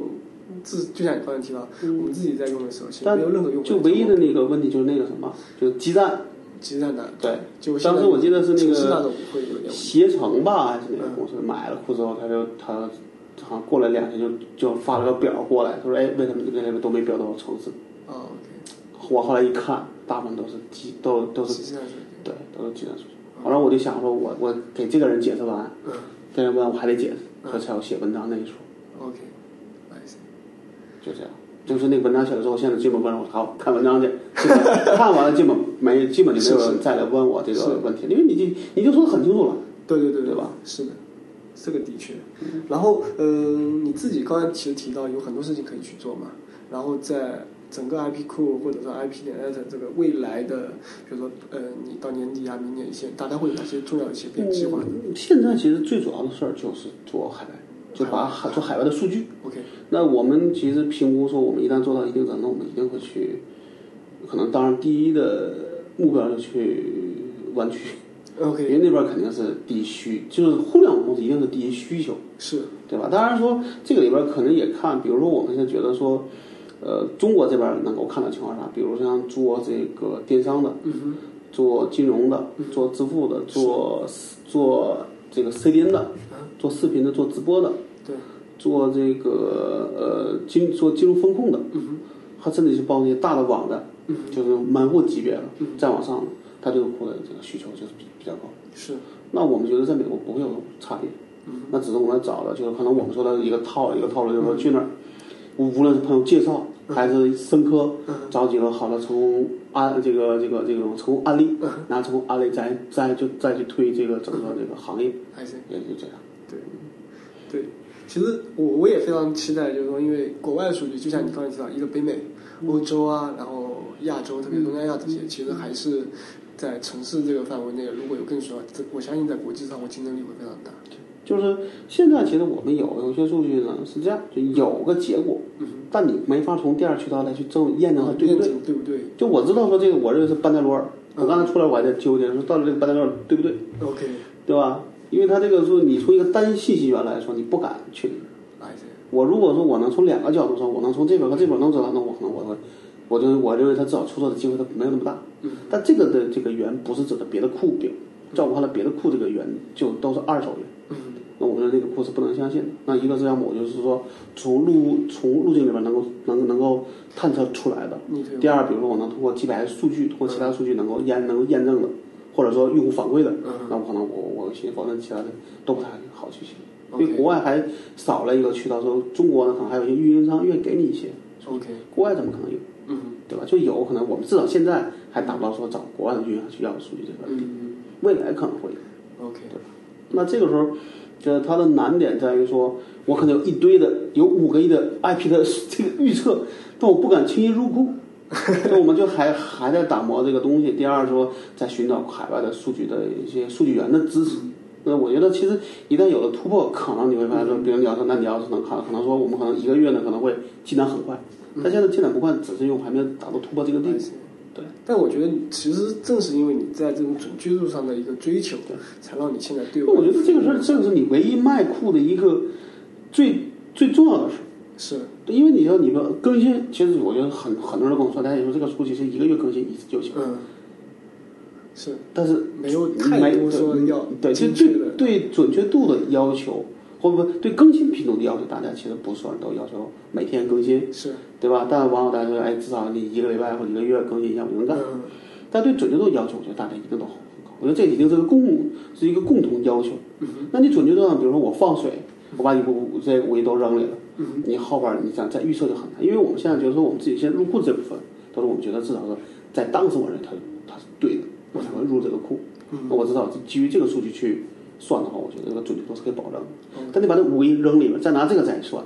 Speaker 1: 自就像你刚才提到，我们自己在用的时候，其实
Speaker 2: 嗯但
Speaker 1: 没有任何用户
Speaker 2: 就唯一的那个问题就是那个什么，就是基站，
Speaker 1: 集在哪儿。
Speaker 2: 对，
Speaker 1: 就
Speaker 2: 当时我记得是那个
Speaker 1: 那种会有点。
Speaker 2: 携程吧还是哪个公司买了裤之后，他就他好像过了两天就就发了个表过来，他说哎为什么这个都没标到城市？
Speaker 1: 哦，
Speaker 2: 我后来一看，大部分都是集都都是
Speaker 1: 集在水
Speaker 2: 对都是集散出去。后来我就想说我我给这个人解释完，
Speaker 1: 嗯
Speaker 2: 这个人问我还得解释，这才有写文章那一说，
Speaker 1: ，OK，I
Speaker 2: 嗯
Speaker 1: see
Speaker 2: 就这样。就是那个文章写了之后，现在基本不让我查，看文章去。 这个看完了基本没，基本就没有人再来问我这
Speaker 1: 是
Speaker 2: 个问题，因为你就你就说的很清楚了。
Speaker 1: 对对对
Speaker 2: 对吧？
Speaker 1: 是的，这个的确。然后，嗯，你自己刚才其实提到有很多事情可以去做嘛。然后在整个 IP 库或者说 IP 点 at 这个未来的，比如说，呃，你到年底啊，明年一些，大概会有哪些重要的一些
Speaker 2: 嗯
Speaker 1: 变计划呢
Speaker 2: 现在其实最主要的事儿就是做海外，就把海做海外的数据。
Speaker 1: ？OK，
Speaker 2: 那我们其实评估说，我们一旦做到一定程度，我们一定会去，可能当然第一的目标就去湾区，因
Speaker 1: OK，
Speaker 2: 为那边肯定是第一需，就是互联网公司一定是第一需求，
Speaker 1: 是
Speaker 2: 对吧？当然说这个里边可能也看，比如说我们现在觉得说，呃，中国这边能够看到情况啥，比如像做这个电商的，
Speaker 1: 嗯
Speaker 2: 做金融的，做支付的，做做这个 CDN 的，
Speaker 1: 嗯
Speaker 2: 做视频的，做直播的，
Speaker 1: 哼，对，
Speaker 2: 做这个呃金做金融风控的，
Speaker 1: 嗯
Speaker 2: 它甚至就包括那些大的网站，
Speaker 1: 嗯
Speaker 2: 就是门户级别了
Speaker 1: 嗯，
Speaker 2: 再往上，它对库的这个需求就是比比较高。
Speaker 1: 哼，哦是，
Speaker 2: 那我们觉得在美国不会有差别，
Speaker 1: 嗯
Speaker 2: 那只是我们找了，就是可能我们说的一个套一个套路，就是说去那儿，
Speaker 1: 嗯
Speaker 2: 无无论是朋友介绍还是深科，找几个好的成功案这个这个这种成功案例，拿成功案例再再就再去推这个整个这个行业，
Speaker 1: 还是。
Speaker 2: 也就这样。
Speaker 1: 对，对，其实我我也非常期待，就是说，因为国外的数据，就像你刚才提到，一个北美、
Speaker 2: 嗯
Speaker 1: 欧洲啊，然后亚洲，特别东南亚这些，其实还是在城市这个范围内，如果有更需要，这我相信在国际上，我竞争力会非常大。
Speaker 2: 就是现在，其实我们有有些数据呢是这样，就有个结果，但你没法从第二渠道来去证验证它对不
Speaker 1: 验
Speaker 2: 对。
Speaker 1: 证对不对
Speaker 2: 就我知道说这个，我认为是班德罗尔，我刚才出来我还在纠结说到底这个班德罗尔对不对，
Speaker 1: ？OK，
Speaker 2: 对吧？因为它这个说你从一个单信息源来说，你不敢确定。
Speaker 1: 来这
Speaker 2: 我如果说我能从两个角度上，我能从这边和这边能知道，那我可能我会，我就我认为它至少出错的机会它没有那么大。但这个的这个源不是指的别的库表，照顾它的别的库这个源就都是二手源。
Speaker 1: 嗯，
Speaker 2: 那我觉得那个库是不能相信的。那一个是要么我就是说从路从路径里面能够能能够探测出来的，
Speaker 1: 你对，
Speaker 2: 第二，比如说我能通过几百数据，通过其他数据能够验能够验证的，或者说用户反馈的，
Speaker 1: 嗯
Speaker 2: 那我可能我我信，否则其他的都不太好去信。
Speaker 1: OK
Speaker 2: 因为国外还少了一个渠道，说中国呢可能还有一些运营商愿意给你一些，
Speaker 1: OK，
Speaker 2: 国外怎么可能有，
Speaker 1: 嗯
Speaker 2: 对吧？就有可能我们至少现在还达不到说找国外的运营商去要数据这个，
Speaker 1: 嗯
Speaker 2: 未来可能会有。
Speaker 1: ，OK，
Speaker 2: 那这个时候，就是它的难点在于说，我可能有一堆的，有五个亿的 IP 的这个预测，但我不敢轻易入库，所以我们就还还在打磨这个东西。第二说，在寻找海外的数据的一些数据源的支持。那我觉得其实一旦有了突破，可能你会发现说，比如你要说，那你要是能看，可能说我们可能一个月呢可能会进展很快，但现在进展不快，只是因为我还没有达到突破这个地步。对，
Speaker 1: 但我觉得其实正是因为你在这种准居住上的一个追求，才让你现在对
Speaker 2: 我觉得这个事儿，这个是你唯一卖库的一个最最重要的事儿。
Speaker 1: 是
Speaker 2: 对，因为你要你们更新，其实我觉得很很多人都跟我说，大家也说这个书其实一个月更新一次就行，
Speaker 1: 嗯是。
Speaker 2: 但是
Speaker 1: 没有太多说要
Speaker 2: 嗯对，其实
Speaker 1: 精确
Speaker 2: 对
Speaker 1: 的，
Speaker 2: 对准确度的要求，或者对更新频率的要求，大家其实不是所有人都要求每天更新，
Speaker 1: 是，
Speaker 2: 对吧？但往往大家说，哎，至少你一个礼拜或者一个月更新一下，我能干。
Speaker 1: 嗯，
Speaker 2: 但对准确度要求，我觉得大家一定都很高。我觉得这已经是个共是一个共同要求。那你准确度上，比如说我放水，我把你五这五亿都扔里了，你后边你想再预测就很难，因为我们现在觉得说我们自己现在入库这部分，都是我们觉得至少说在当时我认为它它是对的，我才会入这个库。那我至少基于这个数据去算的话，我觉得这个准确度是可以保证的。但你把这五个亿扔里边，再拿这个再算，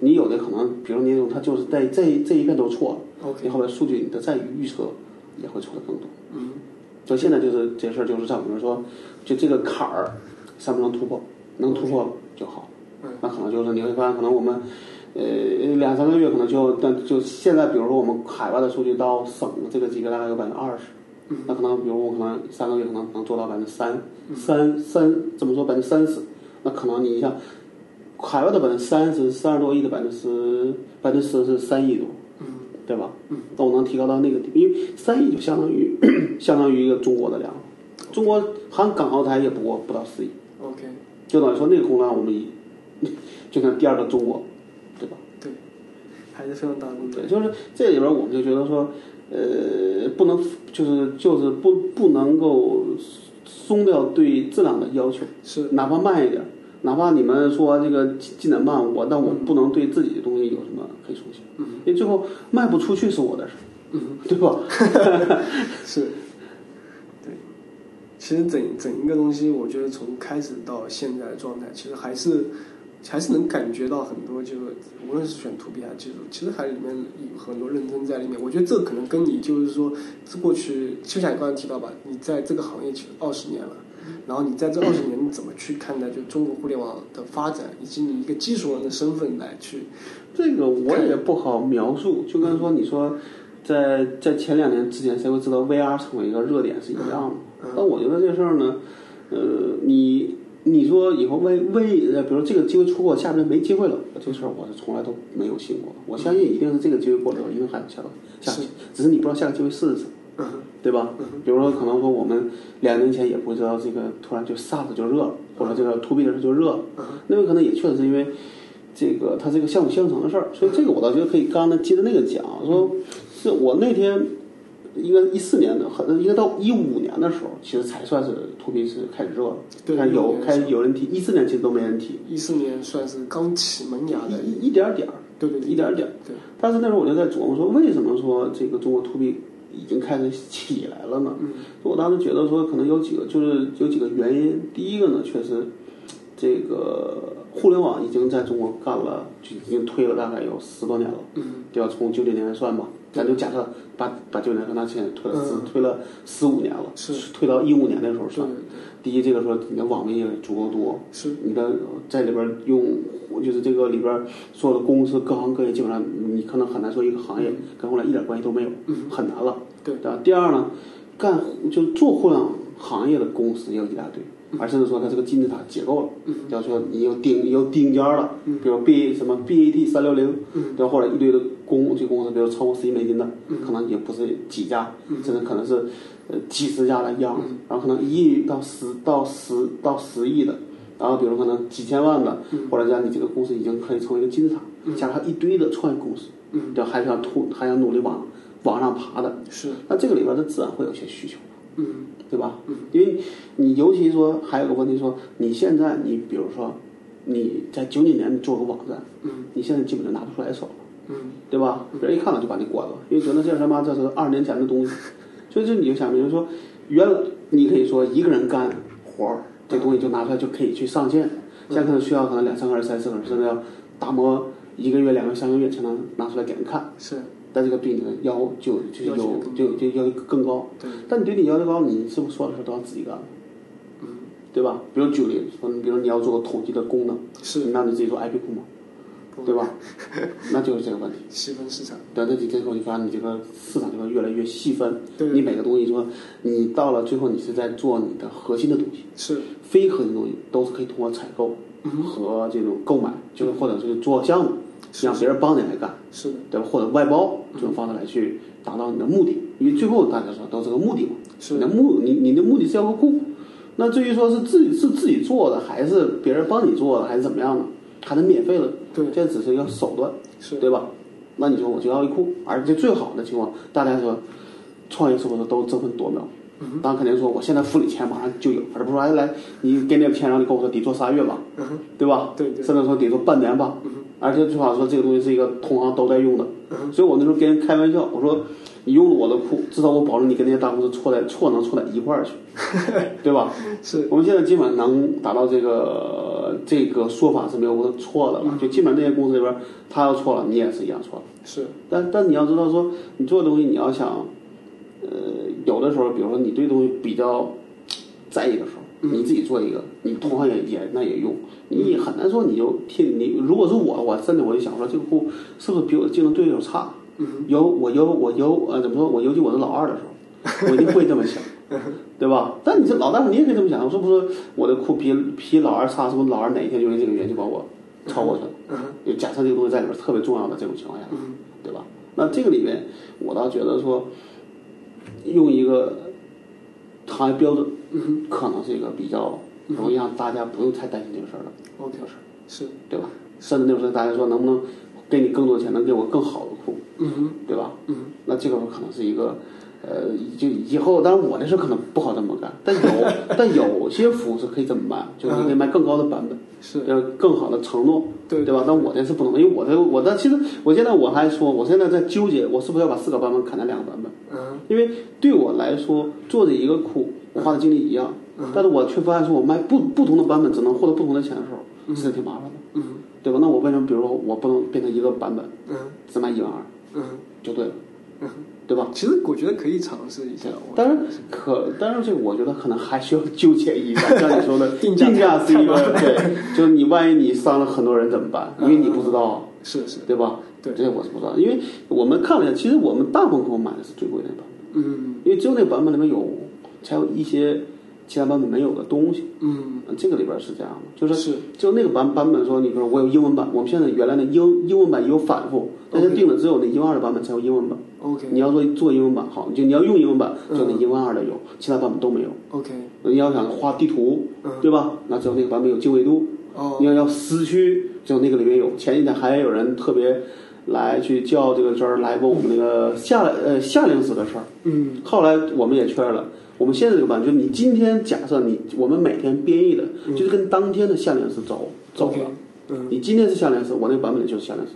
Speaker 2: 你有的可能，比如你有它就是在这这一遍都错了。
Speaker 1: 嗯 OK，
Speaker 2: 你后面数据你的再预测也会错的更多。
Speaker 1: 嗯，
Speaker 2: 所以现在就是这事儿，就是像我们说，就这个坎儿上不能突破，能突破就好。
Speaker 1: 嗯，
Speaker 2: 那可能就是你会发现，可能我们呃两三个月可能就，但就现在，比如说我们海外的数据到省这个级别大概有百分之二十。
Speaker 1: 嗯
Speaker 2: 那可能，比如我可能三个月可能能做到百分之三，三三怎么说百分之三十？那可能你一下，海外的百分之三十，三十多亿的百分之十，百分之十是三亿多，对吧？嗯，那我能提高到那个地步，因为三亿就相当于 相当于一个中国的量，中国含港澳台也不过不到四亿，
Speaker 1: OK，
Speaker 2: 就等于说那个空量我们一 就像第二个中国，对吧？
Speaker 1: 对，还是非常大的工作
Speaker 2: 对，。就是这里边儿我们就觉得说，呃，不能就是就是不不能够松掉对质量的要求，
Speaker 1: 是
Speaker 2: 哪怕慢一点儿，哪怕你们说这个进进展慢，我但我不能对自己的东西有什么黑松懈，
Speaker 1: 嗯
Speaker 2: 因为最后卖不出去是我的事儿，
Speaker 1: 嗯
Speaker 2: 对吧？
Speaker 1: 是，对。其实整整一个东西，我觉得从开始到现在的状态，其实还是还是能感觉到很多，就是无论是选 to B 还是技术，其实还里面有很多认真在里面。我觉得这可能跟你就是说，这过去就像你刚才提到吧，你在这个行业其实二十年了。然后你在这二十年，你怎么去看待就中国互联网的发展，以及你一个技术人的身份来去
Speaker 2: 这个我也不好描述，就跟说你说，在在前两年之前，谁会知道 VR 成为一个热点是一样的？但我觉得这事儿呢，呃，你你说以后 V V，呃比如这个机会错过，下边没机会了，这事儿我是从来都没有信过。我相信一定是这个机会过了，一定还有下个下个，只是你不知道下个机会是什么。对吧？比如说，可能说我们两年前也不知道这个突然就 SaaS 就热了，或者这个 To B 的事就热了，那有可能也确实是因为这个它是一个相辅相成的事儿，所以这个我倒觉得可以刚才接着那个讲，说是我那天应该一四年的，很应该到一五年的时候，其实才算是 To B 是开始热了，
Speaker 1: 对
Speaker 2: 开始有
Speaker 1: 15
Speaker 2: 开始有人提，一四年其实都没人提，
Speaker 1: 一四年算是刚起门牙的，
Speaker 2: 一一一点点儿，
Speaker 1: 对对对
Speaker 2: 一点点儿。
Speaker 1: 对，
Speaker 2: 但是那时候我就在琢磨说，为什么说这个中国 to B 已经开始起来了呢？
Speaker 1: 嗯
Speaker 2: 我当时觉得说，可能有几个，就是有几个原因。第一个呢，确实，这个互联网已经在中国干了，就已经推了大概有十多年了，
Speaker 1: 嗯，
Speaker 2: 对吧？从九九年算吧，咱就假设把把九九年算到现在，推了十、推了十五年了，
Speaker 1: 嗯是
Speaker 2: 推到一五年的时候
Speaker 1: 对
Speaker 2: 算。第一，这个说你的网民也足够多，
Speaker 1: 是
Speaker 2: 你的在里边儿用，就是这个里边儿所有的公司各行各业，基本上你可能很难说一个行
Speaker 1: 嗯
Speaker 2: 业跟互联网一点关系都没有，很难了。
Speaker 1: 对
Speaker 2: 吧？呃第二呢，干就是做互联网行业的公司也有一大堆，而甚至说它这个金字塔结构了，比方说你有顶有顶尖儿了，比如 B 什么 BAT 三六零，对吧？或者一堆的公这公司，比如超过十亿美金的，可能也不是几家，甚至可能是呃几十家的样子，然后可能一亿到十到十到十亿的。然后，比如可能几千万的，或者讲你这个公司已经可以成为一个金字塔，加上一堆的创业公司，对吧，还想突还想努力往往上爬的，
Speaker 1: 嗯是，
Speaker 2: 那这个里边儿它自然会有些需求，
Speaker 1: 嗯
Speaker 2: 对吧？因为你尤其说还有个问题说，你现在你比如说你在九几年你做个网站，
Speaker 1: 嗯
Speaker 2: 你现在基本就拿不出来手了，
Speaker 1: 嗯
Speaker 2: 对吧？别人一看了就把你关了，因为觉得这他妈这是二十年前的东西，所以这你就想，比如说原来你可以说一个人干活儿，这东西就拿出来就可以去上线，现在可能需要可能两三个人、三四个人，甚至要打磨一个月、两个月、三个月才能拿出来给人看。
Speaker 1: 是，
Speaker 2: 但这个对你的要就就是
Speaker 1: 要求
Speaker 2: 有
Speaker 1: 更
Speaker 2: 就就要求更高。
Speaker 1: 对，
Speaker 2: 但你对你要求高，你是不是所有的事都要自己干？
Speaker 1: 嗯
Speaker 2: 对吧？比如举例，说你比如你要做个统计的功能，
Speaker 1: 是，
Speaker 2: 那你自己做 IP 库嘛，
Speaker 1: 不
Speaker 2: 对吧？那就是这个问题。
Speaker 1: 细分市场，
Speaker 2: 对，那你最后你发现你这个市场就会越来越细分，
Speaker 1: 对
Speaker 2: 你每个东西说你到了最后你是在做你的核心的东西，
Speaker 1: 是，
Speaker 2: 非核心东西都是可以通过采购
Speaker 1: 嗯
Speaker 2: 和这种购买，就是或者是做项目，
Speaker 1: 是
Speaker 2: 让别人帮你来干。
Speaker 1: 是的，
Speaker 2: 对吧？或者外包这种方式来去达到你的目的，因为最后大家说都是个目的嘛。
Speaker 1: 是
Speaker 2: 你的目，你你的目的是要个库。那至于说是自己是自己做的，还是别人帮你做的，还是怎么样的，还是免费的，
Speaker 1: 对
Speaker 2: 这只是一个手段，
Speaker 1: 是，
Speaker 2: 对吧？那你说我就要一库，而且最好的情况，大家说创业是不是都争分夺秒？
Speaker 1: 嗯
Speaker 2: 当然肯定说我现在付你钱马上就有，而不是说哎来你给点钱，然后你跟我说得做仨月吧，
Speaker 1: 嗯哼，
Speaker 2: 对吧？
Speaker 1: 对对
Speaker 2: 甚至说得说半年吧，而且最好说这个东西是一个同行都在用的，所以我那时候跟人开玩笑，我说你用了我的库，至少我保证你跟那些大公司错在错能错在一块儿去，对吧？
Speaker 1: 是，
Speaker 2: 我们现在基本上能达到这个这个说法是没有错的了，就基本上这些公司里边，他要错了，你也是一样错了。
Speaker 1: 是，
Speaker 2: 但但你要知道说，你做的东西你要想，呃，有的时候，比如说你对东西比较在意的时候，你自己做一个，你同行也也那也用，你也很难说你就替你。如果是我，我真的我就想说，这个户是不是比我竞争对手差？有我有我有呃，怎么说？我尤其我是老二的时候，我一定会这么想。对吧？但你这老大，你也可以这么想，是不是我的库比比老二差？是不是老二哪一天就因为这个原因就把我超过去了？
Speaker 1: 嗯哼，嗯
Speaker 2: 就假设这个东西在里边儿特别重要的这种情况下，对吧？那这个里面，我倒觉得说，用一个行业标准，
Speaker 1: 嗯
Speaker 2: 可能是一个比较容易让大家不用太担心这个事儿了，
Speaker 1: 哼，OK，是，
Speaker 2: 对吧？甚至那时候大家说能不能给你更多钱，能给我更好的库，
Speaker 1: 嗯哼，
Speaker 2: 对吧？
Speaker 1: 嗯哼，
Speaker 2: 那这个可能是一个，呃，就以后，当然我那时候可能不好这么干，但有 但有些服务是可以这么办，就是
Speaker 1: 嗯
Speaker 2: 你可以卖更高的版本，
Speaker 1: 是，
Speaker 2: 呃，更好的承诺，
Speaker 1: 对
Speaker 2: 对吧？但我这是不能，因为我的我的其实我现在我还说，我现在在纠结，我是不是要把四个版本砍成两个版本？
Speaker 1: 嗯
Speaker 2: 因为对我来说，做的一个库，我花的精力一样，
Speaker 1: 嗯
Speaker 2: 但是我却发现说我卖不不同的版本只能获得不同的钱的时候，其实挺麻烦的，
Speaker 1: 嗯
Speaker 2: 对吧？那我为什么比如说我不能变成一个版本
Speaker 1: 嗯
Speaker 2: 只卖一万二
Speaker 1: 嗯
Speaker 2: 就对了，
Speaker 1: 嗯，
Speaker 2: 对吧？
Speaker 1: 其实我觉得可以尝试一下，我
Speaker 2: 当然可，但是这个我觉得可能还需要纠结一 下，像你说的
Speaker 1: 定价
Speaker 2: 价是一个
Speaker 1: 太麻
Speaker 2: 对，就是你万一你伤了很多人怎么办？因为你不知道，
Speaker 1: 是是，
Speaker 2: 对吧？
Speaker 1: 对
Speaker 2: 这我是不知道，因为我们看了一下，其实我们大部分给我买的是最贵的版本，
Speaker 1: 嗯
Speaker 2: 因为只有那个版本里面有，才有一些其他版本没有的东西。
Speaker 1: 嗯，
Speaker 2: 嗯这个里边是这样的，就是
Speaker 1: 是
Speaker 2: 就那个版版本说，你比如我有英文版，我们现在原来的英英文版也有反复，但是
Speaker 1: OK
Speaker 2: 定的只有那一万二的版本才有英文版。
Speaker 1: OK
Speaker 2: 你要做做英文版好，就你要用英文版，
Speaker 1: 嗯
Speaker 2: 就那一万二的有，其他版本都没有。
Speaker 1: OK，
Speaker 2: 你要想画地图，
Speaker 1: 嗯
Speaker 2: 对吧？那只有那个版本有经纬度。
Speaker 1: 哦
Speaker 2: 你要要私区，只有那个里面有。前几天还有人特别来去叫这个圈儿来问我们那个夏呃夏令时的事儿。
Speaker 1: 嗯
Speaker 2: 后来我们也确认了，我们现在这个版就是你今天假设你我们每天编译的，就是跟当天的夏令时走走
Speaker 1: 嗯 OK，
Speaker 2: 的。
Speaker 1: 嗯
Speaker 2: 你今天是夏令时，我那个版本就是夏令时。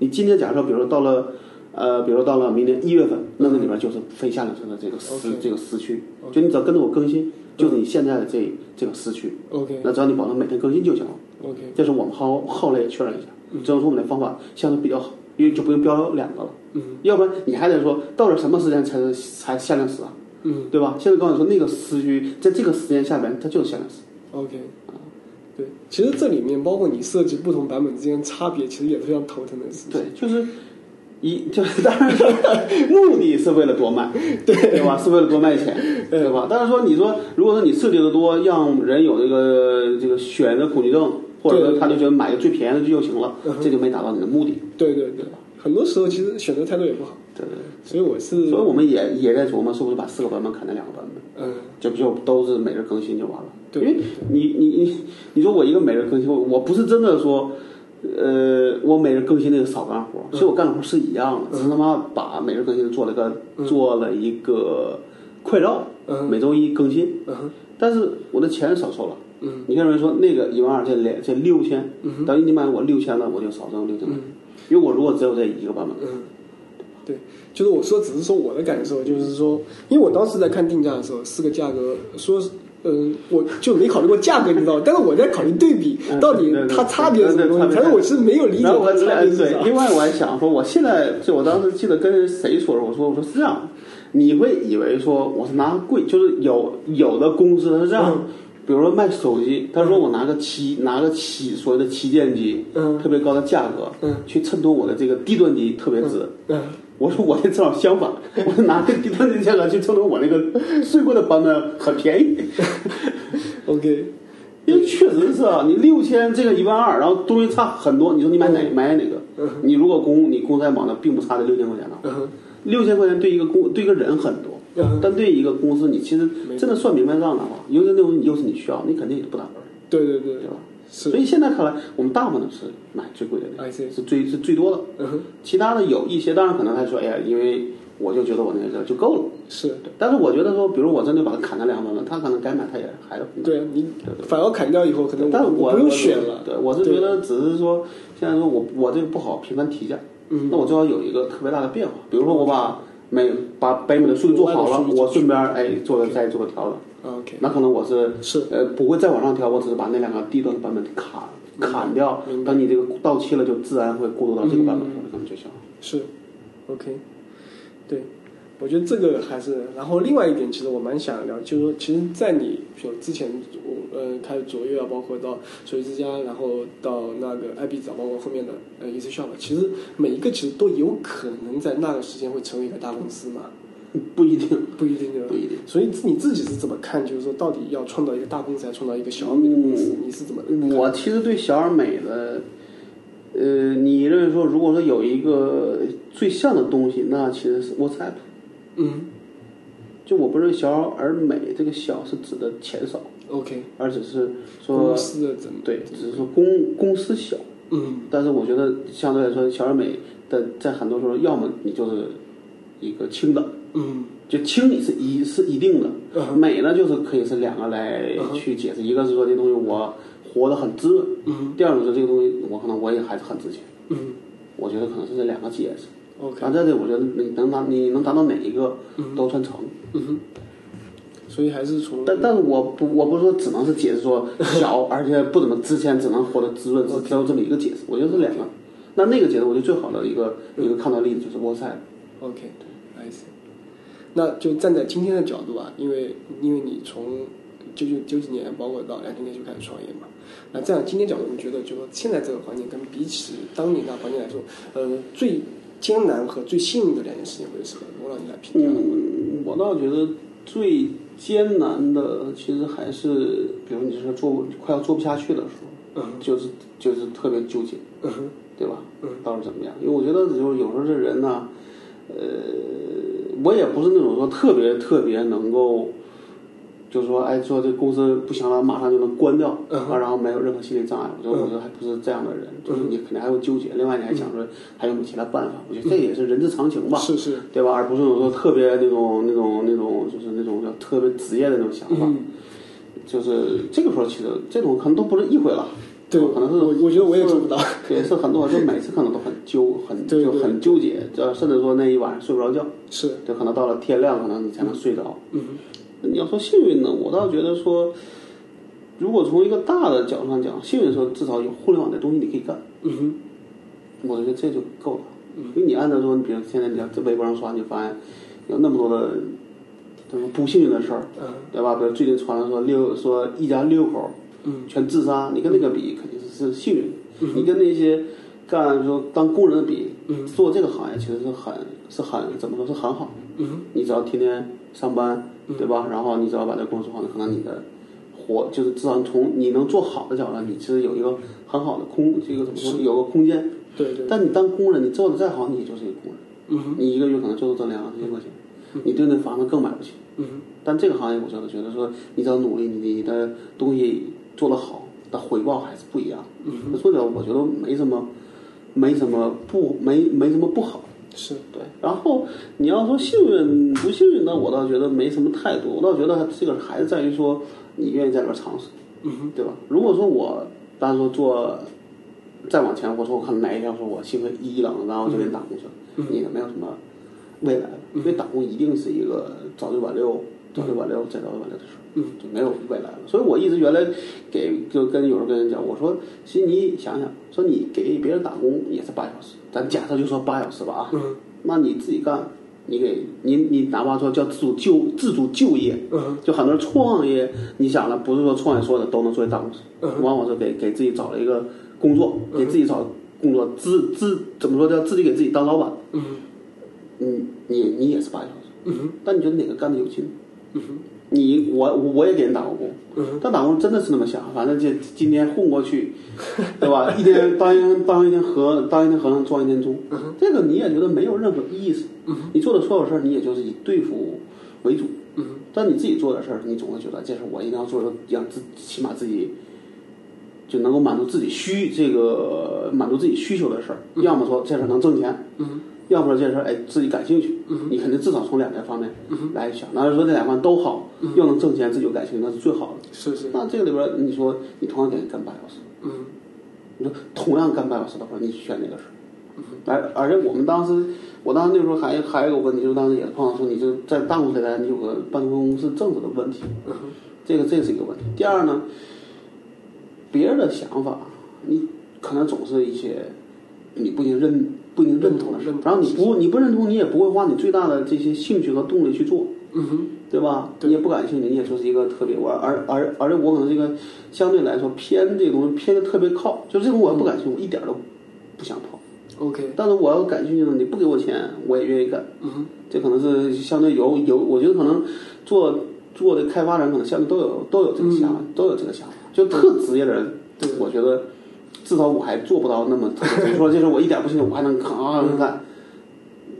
Speaker 2: 你今天假设，比如说到了，呃，比如说到了明年一月份，那那里边就是非夏令时的这个时
Speaker 1: OK
Speaker 2: 这个时区，
Speaker 1: OK 嗯
Speaker 2: 就你只要跟着我更新，就是你现在的这这个时区，
Speaker 1: OK
Speaker 2: 那只要你保证每天更新就行了。
Speaker 1: OK
Speaker 2: 这是我们后后来也确认一下，
Speaker 1: 嗯
Speaker 2: 只能说我们的方法相对比较好，因为就不用标两个了。
Speaker 1: 嗯
Speaker 2: 要不然你还得说到底什么时间才是才夏令时啊，
Speaker 1: 嗯
Speaker 2: 对吧？现在告诉你说那个时区在这个时间下边它就是夏令时，
Speaker 1: OK，对，其实这里面包括你设置不同版本之间差别，其实也是非常头疼的事情。
Speaker 2: 对，就是一就是当然说目的是为了多卖，对吧？是为了多卖钱，对吧？但是说你说如果说你设计的多，让人有这个这个选择恐惧症，或者
Speaker 1: 对
Speaker 2: 说他就觉得买个最便宜的就行了，这就没达到你的目的，
Speaker 1: 对对对，很多时候其实选择太多也不好，
Speaker 2: 对对。对
Speaker 1: 所以我是
Speaker 2: 所以我们也也在琢磨，是不是把四个版本砍成两个版本，
Speaker 1: 嗯
Speaker 2: 这不就都是每日更新就完了？
Speaker 1: 对
Speaker 2: 因为你你你你说我一个每日更新，我我不是真的说，呃，我每日更新那个扫干活，
Speaker 1: 嗯
Speaker 2: 其实我干的活是一样的，只是他妈把每日更新做了个、做了一个快照，
Speaker 1: 嗯
Speaker 2: 每周一更新，
Speaker 1: 嗯哼
Speaker 2: 但是我的钱少收了。
Speaker 1: 嗯，
Speaker 2: 你看人说那个一万二这两这六千，等于你买我六千了，我就少挣六千块钱，因为我如果只有这一个版本，
Speaker 1: 嗯，对，就是我说只是说我的感受，就是说，因为我当时在看定价的时候，四个价格说是。嗯，我就没考虑过价格，你知道吗？但是我在考虑对比，
Speaker 2: 嗯
Speaker 1: 到底
Speaker 2: 对对对
Speaker 1: 它差别是什么东
Speaker 2: 对
Speaker 1: 西。
Speaker 2: 对
Speaker 1: 但
Speaker 2: 差别
Speaker 1: 是我是没有理解
Speaker 2: 然后
Speaker 1: 它
Speaker 2: 我还
Speaker 1: 差别是啥
Speaker 2: 对，。另外我还想说，我现在就我当时记得跟谁说的，我说我说是这样，你会以为说我是拿贵，就是有有的公司它是这样，
Speaker 1: 嗯
Speaker 2: 比如说卖手机，他说我拿个旗拿个旗所谓的旗舰机，
Speaker 1: 嗯
Speaker 2: 特别高的价格，
Speaker 1: 嗯
Speaker 2: 去衬托我的这个低端机特别值。
Speaker 1: 嗯，
Speaker 2: 我说我这正好相反，我是拿个低端机价格去衬托我那个最贵的版本很便宜，
Speaker 1: 嗯 OK，
Speaker 2: 因为确实是啊，你六千这个一万二，然后东西差很多，你说你买哪
Speaker 1: 嗯
Speaker 2: 买哪个？你如果公你公在网的并不差这六千块钱呢，
Speaker 1: 嗯
Speaker 2: 六千块钱对一个公对一个人很多，
Speaker 1: 嗯，
Speaker 2: 但对一个公司你其实真的算明白账的话，尤其那种又是你需要，你肯定也不打分，
Speaker 1: 对对对
Speaker 2: 对，吧？所
Speaker 1: 是，哎
Speaker 2: 以现在看来，我们大部分都是买最贵的那
Speaker 1: I
Speaker 2: 个，
Speaker 1: see
Speaker 2: 是最是最多的。
Speaker 1: 嗯哼，
Speaker 2: 其他的有一些，当然可能他说，哎呀，因为我就觉得我那个就够了。
Speaker 1: 是，
Speaker 2: 对但是我觉得说，比如我真的把它砍成两万了，他可能该买他也还是会买
Speaker 1: 对啊，你反而砍掉以后，可能
Speaker 2: 但是
Speaker 1: 我
Speaker 2: 我
Speaker 1: 不用选了。
Speaker 2: 对，我是觉得只是说，现在说我我这个不好频繁提价，
Speaker 1: 嗯
Speaker 2: 那我就要有一个特别大的变化。比如说我把美把北美的数据做好
Speaker 1: 国外的
Speaker 2: 了
Speaker 1: 数，据
Speaker 2: 我顺便哎做个再做个调整，
Speaker 1: 啊 OK，
Speaker 2: 那可能我是
Speaker 1: 是
Speaker 2: 呃不会再往上调，我只是把那两个低端的版本砍
Speaker 1: 嗯
Speaker 2: 砍掉，等你这个到期了就自然会过渡到这个版本
Speaker 1: 嗯
Speaker 2: 上了，可能就行了。
Speaker 1: 是，OK，对，我觉得这个还是，然后另外一点，其实我蛮想聊，就是说，其实，在你比如之前，我呃开始卓越啊，包括到手机之家，然后到那个爱彼早，包括后面的呃 e a s Shop，其实每一个其实都有可能在那个时间会成为一个大公司嘛，
Speaker 2: 不一定，
Speaker 1: 嗯不一定对吧
Speaker 2: 不？一定。
Speaker 1: 所以你自己是怎么看？就是说，到底要创造一个大公司，还是创造一个小而美的公司？你是怎么看？
Speaker 2: 我其实对小而美的呃，你认为说，如果说有一个最像的东西，那其实是 WhatsApp。
Speaker 1: 嗯
Speaker 2: 就我不认为小而美，这个小是指的钱少，
Speaker 1: ，OK，
Speaker 2: 而只是说
Speaker 1: 公司的怎么？
Speaker 2: 对，只是说公公司小。
Speaker 1: 嗯，
Speaker 2: 但是我觉得相对来说，小而美的在很多时候，要么你就是一个轻的，
Speaker 1: 嗯
Speaker 2: 就轻你是一是一定的，
Speaker 1: 嗯
Speaker 2: 美呢就是可以是两个来
Speaker 1: 嗯哼
Speaker 2: 去解释，一个是说这东西我活得很滋润，
Speaker 1: 嗯
Speaker 2: 第二种是这个东西我可能我也还是很值钱，
Speaker 1: 嗯
Speaker 2: 我觉得可能是这两个解释。
Speaker 1: ，OK，
Speaker 2: 反正这我觉得你能达你能达到哪一个都算成，
Speaker 1: 嗯哼，所以还是从
Speaker 2: 但但是我不我不是说只能是解释 说小而且不怎么值钱，只能活得滋润，只只有这么一个解释，我觉得是两个。那那个解释，我觉得最好的一个一个看到的例子就是 WhatsApp。
Speaker 1: OK，I see。那就站在今天的角度啊，因为因为你从九九九几年，包括到两千年就开始创业嘛，那站在今天角度，你觉得就说现在这个环境跟比起当年那环境来说，呃，最艰难和最幸运的两件事情会是什么？我让你来评价。
Speaker 2: 嗯，我倒觉得最艰难的其实还是，比如你说做不快要做不下去的时候，
Speaker 1: 嗯
Speaker 2: 就是就是特别纠结，
Speaker 1: 嗯哼
Speaker 2: 对吧？
Speaker 1: 嗯，
Speaker 2: 到底怎么样？因为我觉得就是有时候这人呢、呃，我也不是那种说特别特别能够。就是说，哎，说这公司不行了，马上就能关掉，
Speaker 1: 嗯
Speaker 2: 啊，然后没有任何心理障碍。我觉得，我觉得还不是这样的人，就是你肯定还会纠结。另外，你还想着还有没有其他办法？我觉得这也是人之常情吧。
Speaker 1: 嗯是是，
Speaker 2: 对吧？而不是有时候特别那种、那种、那种，就是那种叫特别职业的那种想法。
Speaker 1: 嗯，
Speaker 2: 就是这个时候，其实这种可能都不是一回了。
Speaker 1: 对，
Speaker 2: 可能是
Speaker 1: 我我觉得我也做不到。
Speaker 2: 对，是很多，就每次可能都很纠、很
Speaker 1: 对
Speaker 2: 就
Speaker 1: 对
Speaker 2: 很纠结，这甚至说那一晚上睡不着觉，
Speaker 1: 是，
Speaker 2: 就可能到了天亮，可能你才能睡着。
Speaker 1: 嗯
Speaker 2: 你要说幸运呢，我倒觉得说，如果从一个大的角度上讲，幸运的时候至少有互联网的东西你可以干，
Speaker 1: 嗯哼，
Speaker 2: 我觉得这就够了。
Speaker 1: 嗯
Speaker 2: 因为你按照说，你比如现在你在微博上刷，你就发现有那么多的这种不幸运的事儿，
Speaker 1: 嗯
Speaker 2: 对吧？比如最近传了说六说一家六口
Speaker 1: 嗯
Speaker 2: 全自杀，你跟那个比肯定是幸运，你跟那些干说当工人的比，
Speaker 1: 嗯
Speaker 2: 做这个行业其实是很是很怎么说是很好，
Speaker 1: 嗯
Speaker 2: 你只要天天上班，对吧？然后你只要把这个工作做好，可能你的活就是至少从你能做好的角度，你其实有一个很好的空，这个怎么说有个空间。
Speaker 1: 哼，对对，
Speaker 2: 但你当工人，你做的再好，你也就是一个工人，
Speaker 1: 嗯哼
Speaker 2: 你一个月可能就是挣两三千块钱，你对那房子更买不起。
Speaker 1: 嗯哼
Speaker 2: 但这个行业，我觉得觉得说，你只要努力，你你的东西做得好，的回报还是不一样。
Speaker 1: 嗯
Speaker 2: 嗯，所以我觉得没什么，没什么不没没什么不好。
Speaker 1: 是，
Speaker 2: 对，然后你要说幸运不幸运呢，我倒觉得没什么态度，我倒觉得这个还是在于说你愿意在里边尝试，
Speaker 1: 嗯哼
Speaker 2: 对吧？如果说我当时说做再往前，我说我可能哪一天说我心灰意冷，然后就给打工去了，
Speaker 1: 嗯
Speaker 2: 你也没有什么未来了，因为打工一定是一个早九晚六。早九晚六，再早九晚六的事儿，
Speaker 1: 嗯，
Speaker 2: 就没有未来了。所以我一直原来给就跟有时候跟人讲，我说，其实你想想，说你给别人打工也是八小时，咱假设就说八小时吧啊，
Speaker 1: 嗯
Speaker 2: 那你自己干，你给你你哪怕说叫自主就自主就业，
Speaker 1: 嗯
Speaker 2: 就很多人创业，你想了不是说创业说的都能作为大公司，
Speaker 1: 嗯
Speaker 2: 往往是给给自己找了一个工作，给自己找工作，自自怎么说叫自己给自己当老板，
Speaker 1: 嗯
Speaker 2: 嗯，你你也是八小时，
Speaker 1: 嗯哼
Speaker 2: 但你觉得哪个干的有劲？
Speaker 1: 嗯哼
Speaker 2: 你我我也给人打过工，
Speaker 1: 嗯哼
Speaker 2: 但打工真的是那么想，反正这今天混过去， 对吧？一天当一天当一天和当一天和尚撞一天钟，
Speaker 1: 嗯
Speaker 2: 这个你也觉得没有任何意思。你做的所有事儿，你也就是以对付为主。
Speaker 1: 嗯哼
Speaker 2: 但你自己做的事儿，你总会觉得这事儿我一定要做，让自起码自己就能够满足自己需这个满足自己需求的事儿。要么说这事儿能挣钱，
Speaker 1: 嗯哼
Speaker 2: 要不然这事儿哎自己感兴趣，
Speaker 1: 嗯
Speaker 2: 你肯定至少从两个方面来想。那如果这两方面都好，又能挣钱，自己又感兴趣，那是最好
Speaker 1: 嗯
Speaker 2: 的。
Speaker 1: 是是，
Speaker 2: 那这个里边儿你说你同样给人干八小时，
Speaker 1: 嗯
Speaker 2: 你说同样干半小时的话，你选哪个事儿？而而且我们当时，我当时那时候还还有个问题，就是当时也碰到说，你就在大公司来，你有个办公室政治的问题，
Speaker 1: 嗯哼
Speaker 2: 这个这是一个问题。第二呢，别人的想法，你可能总是一些你不一定认不一定认同的事
Speaker 1: 认，同
Speaker 2: 然后你不你不认同，你也不会花你最大的这些兴趣和动力去做。
Speaker 1: 嗯哼
Speaker 2: 对吧？
Speaker 1: 对
Speaker 2: 你也不感兴趣，你也就是一个特别我而而而且我可能这个相对来说偏这个东西偏的特别靠，就是这种我要不感兴趣，我一点儿都不想碰。
Speaker 1: ，OK，
Speaker 2: 但是我要感兴趣呢，你不给我钱，我也愿意干。
Speaker 1: 嗯哼
Speaker 2: 这可能是相对有有，我觉得可能做做的开发人可能相对都有都有这个想法，都有这个想法。就特职业的人，
Speaker 1: 嗯对
Speaker 2: 我觉得至少我还做不到那么特 别。你说这事我一点不信，我还能扛啊
Speaker 1: 嗯
Speaker 2: 能干。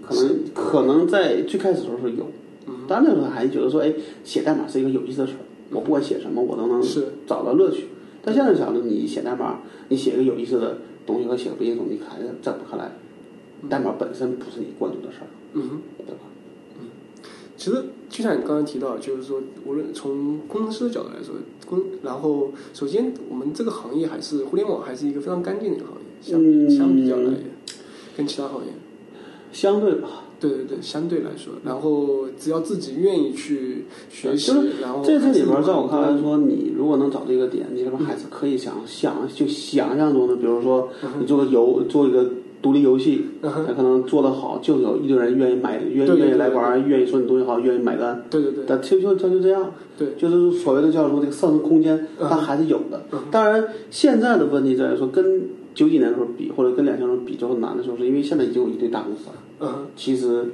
Speaker 2: 可能可能在最开始的时候是有，
Speaker 1: 嗯
Speaker 2: 但那时候还觉得说，哎，写代码是一个有意思的事儿，我不管写什么，我都能
Speaker 1: 是
Speaker 2: 找到乐趣。但现在想着，你写代码，你写个有意思的东西和写个不一样的东西，还是在我看来，代码本身不是你关注的事儿，
Speaker 1: 嗯哼。
Speaker 2: 对吧？
Speaker 1: 其实就像你刚刚提到，就是说，无论从工程师的角度来说，工，然后首先我们这个行业还是互联网，还是一个非常干净的一个行业，相、
Speaker 2: 嗯
Speaker 1: 相比较来，跟其他行业，
Speaker 2: 相对吧，
Speaker 1: 对对对，相对来说，然后只要自己愿意去学习
Speaker 2: 对呃就，
Speaker 1: 然后
Speaker 2: 这这里边
Speaker 1: 还
Speaker 2: 儿，
Speaker 1: 是
Speaker 2: 在我看来说，你如果能找这个点，你这边还是可以想想就想象中的，比如说你做个游，做一个独立游戏，
Speaker 1: 嗯哼
Speaker 2: 它可能做得好，就有一堆人愿意买，愿
Speaker 1: 对对
Speaker 2: 愿意
Speaker 1: 对
Speaker 2: 来
Speaker 1: 对
Speaker 2: 玩儿，愿意说你东西好，愿意买单。
Speaker 1: 对对对
Speaker 2: 但就就它就这样，
Speaker 1: 对，
Speaker 2: 就是所谓的叫说这个上升空间，
Speaker 1: 嗯
Speaker 2: 它还是有的。当然，现在的问题在于说，跟九几年的时候比，或者跟两千年的时候比，就很难的时候，是因为现在已经有一堆大公司了，
Speaker 1: 嗯
Speaker 2: 其实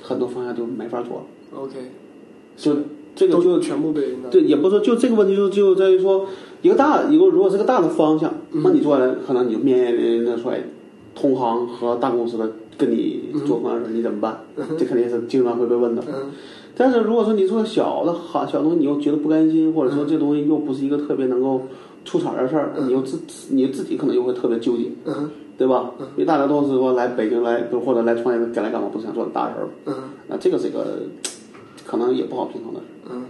Speaker 2: 很多方向就没法做了，
Speaker 1: ，OK，
Speaker 2: 就这个
Speaker 1: 都
Speaker 2: 就
Speaker 1: 全部被那
Speaker 2: 对，也不是说就这个问题就就在于说一个大一个如果是个大的方向，
Speaker 1: 嗯
Speaker 2: 那你做下来可能你就面临着说，哎，同行和大公司的跟你做方向的时候你怎么办？这肯定是经常会被问的。
Speaker 1: 嗯
Speaker 2: 但是如果说你做小的好小东西，你又觉得不甘心，或者说这东西又不是一个特别能够出彩的事儿，你又自你自己可能又会特别纠结，
Speaker 1: 嗯
Speaker 2: 对吧？因为大家都是说来北京来或者来创业该来干嘛，不是想做大人儿，
Speaker 1: 嗯
Speaker 2: 那这个是一个可能也不好平衡的事。
Speaker 1: 嗯，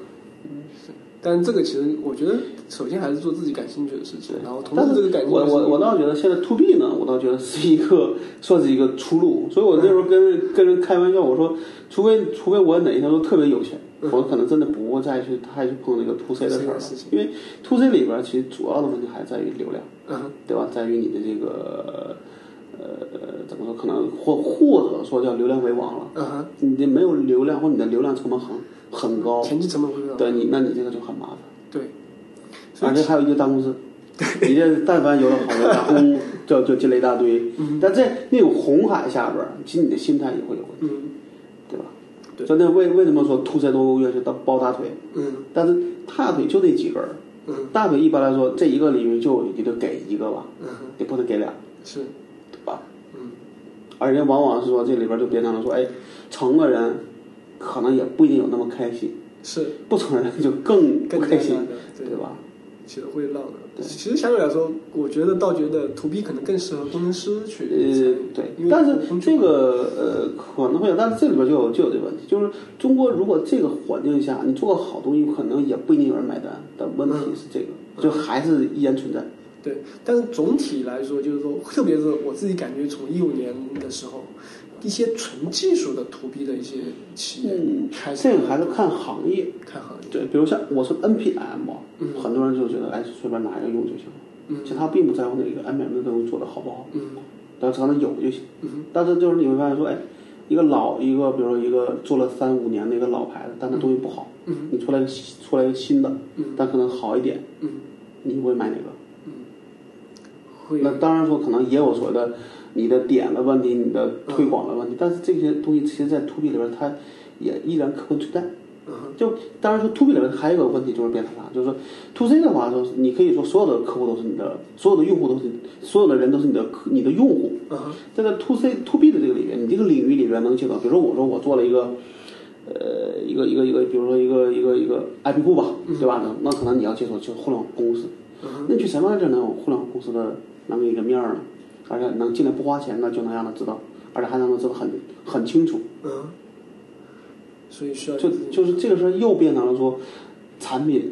Speaker 1: 是，但这个其实我觉得，首先还是做自己感兴趣的事情，然后同
Speaker 2: 但
Speaker 1: 时
Speaker 2: 是
Speaker 1: 这个感兴趣
Speaker 2: 我
Speaker 1: 的事
Speaker 2: 我
Speaker 1: 情，
Speaker 2: 我倒觉得现在 to B 呢，我倒觉得是一个算是一个出路。所以我那时候跟跟人开玩笑，我说，除非除非我哪一天都特别有钱，
Speaker 1: 嗯
Speaker 2: 我可能真的不会再去太去碰那个 to C 的事
Speaker 1: 2C
Speaker 2: 儿了
Speaker 1: 的事情，
Speaker 2: 因为 to C 里边儿其实主要的问题还在于流量，
Speaker 1: 嗯
Speaker 2: 对吧？在于你的这个呃怎么说，可能或或者说叫流量为王了，
Speaker 1: 嗯哼，
Speaker 2: 你这没有流量或你的流量成本很很高，
Speaker 1: 前期成本会比较
Speaker 2: 对你那你这个就很麻烦。
Speaker 1: 对，所
Speaker 2: 反
Speaker 1: 以
Speaker 2: 正还有一堆大公司，你这但凡有了好的大 公，就就进来一大堆。
Speaker 1: 嗯
Speaker 2: 但在那种红海下边儿，其实你的心态也会有问题，
Speaker 1: 嗯
Speaker 2: 对吧？
Speaker 1: 对
Speaker 2: 就那为为什么说兔塞多越是到抱大腿？
Speaker 1: 嗯
Speaker 2: 但是大腿就那几根儿，
Speaker 1: 嗯
Speaker 2: 大腿一般来说这一个领域就你就得一个吧，
Speaker 1: 嗯，
Speaker 2: 你不能给俩，
Speaker 1: 是，
Speaker 2: 对吧？
Speaker 1: 嗯
Speaker 2: 而且往往是说这里边儿就变成了说，哎，成的人可能也不一定有那么开心，
Speaker 1: 是
Speaker 2: 不成的人就更不
Speaker 1: 更
Speaker 2: 开
Speaker 1: 加
Speaker 2: 心
Speaker 1: 的，对
Speaker 2: 对吧？
Speaker 1: 其实会让的。其实相对来说，我觉得倒觉得 to B 可能更适合工程师去
Speaker 2: 呃，
Speaker 1: 参
Speaker 2: 对
Speaker 1: 与因为，
Speaker 2: 但是
Speaker 1: 工具
Speaker 2: 这个呃可能会有，但是这里边就有就有这个问题，就是中国如果这个环境下你做个好东西，可能也不一定有人买单。但问题是这个，
Speaker 1: 嗯
Speaker 2: 就还是依然存在。
Speaker 1: 对，但是总体来说，就是说，特别是我自己感觉，从一五年的时候，一些纯技术的 to B 的一些企业
Speaker 2: 嗯
Speaker 1: 开，始
Speaker 2: 这个还是看行业。
Speaker 1: 看行业，
Speaker 2: 对，比如像我说 NPM，、
Speaker 1: 嗯
Speaker 2: 很多人就觉得哎随便拿一个用就行了，
Speaker 1: 嗯
Speaker 2: 其实他并不在乎那个 NPM 的东西做的好不好，
Speaker 1: 嗯
Speaker 2: 但是可能有就行。
Speaker 1: 嗯
Speaker 2: 但是就是你会发现说，哎，一个老一个，比如说一个做了三五年的一个老牌子，但它东西不好，
Speaker 1: 嗯
Speaker 2: 你出来个新出来一个新的，
Speaker 1: 嗯
Speaker 2: 但可能好一点，
Speaker 1: 嗯
Speaker 2: 你会买哪个？
Speaker 1: 嗯，会
Speaker 2: 那当然说可能也有所谓的你的点的问题，你的推广的问题，但是这些东西其实在 to B 里边它也依然客观存在。
Speaker 1: 嗯
Speaker 2: 就当然说 to B 里边还有一个问题就是变成啥，就是说 to C 的话，就是你可以说所有的客户都是你的，所有的用户都是你，所有的人都是你的客你的用户，
Speaker 1: 嗯
Speaker 2: 在这 to C to B 的这个里面，你这个领域里边能写到，比如说我说我做了一个，呃，一个一个一个，比如说一个一个一个 IP 库吧，对吧？那那可能你要接触就互联网公司，啊那你去什么地儿能有互联网公司的能给你个面儿呢？而且能进来不花钱的，就能让他知道，而且还能知道很很清楚。
Speaker 1: 嗯，所以需要
Speaker 2: 就
Speaker 1: 自己
Speaker 2: 就是这个事儿又变成了说，产品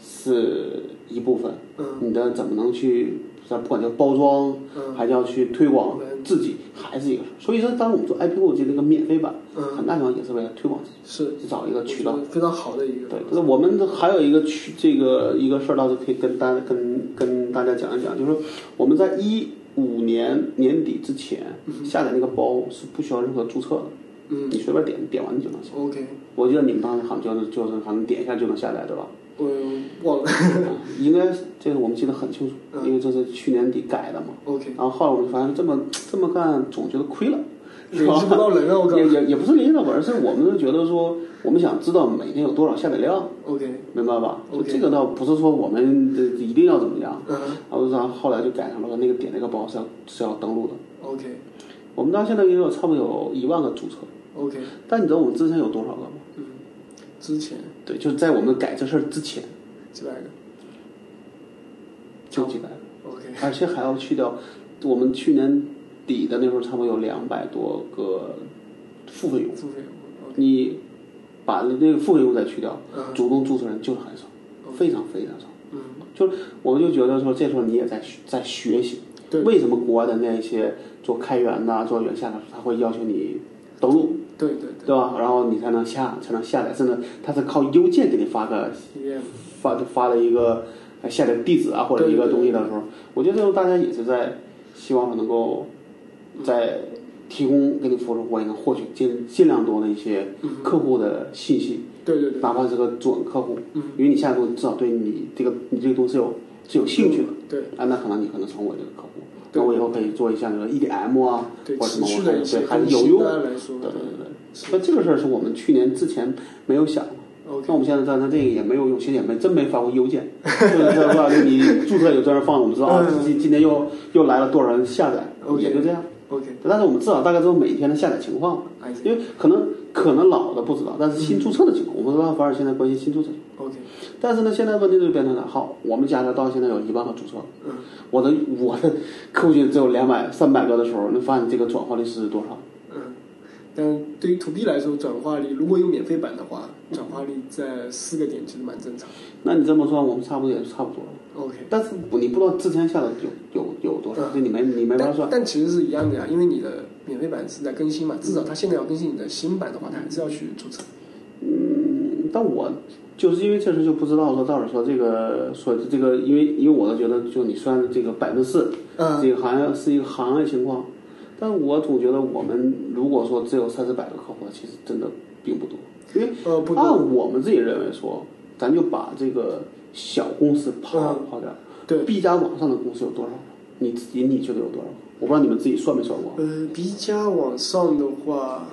Speaker 2: 是一部分，
Speaker 1: 嗯
Speaker 2: 你的怎么能去，咱不管叫包装，
Speaker 1: 嗯
Speaker 2: 还叫去推广
Speaker 1: 嗯
Speaker 2: 自己，还是一个事儿。所以说，当我们做 IP 库这个免费版，
Speaker 1: 嗯
Speaker 2: 很大程度也是为了推广自己，
Speaker 1: 是
Speaker 2: 去找一个渠道
Speaker 1: 我。觉得非常好的一个
Speaker 2: 对，那我们还有一个渠，这个一个事儿倒是可以跟大跟跟大家讲一讲，就是说我们在一五年年底之前下载那个包是不需要任何注册的，
Speaker 1: 嗯
Speaker 2: 你随便点点完你就能下载。
Speaker 1: OK，
Speaker 2: 我记得你们当时好像就是就是好像点一下就能下载，对吧？
Speaker 1: 我忘了
Speaker 2: 嗯应该是这个我们记得很清楚，因为这是去年底改的嘛。
Speaker 1: OK
Speaker 2: 然后后来我们发现这么这么干总觉得亏了，
Speaker 1: 联系不到人啊，我告诉
Speaker 2: 也
Speaker 1: 你。
Speaker 2: 也也不是联系到玩，是我们觉得说，我们想知道每天有多少下载量，
Speaker 1: OK，
Speaker 2: 明白吧？就
Speaker 1: OK
Speaker 2: 这个倒不是说我们的一定要怎么样，
Speaker 1: 嗯
Speaker 2: 然后然后后来就改成了那个点那个包是要是要登录的。
Speaker 1: ，OK，
Speaker 2: 我们到现在也有差不多有一万个注册，
Speaker 1: OK，
Speaker 2: 但你知道我们之前有多少个吗？
Speaker 1: 嗯，之前
Speaker 2: 对，就是在我们改这事儿之前
Speaker 1: 几百个
Speaker 2: 就几百，
Speaker 1: 哦，OK，
Speaker 2: 而且还要去掉我们去年底的那时候，差不多有两百多个付费用户。
Speaker 1: 付费，OK，
Speaker 2: 你把那个付费用再去掉，
Speaker 1: 嗯
Speaker 2: 主动注册人就是很少，非常非常少。
Speaker 1: 嗯，
Speaker 2: 就是我就觉得说，这时候你也在学在学习，
Speaker 1: 对
Speaker 2: 为什么国外的那些做开源呐、做原下的，他会要求你登录，
Speaker 1: 对对
Speaker 2: 对吧？然后你才能下才能下载，甚至他是靠邮件给你发个
Speaker 1: 对，
Speaker 2: 发发了一个呃下载地址啊或者一
Speaker 1: 对
Speaker 2: 个
Speaker 1: 对
Speaker 2: 东西的时候，我觉得这种大家也是在希望能够在提供给你服务的时候，我也能获取尽尽量多的一些客户的信息，
Speaker 1: 嗯对对对，
Speaker 2: 哪怕是个准客户，
Speaker 1: 嗯
Speaker 2: 因为你下一步至少对你这个你这个东西有是有兴趣的，
Speaker 1: 对
Speaker 2: 啊，那可能你可能成为这个客户，
Speaker 1: 对
Speaker 2: 那我以后可以做一项这个 EDM 啊，
Speaker 1: 对，
Speaker 2: 或者
Speaker 1: 持
Speaker 2: 什么，
Speaker 1: 续
Speaker 2: 我
Speaker 1: 的一
Speaker 2: 看
Speaker 1: 些
Speaker 2: 对还
Speaker 1: 更
Speaker 2: 是有
Speaker 1: 新
Speaker 2: 用
Speaker 1: 大家
Speaker 2: 的，
Speaker 1: 来说，
Speaker 2: 对对对。所以这个事儿是我们去年之前没有想的。
Speaker 1: ，OK，
Speaker 2: 那我们现在在那这个也没有用，其实也没真没发过 邮件，就是说吧，你注册有在那放着，我们知道啊，今今天又又来了多少人下载，
Speaker 1: 嗯 OK
Speaker 2: 也就这样。
Speaker 1: OK，
Speaker 2: 但是我们至少大概知道每一天的下载情况，
Speaker 1: I see
Speaker 2: 因为可能可能老的不知道，但是新注册的情况，我们知道反而现在关心新注册。
Speaker 1: OK，
Speaker 2: 但是呢，现在问题就变成了，好，我们家的到现在有一万个注册了，
Speaker 1: 嗯
Speaker 2: 我的我的客户群只有两百三百个的时候，你发现这个转化率是多少？
Speaker 1: 嗯，但对于 to B 来说，转化率如果有免费版的话，转化率在四个点其实蛮正常哦的。
Speaker 2: 那你这么说，我们差不多也是差不多了。
Speaker 1: OK，
Speaker 2: 但是你不知道之前下的有有有多少，
Speaker 1: 嗯
Speaker 2: 就你没你没法
Speaker 1: 但
Speaker 2: 算。
Speaker 1: 但其实是一样的呀，因为你的免费版是在更新嘛，至少它现在要更新你的新版的话，它还是要去注册。
Speaker 2: 嗯，但我就是因为确实就不知道说到底说这个说这个，因为因为我都觉得就你算的这个百分之四，
Speaker 1: 嗯
Speaker 2: 这个行业是一个行业情况，但我总觉得我们如果说只有三四百个客户，其实真的并不多，因为
Speaker 1: 呃，不多，
Speaker 2: 按我们自己认为说，咱就把这个小公司刨
Speaker 1: 嗯
Speaker 2: 刨掉
Speaker 1: 对，
Speaker 2: ，B 加网上的公司有多少？你自己你觉得有多少？我不知道你们自己算没算过。
Speaker 1: 呃，B 加往上的话，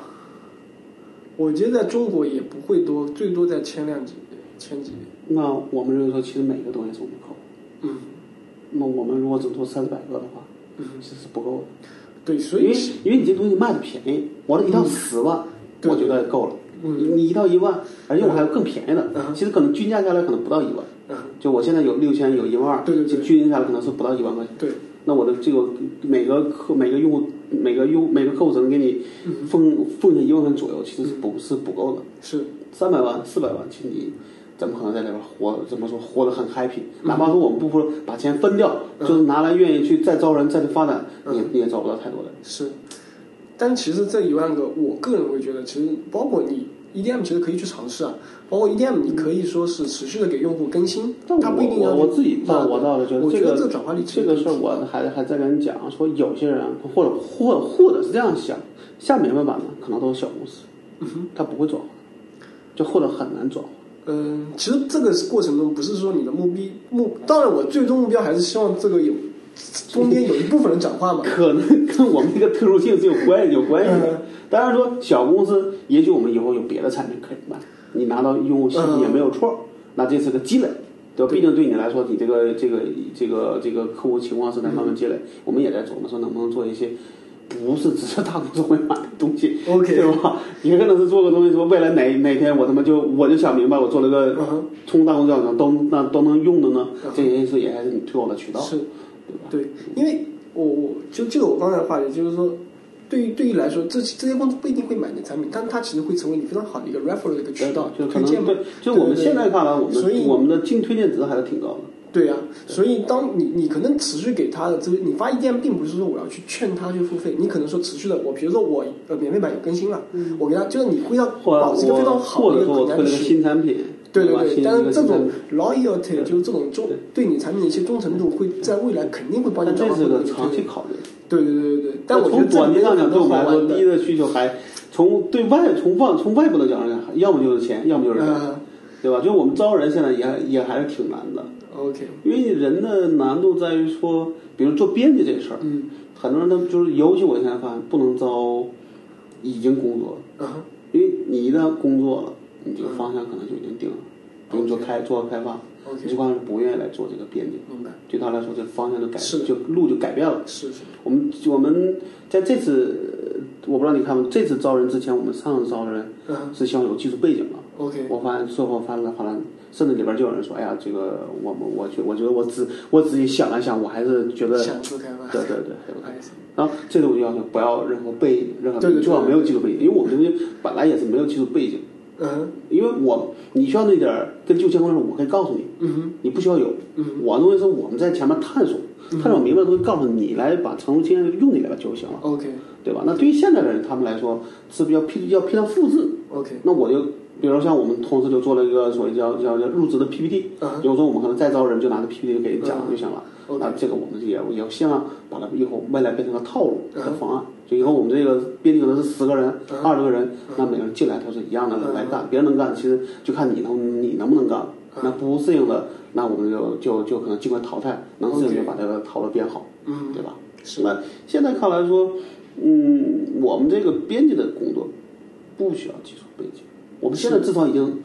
Speaker 1: 我觉得在中国也不会多，最多在千量级、千级。
Speaker 2: 那我们认为说，其实每个东西是我们客户。
Speaker 1: 嗯
Speaker 2: 那我们如果只做三四百个的话，
Speaker 1: 嗯，
Speaker 2: 其实是不够的。
Speaker 1: 对，所
Speaker 2: 因
Speaker 1: 以嗯
Speaker 2: 为因为你这东西卖的便宜，我这一套十万，
Speaker 1: 对
Speaker 2: 我觉得够了。你
Speaker 1: 嗯
Speaker 2: 你一套一万，而且我还有更便宜的，
Speaker 1: 嗯
Speaker 2: 其实可能均价下来可能不到一万。
Speaker 1: 嗯，
Speaker 2: 就我现在有六千，有一万二，
Speaker 1: 对对对
Speaker 2: 就均价下来可能是不到一万块钱。
Speaker 1: 对，
Speaker 2: 那我的这个每个客每个用户每个用每个客户只能给你
Speaker 1: 嗯
Speaker 2: 奉奉献一万块左右，其实是不是不够的。
Speaker 1: 是
Speaker 2: 三百万、四百万，其实你怎么可能在里边活？怎么说活得很 happy？哪怕说我们不说把钱分掉，
Speaker 1: 嗯
Speaker 2: 就是拿来愿意去再招人、再去发展，
Speaker 1: 嗯
Speaker 2: 你也你也招不到太多人。
Speaker 1: 是。但其实这一万个，我个人会觉得，其实包括你 EDM，其实可以去尝试啊。包括 EDM，你可以说是持续的给用户更新，
Speaker 2: 但
Speaker 1: 它不一
Speaker 2: 我
Speaker 1: 定要
Speaker 2: 我我自己倒
Speaker 1: 啊
Speaker 2: 我倒是觉得
Speaker 1: 我
Speaker 2: 这
Speaker 1: 觉
Speaker 2: 个
Speaker 1: 得这转化率其
Speaker 2: 这
Speaker 1: 实
Speaker 2: 个事儿，我还还在跟你讲说，有些人或者或或者是这样想，下面办法呢，可能都是小公司，他不会转化，就或者很难转化。
Speaker 1: 嗯，其实这个过程中不是说你的目标目，当然我最终目标还是希望这个有中间有一部分人转化嘛。
Speaker 2: 可能跟我们这个特殊性是有关系有关系
Speaker 1: 嗯
Speaker 2: 的。当然说小公司，也许我们以后有别的产品可以卖，你拿到用户信息也没有错，那这是个积累。对吧，
Speaker 1: 对
Speaker 2: 毕竟对你来说，你这个这个这个这个客户情况是在慢慢积累。我们也在琢磨说，能不能做一些不是只是大公司会买的东西
Speaker 1: OK
Speaker 2: 对吧？也可能是做个东西，说未来哪哪天我他妈就我就想明白，我做了个
Speaker 1: 嗯哼
Speaker 2: 冲大公司角都那都能用的呢
Speaker 1: 嗯哼。
Speaker 2: 这些是也还是你推广的渠道，
Speaker 1: 是，
Speaker 2: 对吧？
Speaker 1: 对，因为我我就这个我刚才的话题就是说，对于对于来说，这这些公司不一定会买你的产品，但它其实会成为你非常好的一个 referral 的一个渠道，
Speaker 2: 就可
Speaker 1: 推
Speaker 2: 能
Speaker 1: 荐嘛
Speaker 2: 对。，就我们
Speaker 1: 对对
Speaker 2: 现在看来，我
Speaker 1: 所以
Speaker 2: 们我们的净推荐值还是挺高的。
Speaker 1: 对呀、所以当你你可能持续给他的这个，你发 EDM 并不是说我要去劝他去付费，你可能说持续的，我比如说我呃免费版有更新了，我给他就是你会要
Speaker 2: 或者
Speaker 1: 保持一个非常
Speaker 2: 我
Speaker 1: 好
Speaker 2: 或
Speaker 1: 的
Speaker 2: 者
Speaker 1: 一个
Speaker 2: 说我
Speaker 1: c o n n
Speaker 2: 推了个
Speaker 1: e c t
Speaker 2: 新产品，
Speaker 1: 对
Speaker 2: 吧
Speaker 1: 对对，
Speaker 2: 新
Speaker 1: 但
Speaker 2: 一
Speaker 1: 是
Speaker 2: 个
Speaker 1: 这
Speaker 2: 新产
Speaker 1: 种
Speaker 2: 品
Speaker 1: loyalty 就是这种忠对你产品的一些忠诚度，会在未来肯定会帮你
Speaker 2: 但
Speaker 1: 找
Speaker 2: 这
Speaker 1: 到
Speaker 2: 是个
Speaker 1: 更好
Speaker 2: 长
Speaker 1: 的
Speaker 2: 期
Speaker 1: 一个
Speaker 2: 考虑。
Speaker 1: 对对对对对，但我觉得
Speaker 2: 从
Speaker 1: 这
Speaker 2: 短
Speaker 1: 里
Speaker 2: 期
Speaker 1: 面有
Speaker 2: 上
Speaker 1: 很
Speaker 2: 讲，对
Speaker 1: 多
Speaker 2: 我
Speaker 1: 好
Speaker 2: 们
Speaker 1: 玩
Speaker 2: 来说，
Speaker 1: 的
Speaker 2: 第一的需求还从对外从外从外部的角度讲，要么就是钱，要么就是人，
Speaker 1: 嗯
Speaker 2: 对吧？就我们招人现在也还也还是挺难的，
Speaker 1: ，OK，
Speaker 2: 因为人的难度在于说，比如做编辑这事儿，
Speaker 1: 嗯
Speaker 2: 很多人他就是，尤其我现在发现不能招已经工作了，
Speaker 1: 嗯
Speaker 2: 因为你一旦工作了，你这个方向可能就已经定了，比如你做开做开发，你这
Speaker 1: ，OK，
Speaker 2: 帮人不愿意来做这个编辑，
Speaker 1: 明白，
Speaker 2: 对他来说这方向就改
Speaker 1: 是
Speaker 2: 就路就改变了。
Speaker 1: 是是，
Speaker 2: 我们我们在这次我不知道你看没，这次招人之前，我们上次招人
Speaker 1: 嗯
Speaker 2: 是希望有技术背景的。
Speaker 1: ，OK，
Speaker 2: 我发现最后发现，好像甚至里边就有人说：“哎呀，这个我们我觉我觉得我自我自己想了想，我还是觉得
Speaker 1: 想自开发，
Speaker 2: 对对对。
Speaker 1: 不好意思，”
Speaker 2: 然后这种就要求不要任何背任何
Speaker 1: 对对对
Speaker 2: 最好没有技术背景，因为我们这边本来也是没有技术背景，
Speaker 1: 嗯
Speaker 2: 因为我你需要那点儿跟技术相关的，我可以告诉你，
Speaker 1: 嗯
Speaker 2: 你不需要有。
Speaker 1: 嗯
Speaker 2: 我的东西是我们在前面探索，探索明白的东西，告诉你你来把成熟经验用你来吧就行了，
Speaker 1: ，OK
Speaker 2: 对吧？那对于现在的人，他们来说是比较批要批量复制，
Speaker 1: OK，
Speaker 2: 那我就，比如像我们同事就做了一个所谓叫叫叫入职的 PPT，
Speaker 1: 嗯
Speaker 2: 比如说我们可能再招人就拿着 PPT 就给人讲
Speaker 1: 啊
Speaker 2: 就行了。
Speaker 1: OK，
Speaker 2: 哦那这个我们也也希望把它以后未来变成个套路
Speaker 1: 嗯
Speaker 2: 和方案，就以后我们这个编辑可能是十个人、
Speaker 1: 嗯
Speaker 2: 二十个人
Speaker 1: 嗯，
Speaker 2: 那每个人进来都是一样的
Speaker 1: 嗯
Speaker 2: 来干，别人能干，其实就看你能你能不能干。
Speaker 1: 嗯
Speaker 2: 那不适应的，那我们就就就可能尽快淘汰，能适应
Speaker 1: OK
Speaker 2: 就把这个套路编好，
Speaker 1: 嗯
Speaker 2: 对吧？
Speaker 1: 是
Speaker 2: 那现在看来说，嗯，我们这个编辑的工作不需要技术背景，我们现在至少已经，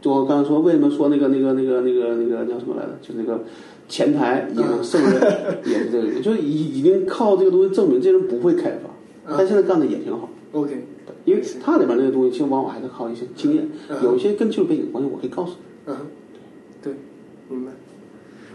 Speaker 2: 就我刚才说为什么说那个那个那个那个那个叫什么来着，就是那个前台也能胜任，也是这个， 就是已已经靠这个东西证明这人不会开发，
Speaker 1: 嗯
Speaker 2: 但现在干的也挺好。
Speaker 1: OK，
Speaker 2: 因为它里边那个东西，其实往往还是靠一些经验，
Speaker 1: 嗯
Speaker 2: 有一些跟技术背景的关系，我可以告诉你。
Speaker 1: 嗯，对，明白。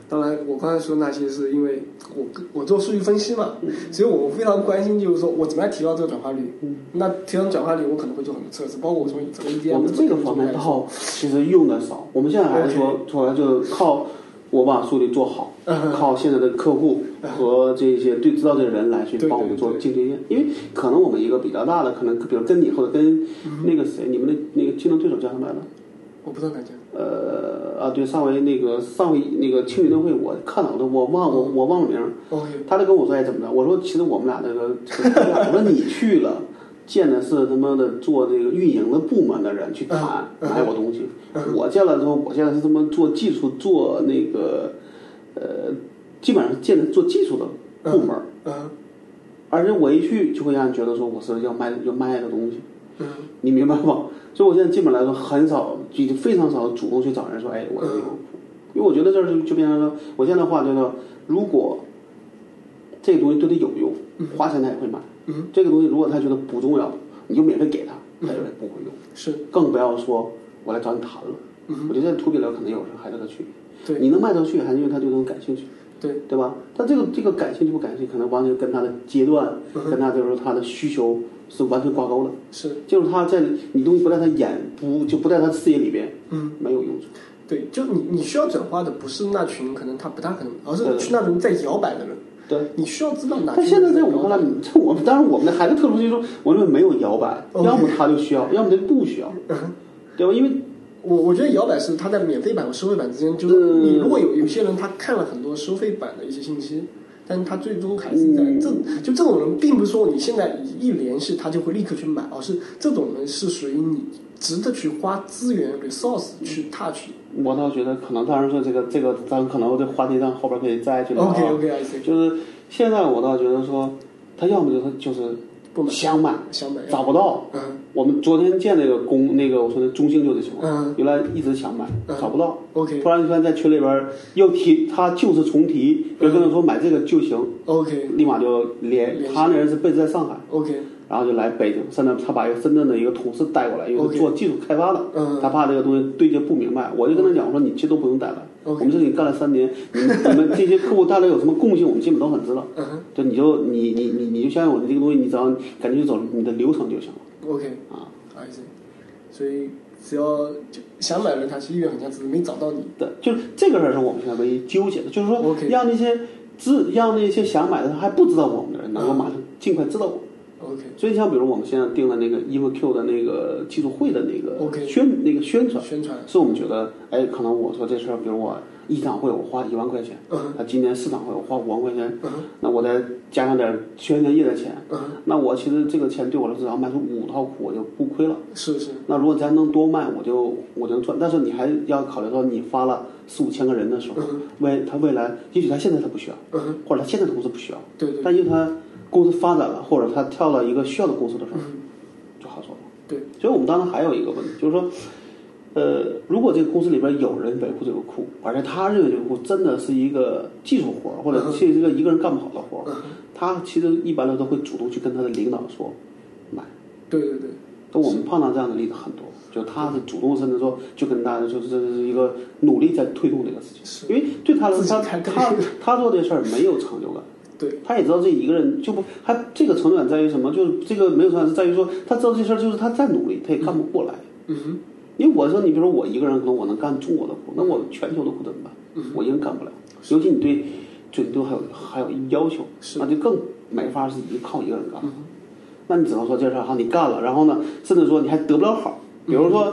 Speaker 1: 当然，我刚才说那些是因为我我做数据分析嘛，
Speaker 2: 嗯
Speaker 1: 所以我非常关心，就是说我怎么样提高这个转化率。那提高转化率，我可能会做很多测试，包括我从 E 从 EDM
Speaker 2: 我们这个方面倒其实用的少，我们现在还是说，主要就是靠我把数据做好，
Speaker 1: 嗯
Speaker 2: 靠现在的客户和这些对知道的人来去
Speaker 1: 对对
Speaker 2: 帮我们做
Speaker 1: 对
Speaker 2: 竞推因为可能我们一个比较大的，可能比如跟你或者跟
Speaker 1: 嗯
Speaker 2: 那个谁，你们的那个竞争对手叫什么来着？
Speaker 1: 我不知道感觉。
Speaker 2: 呃啊，对，上回那个上回那个青云灯会，我看到的，我忘我我忘了名儿。
Speaker 1: OK，
Speaker 2: 他就跟我说：“哎，怎么着？”我说：“其实我们俩这个，这个咱俩我说你去了，见的是他妈的做这个运营的部门的人去谈
Speaker 1: 嗯嗯
Speaker 2: 买我东西。我见了之后，我现在是他妈做技术，做那个，呃，基本上是见的做技术的部门儿，
Speaker 1: 嗯
Speaker 2: 而且我一去就会让人觉得说我是要卖要卖的东西，
Speaker 1: 嗯
Speaker 2: 你明白吗？所以我现在基本来说很少，就非常少主动去找人说：“哎，我有
Speaker 1: 嗯
Speaker 2: 因为我觉得这儿就就变成了，我现在的话就是说，如果这个东西对他有用，花钱他也会买。
Speaker 1: 嗯，
Speaker 2: 这个东西如果他觉得不重要，你就免费给他，他也不会用。
Speaker 1: 嗯是，
Speaker 2: 更不要说我来找你谈了。
Speaker 1: 嗯
Speaker 2: 我觉得在 to B 聊可能有时候还是个区别，
Speaker 1: 对
Speaker 2: 你能卖出去，还是因为他对这种感兴趣，
Speaker 1: 对，
Speaker 2: 对吧？但这个这个感兴趣不感兴趣，可能完全跟他的阶段，
Speaker 1: 嗯
Speaker 2: 跟他就是他的需求是完全挂钩的。
Speaker 1: 是，
Speaker 2: 就是他在你东西不在他眼不就不在他视野里边，
Speaker 1: 嗯，
Speaker 2: 没有用处。
Speaker 1: 对，就你你需要转化的不是那群可能他不大可能，而
Speaker 2: 对
Speaker 1: 是
Speaker 2: 对
Speaker 1: 那群在摇摆的人。
Speaker 2: 对。
Speaker 1: 你需要知道哪群
Speaker 2: 但
Speaker 1: 人
Speaker 2: 现在在
Speaker 1: 摇
Speaker 2: 我们看
Speaker 1: 摆
Speaker 2: 来，在 我们当然我们的孩子特殊就是说，我认为没有摇摆，
Speaker 1: OK
Speaker 2: 要么他就需要，要么他就不需要，
Speaker 1: 哦嗯
Speaker 2: 对吧？因为
Speaker 1: 我我觉得摇摆是它在免费版和收费版之间，就是
Speaker 2: 嗯
Speaker 1: 你如果有有些人他看了很多收费版的一些信息，但是他最终还是在
Speaker 2: 嗯
Speaker 1: 这就这种人，并不是说你现在一联系他就会立刻去买，而是这种人是属于你值得去花资源 resource 去 touch。
Speaker 2: 我倒觉得可能，当然说这个这个，咱可能这话题上后边可以再去聊啊。
Speaker 1: OK OK I see，
Speaker 2: 就是现在我倒觉得说，他要么就是就是
Speaker 1: 不买
Speaker 2: 想买
Speaker 1: 想买，
Speaker 2: 找不到。
Speaker 1: 嗯
Speaker 2: 我们昨天见那个公那个我说的中兴就这情况，
Speaker 1: 嗯
Speaker 2: 原来一直想买
Speaker 1: 嗯
Speaker 2: 找不到，
Speaker 1: ，OK
Speaker 2: 突然间在群里边又提他就是重提，
Speaker 1: 嗯
Speaker 2: 就跟他说买这个就行，
Speaker 1: OK
Speaker 2: 立马就
Speaker 1: 联系
Speaker 2: 连他那人是奔在上海。
Speaker 1: OK，
Speaker 2: 然后就来北京，甚至他把一个深圳的一个同事带过来，因为
Speaker 1: OK
Speaker 2: 是做技术开发的
Speaker 1: 嗯
Speaker 2: 他怕这个东西对接不明白，我就跟他讲，我说你其实都不用带来
Speaker 1: 嗯 OK
Speaker 2: 我们这里干了三年，你们你们这些客户带来有什么共性，我们基本都很知道，
Speaker 1: 嗯哼
Speaker 2: 就你就你你你你就相信我的这个东西，你只要赶紧去走你的流程就行了
Speaker 1: OK
Speaker 2: 啊。
Speaker 1: I see，所以只要就想买的人他其实意愿很强，只是没找到你。
Speaker 2: 对，就是这个事儿是我们现在唯一纠结的，就是说
Speaker 1: OK
Speaker 2: 让那些知让那些想买的还不知道我们的人能够马上尽快知道我们。
Speaker 1: 啊 OK
Speaker 2: 所以像比如我们现在定的那个 EvoQ 的那个技术会的那个
Speaker 1: OK
Speaker 2: 宣那个宣传。
Speaker 1: 宣传，
Speaker 2: 是我们觉得，哎，可能我说这事儿，比如我一场会我花一万块钱，
Speaker 1: 嗯
Speaker 2: 那今年四场会我花五万块钱，
Speaker 1: 嗯哼
Speaker 2: 那我再加上点宣传业的钱，
Speaker 1: 嗯哼。
Speaker 2: 那我其实这个钱对我来说，只要卖出五套股我就不亏了。
Speaker 1: 是是，
Speaker 2: 那如果咱能多卖，我就我就赚。但是你还要考虑到你发了四五千个人的时候，未他未来，也许他现在他不需要，
Speaker 1: 嗯哼，
Speaker 2: 或者他现在的公司不需要，
Speaker 1: 对对，
Speaker 2: 但因为他公司发展了，或者他跳到一个需要的公司的时候，其实我们当时还有一个问题，就是说，呃，如果这个公司里边有人维护这个库，而且他认为这个库真的是一个技术活儿，
Speaker 1: 嗯
Speaker 2: 或者是一个一个人干不好的活儿，他其实一般来说会主动去跟他的领导说买。
Speaker 1: 对对对，
Speaker 2: 那我们碰到这样的例子很多，就他是主动甚至说就跟大家就是这是一个努力在推动这个事
Speaker 1: 是
Speaker 2: 情，因为对他来
Speaker 1: 自己
Speaker 2: 说，他
Speaker 1: 开
Speaker 2: 他他做这事儿没有成就感。
Speaker 1: 对，
Speaker 2: 他也知道自己一个人就不，他这个成就感在于什么？就是这个没有成就感在于说，他知道这事儿就是他再努力他也干不过来。
Speaker 1: 嗯
Speaker 2: 因为我说你比如说我一个人可能我能干中国的苦，那我全球的苦怎么办？我一个人干不了。尤其你对准度还有还有要求，那就更没法是一靠一个人干。
Speaker 1: 嗯
Speaker 2: 那你只能说这事儿哈你干了，然后呢，甚至说你还得不了好。比 如说，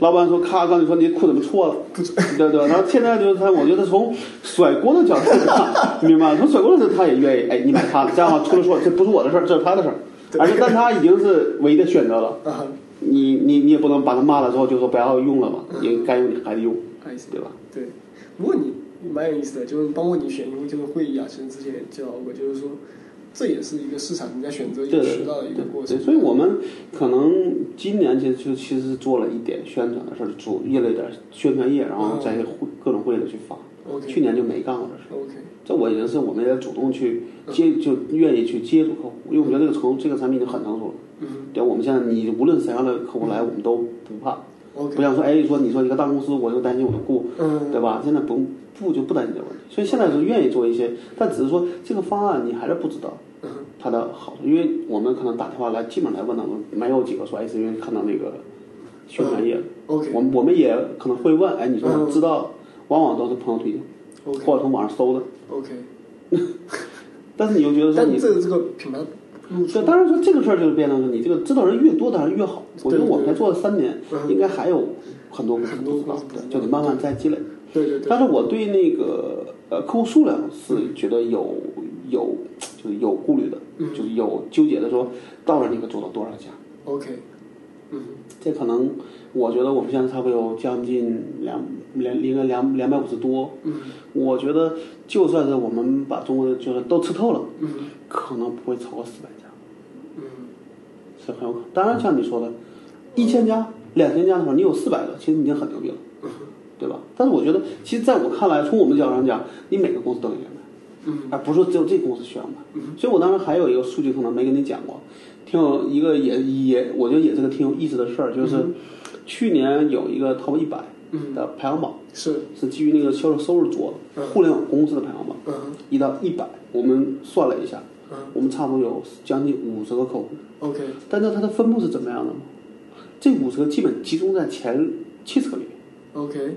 Speaker 2: 老板说咔，告诉你说你裤怎么错了， 对对。然后现在就是他，我觉得从甩锅的角度看，明白吗？从甩锅的角度他也愿意，哎，你买他的，这样出了错，这不是我的事儿，这是他的事儿。而且，但他已经是唯一的选择了。
Speaker 1: 哼，啊，
Speaker 2: 你你你也不能把他骂了之后就说不要用了嘛，你该用你还得用，
Speaker 1: 不好意思，
Speaker 2: 对吧？
Speaker 1: 对，不过你蛮有意思的，就是包括你选用这个会议啊，其实之前也介绍过，就是说这也是一个市场你在选择一
Speaker 2: 对
Speaker 1: 个
Speaker 2: 对
Speaker 1: 渠道的一个过程
Speaker 2: 对，。所以我们可能今年其实就其实做了一点宣传的事儿，主业了一点宣传页，然后在会各种会里去发。
Speaker 1: 哦 OK
Speaker 2: 去年就没干过这事儿，
Speaker 1: OK，
Speaker 2: 这我已经是我们也主动去接，就愿意去接触客户，因为我们觉得这个成这个产品已经很成熟了。
Speaker 1: 嗯
Speaker 2: 对，我们现在你无论怎样的客户来，我们都不怕，不
Speaker 1: 嗯，OK，
Speaker 2: 像说哎说你说一个大公司，我就担心我的顾
Speaker 1: 嗯，
Speaker 2: 对吧？现在不用不就不担心这个问题，所以现在是愿意做一些，但只是说这个方案你还是不知道
Speaker 1: 嗯
Speaker 2: 它的好处，因为我们可能打电话来，基本来问他们，没有几个说哎是因为看到那个宣传页，
Speaker 1: 嗯，OK
Speaker 2: 我们我们也可能会问，哎你说
Speaker 1: 嗯
Speaker 2: 知道，往往都是朋友推荐
Speaker 1: OK
Speaker 2: 或者从网上搜的，
Speaker 1: OK，
Speaker 2: 但是你又觉得说
Speaker 1: 但
Speaker 2: 你
Speaker 1: 这个这个品牌露出
Speaker 2: 对，当然说这个事儿就是变成是你这个知道人越多，当然越好。我觉得
Speaker 1: 对对
Speaker 2: 我们才做了三年，
Speaker 1: 嗯
Speaker 2: 应该还有很多公司
Speaker 1: 很
Speaker 2: 不
Speaker 1: 多
Speaker 2: 知道
Speaker 1: 公司不知，
Speaker 2: 对就
Speaker 1: 道
Speaker 2: 得慢慢再积累。
Speaker 1: 对对对，
Speaker 2: 但是我对那个呃客户数量是觉得有有就是有顾虑的，
Speaker 1: 嗯
Speaker 2: 就是有纠结的说，到底你可做到多少家？
Speaker 1: OK，嗯
Speaker 2: 这可能我觉得我们现在差不多有将近两两应该两两百五十多。
Speaker 1: 嗯
Speaker 2: 我觉得就算是我们把中国的就是都吃透了，
Speaker 1: 嗯
Speaker 2: 可能不会超过四百家，
Speaker 1: 嗯，
Speaker 2: 是很有可能。当然像你说的，一千家、两千家的话，你有四百个，其实已经很牛逼了，对吧？但是我觉得，其实在我看来，从我们的角度上讲，你每个公司都应该买。
Speaker 1: 嗯
Speaker 2: 而不是说只有这个公司需要买。所以我当时还有一个数据可能没跟你讲过，挺有一个也也我觉得也是个挺有意思的事儿，就是去年有一个 Top 一百
Speaker 1: 嗯
Speaker 2: 的排行榜，
Speaker 1: 是，
Speaker 2: 是基于那个销售收入做的，互联网公司的排行榜，
Speaker 1: 嗯
Speaker 2: 一到一百，我们算了一下，
Speaker 1: 嗯
Speaker 2: 我们差不多有将近五十个客户，
Speaker 1: OK，
Speaker 2: 但知道它的分布是怎么样的吗？这五十个基本集中在前七十个里面。
Speaker 1: OK，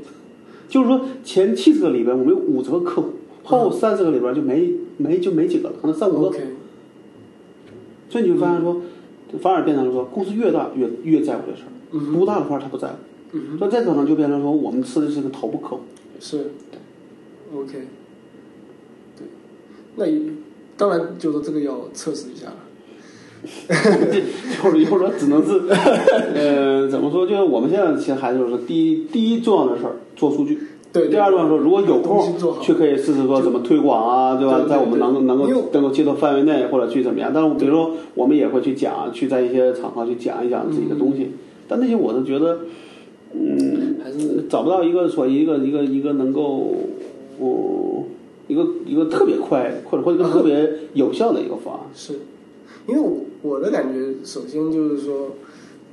Speaker 2: 就是说前七十个里边，我们有五十个客户，
Speaker 1: 嗯
Speaker 2: 后三十个里边就没没就没几个了，可能三五个。
Speaker 1: OK，
Speaker 2: 所以你就发现说，反而变成了说，公司越大越越在乎这事儿，
Speaker 1: 嗯
Speaker 2: 不大的话他不在乎。
Speaker 1: 嗯
Speaker 2: 所以这可能就变成说，我们吃的是个头部客 户。
Speaker 1: 是，OK，对，那也当然就是说这个要测试一下了，
Speaker 2: 就是有时候只能是，呃，怎么说？就是我们现在其实还是说，第一第一重要的事儿做数据，
Speaker 1: 对，
Speaker 2: 第二重要的事儿如果有
Speaker 1: 东西
Speaker 2: 空
Speaker 1: 做好
Speaker 2: 去可以试试说怎么推广啊，对吧？
Speaker 1: 对对
Speaker 2: 在我们能够
Speaker 1: 对
Speaker 2: 能够
Speaker 1: 因为嗯
Speaker 2: 能够接受范围内，或者去怎么样？但是比如说我们也会去讲，去在一些场合去讲一讲自己的东西，但那些我都觉得。
Speaker 1: 嗯
Speaker 2: 嗯
Speaker 1: 还是
Speaker 2: 找不到一个说一个一个一个能够，哦，一个一个特别快或者或者一个特别有效的一个方案。
Speaker 1: 是，因为我我的感觉，首先就是说，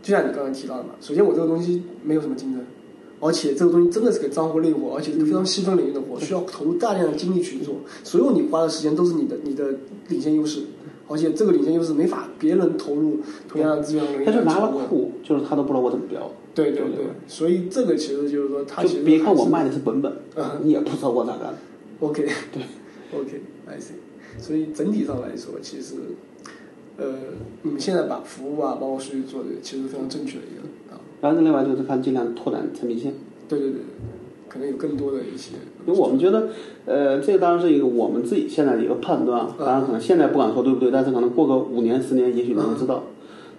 Speaker 1: 就像你刚才提到的嘛，首先我这个东西没有什么竞争，而且这个东西真的是个脏活累活，而且是个非常细分领域的
Speaker 2: 嗯
Speaker 1: 活，需要投入大量的精力去做，所有你花的时间都是你的你的领先优势，而且这个领先优势没法别人投入同样的资源和人
Speaker 2: 他
Speaker 1: 员
Speaker 2: 就
Speaker 1: 去
Speaker 2: 拿了
Speaker 1: 投入
Speaker 2: 库，就是他都不知道我怎么标。
Speaker 1: 对对对，所以这个其实就是说，他其
Speaker 2: 就
Speaker 1: 实
Speaker 2: 别看我
Speaker 1: 还是嗯
Speaker 2: 卖的是本本，你也不知道我咋干的。
Speaker 1: OK，对，OK，I see。所以整体上来说，其实，呃，你们现在把服务啊，包括数据做的，其实非常正确的一个啊，
Speaker 2: 然后另外就是看尽量拓展产品线，
Speaker 1: 对对对，对可能有更多的一些，
Speaker 2: 因为我们觉得，呃，这个当然是一个我们自己现在的一个判断啊，当然可能现在不敢说对不对，但是可能过个五年十年，也许能知道。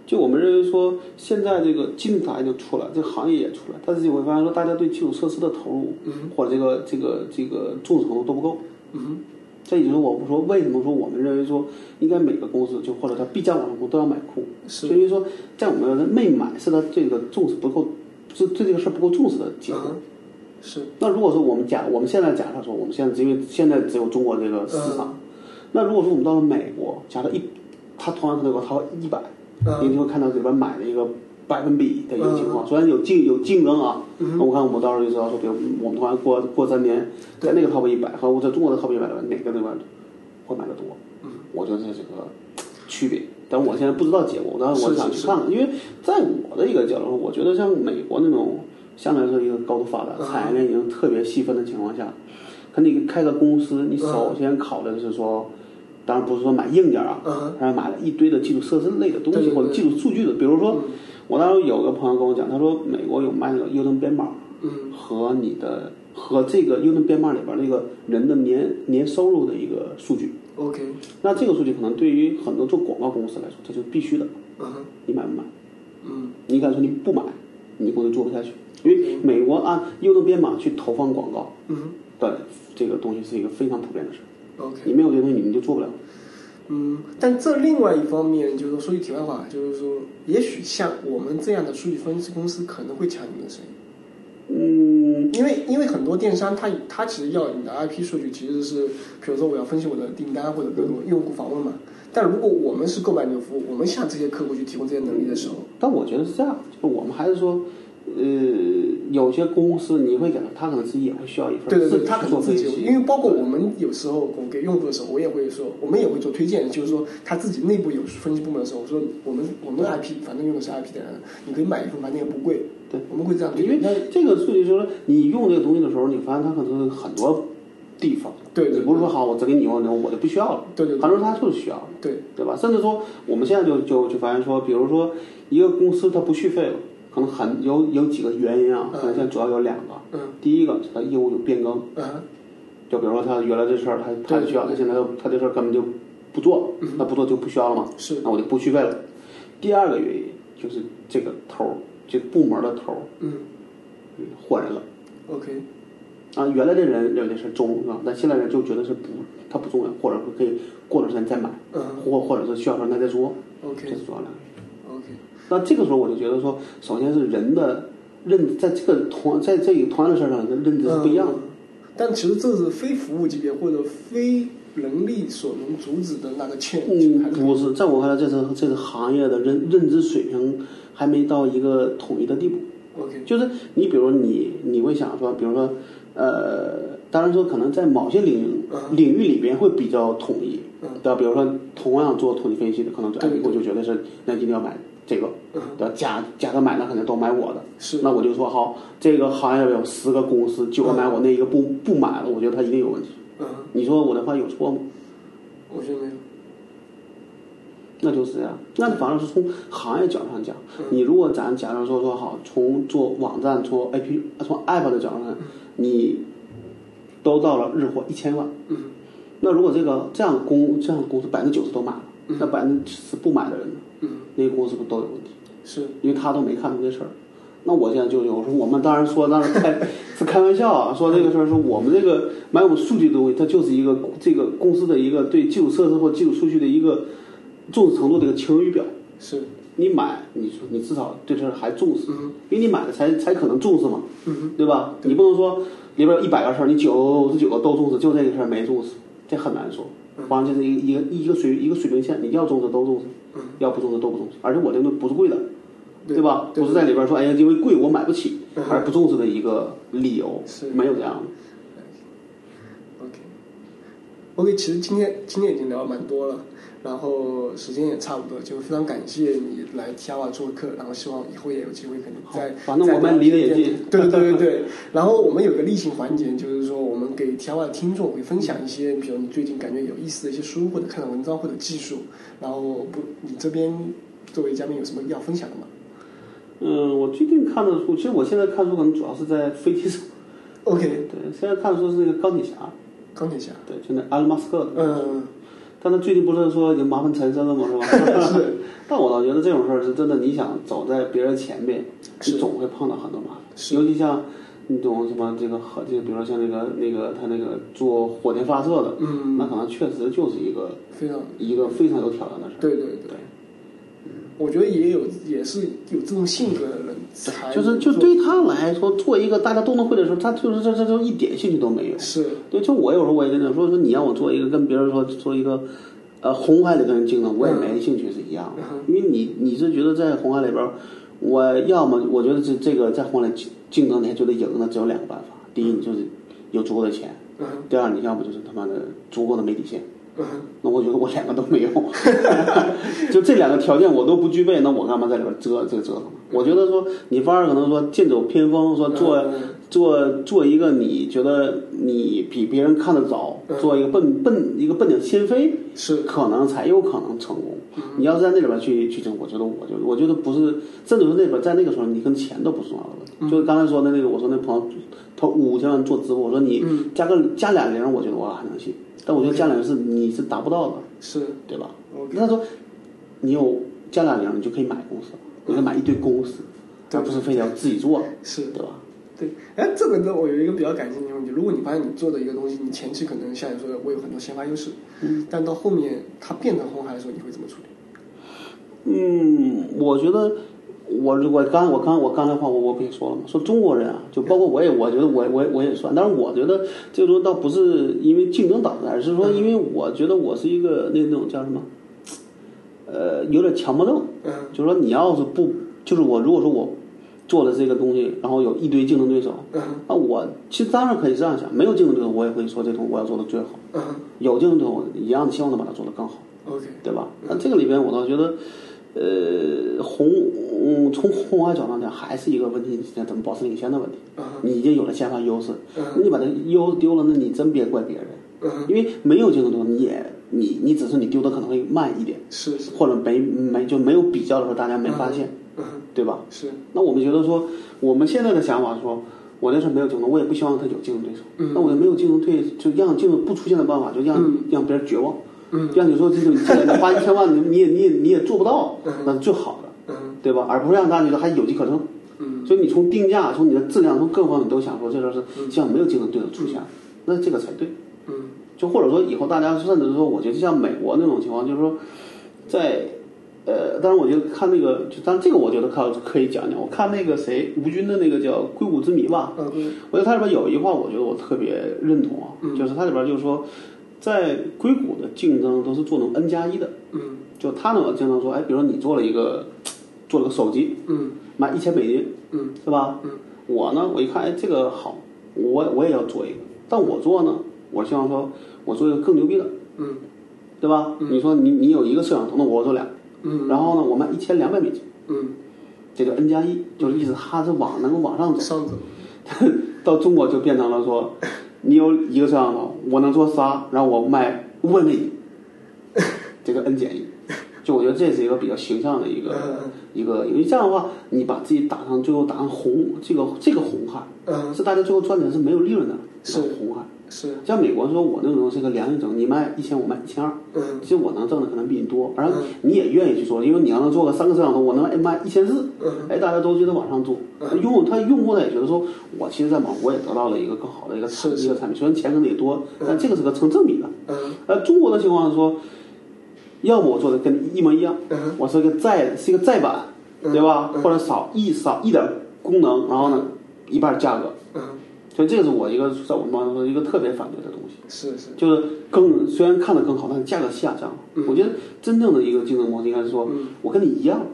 Speaker 2: 就我们认为说，现在这个技术答案就出来，这个行业也出来，但是你会发现说，大家对基础设施的投入，或者这个这个这个重视程度都不够。
Speaker 1: 嗯
Speaker 2: 这也就是我们说为什么说我们认为说，应该每个公司就或者叫 B 加网络公司都要买库，
Speaker 1: 哼，是
Speaker 2: 就因为说在我们的没买是他这个重视不够，是对这个事儿不够重视的结果。
Speaker 1: 啊，是
Speaker 2: 那如果说我们假我们现在假设说我们现在只因为现在只有中国这个市场，那如果说我们到了美国，假设一他同样可能有超一百，
Speaker 1: 嗯
Speaker 2: 您就会看到里边买的一个百分比的一个情况。虽然有竞有竞争啊，
Speaker 1: 嗯
Speaker 2: 那我看我们到时候就知道说，比如我们同样过过三年，在那个 top 一百和我在中国的 top 一百里边哪个地方会买的多？
Speaker 1: 嗯
Speaker 2: 我觉得这是个区别。但我现在不知道结果，但是我
Speaker 1: 是
Speaker 2: 想
Speaker 1: 是
Speaker 2: 去看看，因为在我的一个角度，我觉得像美国那种相对来说一个高度发达、
Speaker 1: 嗯
Speaker 2: 产业链已经特别细分的情况下，可你开个公司，
Speaker 1: 嗯
Speaker 2: 你首先考虑的是说，当然不是说买硬件啊，
Speaker 1: 啊，
Speaker 2: 然后买了一堆的基础设施类的东
Speaker 1: 对
Speaker 2: 西
Speaker 1: 对对
Speaker 2: 或者基础数据的，比如说，我当时有个朋友跟我讲，他说美国有卖那个 U 盾编码
Speaker 1: 嗯
Speaker 2: 和你的和这个 U 盾编码里边那个人的年年收入的一个数
Speaker 1: 嗯
Speaker 2: 据，
Speaker 1: ，OK，
Speaker 2: 那这个数据可能对于很多做广告公司来说，它就必须的，
Speaker 1: 嗯
Speaker 2: 你买不买？
Speaker 1: 嗯
Speaker 2: 你敢说你不买，你这公司做不下去，因为美国按 U 盾编码去投放广告
Speaker 1: 嗯
Speaker 2: 的这个东西是一个非常普遍的事儿，
Speaker 1: ，OK。
Speaker 2: 你没有这个东西你就做不了。
Speaker 1: 嗯，但这另外一方面就是说，说句题外话，就是说，也许像我们这样的数据分析公司可能会抢你们的生意，
Speaker 2: 嗯，
Speaker 1: 因为因为很多电商他他其实要你的 IP 数据，其实是比如说我要分析我的订单或者各种用户访问嘛。但如果我们是购买你的服务，我们向这些客户去提供这些能力的时候，
Speaker 2: 但我觉得是这样，就是我们还是说，呃，有些公司你会给他，他可能自己也会需要一份
Speaker 1: 对对对，
Speaker 2: 自己
Speaker 1: 他可
Speaker 2: 去
Speaker 1: 能
Speaker 2: 做
Speaker 1: 自
Speaker 2: 分
Speaker 1: 己有，因
Speaker 2: 析。
Speaker 1: 为包括我们有时候我给用户的时候，我也会说，我们也会做推荐，就是说他自己内部有分析部门的时候，我说我们我们 IP 反正用的是 IP 的人，你可以买一份，反正也不贵。
Speaker 2: 对，
Speaker 1: 我们会这样推
Speaker 2: 因
Speaker 1: 荐
Speaker 2: 为。这个数据就是说，你用这个东西的时候，你发现它可能很多地方，
Speaker 1: 对对对
Speaker 2: 你不是说好我只给你用，我就不需要了，
Speaker 1: 对对对
Speaker 2: 很多时候它就是需要的，
Speaker 1: 对，
Speaker 2: 对吧？甚至说我们现在就就就发现说，比如说一个公司它不续费了，可能很有有几个原因啊，
Speaker 1: 嗯
Speaker 2: 可能现在主要有两个，
Speaker 1: 嗯
Speaker 2: 第一个是它业务有变更，
Speaker 1: 啊
Speaker 2: 就比如说他原来这事儿，他他
Speaker 1: 对
Speaker 2: 需要，他现在他这事儿根本就不做，那不做就不需要了嘛，
Speaker 1: 嗯是
Speaker 2: 那我就不续费了。第二个原因就是这个头儿，这个部门的头儿
Speaker 1: 嗯
Speaker 2: 嗯换人了
Speaker 1: ，OK，
Speaker 2: 啊，原来这人认为这事儿重要，但现在人就觉得是不，他不重要，或者说可以过段时间再买，
Speaker 1: 嗯
Speaker 2: 或或者是需要时候再说，这
Speaker 1: ，OK
Speaker 2: 是主要两个。
Speaker 1: OK，
Speaker 2: 那这个时候我就觉得说，首先是人的认，在这个同在这个同样的事儿上，人的认知是不一样的。
Speaker 1: 嗯但其实这是非服务级别或者非能力所能阻止的那个 change，还
Speaker 2: 嗯，
Speaker 1: 是
Speaker 2: 不是，在我看来，这是这个行业的认认知水平还没到一个统一的地步。
Speaker 1: OK，
Speaker 2: 就是你，比如你，你会想说，比如说，呃，当然说可能在某些领域
Speaker 1: 嗯
Speaker 2: 领域里边会比较统一，
Speaker 1: 嗯
Speaker 2: 对吧？比如说同样做统计分析的，可能就哎
Speaker 1: 对，对
Speaker 2: 我就觉得是那一定要买这个，
Speaker 1: 嗯
Speaker 2: 对吧？假假的买那肯定都买我的，
Speaker 1: 是
Speaker 2: 那我就说好，这个行业有十个公司，九个买我，那一个不不买了，我觉得他一定有问题。
Speaker 1: 嗯，
Speaker 2: 你说我的话有错吗？
Speaker 1: 我觉得没有，
Speaker 2: 那就是这样。那反而是从行业角度上讲，你如果咱假如说说好，从做网站、从 A P、从 App 的角度上，你都到了日活一千万，
Speaker 1: 嗯
Speaker 2: 那如果这个这样的公这样的公司百分之九十都买了，那百分之十不买的人呢，
Speaker 1: 嗯，
Speaker 2: 那个公司不都有问题？
Speaker 1: 是
Speaker 2: 因为他都没看出这事儿。那我现在就有我说我们当然说当然开是开玩笑啊，说这个事儿是我们这个买我们数据的东西，它就是一个这个公司的一个对基础设施或基础数据的一个重视程度的一个晴雨表。
Speaker 1: 是，
Speaker 2: 你买，你说你至少对这事儿还重视，
Speaker 1: 嗯
Speaker 2: 因为你买了才才可能重视嘛，
Speaker 1: 嗯
Speaker 2: 对吧？你不能说里边有一百个事儿，你九十九个都重视，就这个事儿没重视，这很难说。反正就是一个一个一个水一个水平线，你要重视都重视，
Speaker 1: 嗯
Speaker 2: 要不重视都不重视。而且我这个不是贵的，
Speaker 1: 对
Speaker 2: 对吧？
Speaker 1: 对
Speaker 2: 不是在里边说，哎呀，因为贵我买不起
Speaker 1: 嗯，
Speaker 2: 而不重视的一个理由
Speaker 1: 是，
Speaker 2: 没有这样的。
Speaker 1: OK。OK，其实今天今天已经聊了蛮多了，然后时间也差不多，就非常感谢你来 T R 做客，然后希望以后也有机会可能再。
Speaker 2: 好反正
Speaker 1: 再
Speaker 2: 我们离得也近
Speaker 1: 对对对对对。然后我们有个例行环节，就是说我们给 T R 的听众会分享一些，比如你最近感觉有意思的一些书，或者看的文章，或者技术。然后不，你这边作为嘉宾有什么要分享的吗？
Speaker 2: 嗯，我最近看的书，其实我现在看书可能主要是在飞机上，
Speaker 1: OK，
Speaker 2: 对，现在看的书是那个钢铁侠，
Speaker 1: 钢铁侠。
Speaker 2: 对，就那埃隆马斯克的。
Speaker 1: 嗯，
Speaker 2: 但他最近不是说已经麻烦缠身了吗？是吧？但我倒觉得这种事儿是真的，你想走在别人前边，
Speaker 1: 是
Speaker 2: 你总会碰到很多麻烦。
Speaker 1: 是
Speaker 2: 尤其像你懂什么这个核，就比如说像那个那个他那个做火箭发射的，
Speaker 1: 嗯
Speaker 2: 那可能确实就是一个
Speaker 1: 非常
Speaker 2: 一个非常有挑战的事儿。
Speaker 1: 对对对。我觉得也有也是有这种性格的人才
Speaker 2: 就是就对他来说，做一个大家都能会的时候，他就是这这这一点兴趣都没有。
Speaker 1: 是
Speaker 2: 对，就我有时候我也跟他说说，你让我做一个跟别人说做一个，呃，红海里跟人竞争，我也
Speaker 1: 嗯
Speaker 2: 没兴趣是一样的，因为你你是觉得在红海里边儿，我要么我觉得这这个在红海里竞竞争，你还觉得赢的只有两个办法，第一你就是有足够的钱，
Speaker 1: 嗯哼
Speaker 2: 第二你要么就是他妈的足够的媒体线。
Speaker 1: 嗯哼
Speaker 2: 那我觉得我两个都没有， 就这两个条件我都不具备，那我干嘛在里边折这个折腾？我觉得说你反而可能说剑走偏锋，说做
Speaker 1: 嗯
Speaker 2: 做做一个你觉得你比别人看得早，做一个笨笨一个笨鸟先飞，
Speaker 1: 嗯是嗯
Speaker 2: 可能才有可能成功。你要在那里边去去争，我觉得我就我觉得不是，甚至说那边在那个时候，你跟钱都不是重要的问题。
Speaker 1: 嗯
Speaker 2: 就是刚才说的那个，我说那朋友投五千万做直播，我说你
Speaker 1: 嗯
Speaker 2: 加个、加俩零，我觉得我还能信，但我觉得加俩零是你是达不到的，
Speaker 1: 是
Speaker 2: 对吧？
Speaker 1: 嗯 OK
Speaker 2: 那他说你有加俩零，你就可以买公司，你可以买一堆公司，
Speaker 1: 对
Speaker 2: 而不是非得要自己做，
Speaker 1: 是
Speaker 2: 对吧？
Speaker 1: 对，哎，这个呢，我有一个比较感兴趣的问题。如果你发现你做的一个东西，你前期可能像你说的，我有很多先发优势，嗯，但到后面它变成红海的时候，你会怎么处理？
Speaker 2: 嗯，我觉得我我刚我刚我刚才话我我不也说了吗？说中国人啊，就包括我也，我觉得我我我也算，但是我觉得这个东西倒不是因为竞争导致的，而是说因为
Speaker 1: 嗯
Speaker 2: 我觉得我是一个那那种叫什么，呃，有点强迫症，
Speaker 1: 嗯
Speaker 2: 就是说你要是不，就是我如果说我做了这个东西，然后有一堆竞争对手，
Speaker 1: 嗯
Speaker 2: 啊，我其实当然可以这样想，没有竞争对手我也会说这东西我要做的最好，
Speaker 1: 嗯
Speaker 2: 有竞争对手我一样的希望能把它做得更好。
Speaker 1: ，OK，
Speaker 2: 对吧？那这个里边，我倒觉得，呃，红，嗯，从红花角度上讲，还是一个问题，你怎么保持领先的问题。
Speaker 1: 嗯
Speaker 2: 你已经有了先发优势，
Speaker 1: 嗯
Speaker 2: 那你把这优势丢了，那你真别怪别人，
Speaker 1: 嗯，
Speaker 2: 因为没有竞争对手，你也你你只是你丢的可能会慢一点，
Speaker 1: 是是，
Speaker 2: 或者没没就没有比较的时候，大家没发现，
Speaker 1: 嗯
Speaker 2: 对吧？
Speaker 1: 是，
Speaker 2: 那我们觉得说，我们现在的想法说，我这事没有竞争，我也不希望他有竞争对手。
Speaker 1: 嗯
Speaker 2: 那我也没有竞争对，就让竞争不出现的办法，就让、
Speaker 1: 嗯
Speaker 2: 让别人绝望。
Speaker 1: 嗯
Speaker 2: 让你说这种你这个花一千万，你也你也你也做不到，那是最好的，
Speaker 1: 嗯
Speaker 2: 对吧？而不是让大家觉得还有机可乘。
Speaker 1: 嗯
Speaker 2: 所以你从定价、从你的质量、从各方面，你都想说这事儿是希望没有竞争对手出现，那这个才对。
Speaker 1: 嗯
Speaker 2: 就或者说以后大家甚至说，我觉得像美国那种情况，就是说在呃，当然我觉得看那个，就当然这个我觉得可可以讲讲。我看那个谁吴军的那个叫《硅谷之谜》吧，
Speaker 1: 嗯
Speaker 2: 我觉得它里边有一句话，我觉得我特别认同啊，
Speaker 1: 嗯
Speaker 2: 就是它里边就是说，在硅谷的竞争都是做那种 N 加一的，
Speaker 1: 嗯
Speaker 2: 就他呢经常说，哎，比如说你做了一个做了个手机，
Speaker 1: 嗯
Speaker 2: 卖一千美金，
Speaker 1: 嗯
Speaker 2: 是吧？
Speaker 1: 嗯
Speaker 2: 我呢，我一看，哎，这个好，我我也要做一个，但我做呢，我希望说，我做一个更牛逼的，
Speaker 1: 嗯
Speaker 2: 对吧？你说你你有一个摄像头，那我做俩，
Speaker 1: 嗯
Speaker 2: 然后呢，我卖一千两百美金，
Speaker 1: 嗯，
Speaker 2: 这就 N 加一，就是意思它是往能够往上走。
Speaker 1: 上走，
Speaker 2: 到中国就变成了说，你有一个摄像头，我能做仨，然后我卖五百 美金，这个 N 减一，就我觉得这是一个比较形象的一个
Speaker 1: 嗯
Speaker 2: 一个，因为这样的话，你把自己打上最后打上红这个这个红海，
Speaker 1: 嗯
Speaker 2: 是大家最后赚钱是没有利润的，
Speaker 1: 是
Speaker 2: 红海。
Speaker 1: 是，
Speaker 2: 像美国说，我那种是个良性整，你卖一千，我卖一千二，
Speaker 1: 嗯
Speaker 2: 其实我能挣的可能比你多，而
Speaker 1: 嗯
Speaker 2: 你也愿意去做，因为你要能做个三个摄像头，我能卖一千四
Speaker 1: 嗯，
Speaker 2: 哎，大家都觉得往上做
Speaker 1: 嗯，
Speaker 2: 用户他用户他也觉得说，我其实在美国也得到了一个更好的一个产
Speaker 1: 是是
Speaker 2: 一个产品，虽然钱可能也多，
Speaker 1: 嗯
Speaker 2: 但这个是个成正比的。
Speaker 1: 嗯
Speaker 2: 而中国的情况是说，要么我做的跟你一模一样，
Speaker 1: 嗯
Speaker 2: 我是一个再是一个再版，
Speaker 1: 嗯
Speaker 2: 对吧？
Speaker 1: 嗯
Speaker 2: 或者少一少一点功能，然后呢一半价格，
Speaker 1: 嗯，
Speaker 2: 所以这个是我一个在我们当中一个特别反对的东西。
Speaker 1: 是是，
Speaker 2: 就是更虽然看的更好，但是价格下降了。
Speaker 1: 嗯
Speaker 2: 我觉得真正的一个竞争模式应该是说，
Speaker 1: 嗯
Speaker 2: 我跟你一样，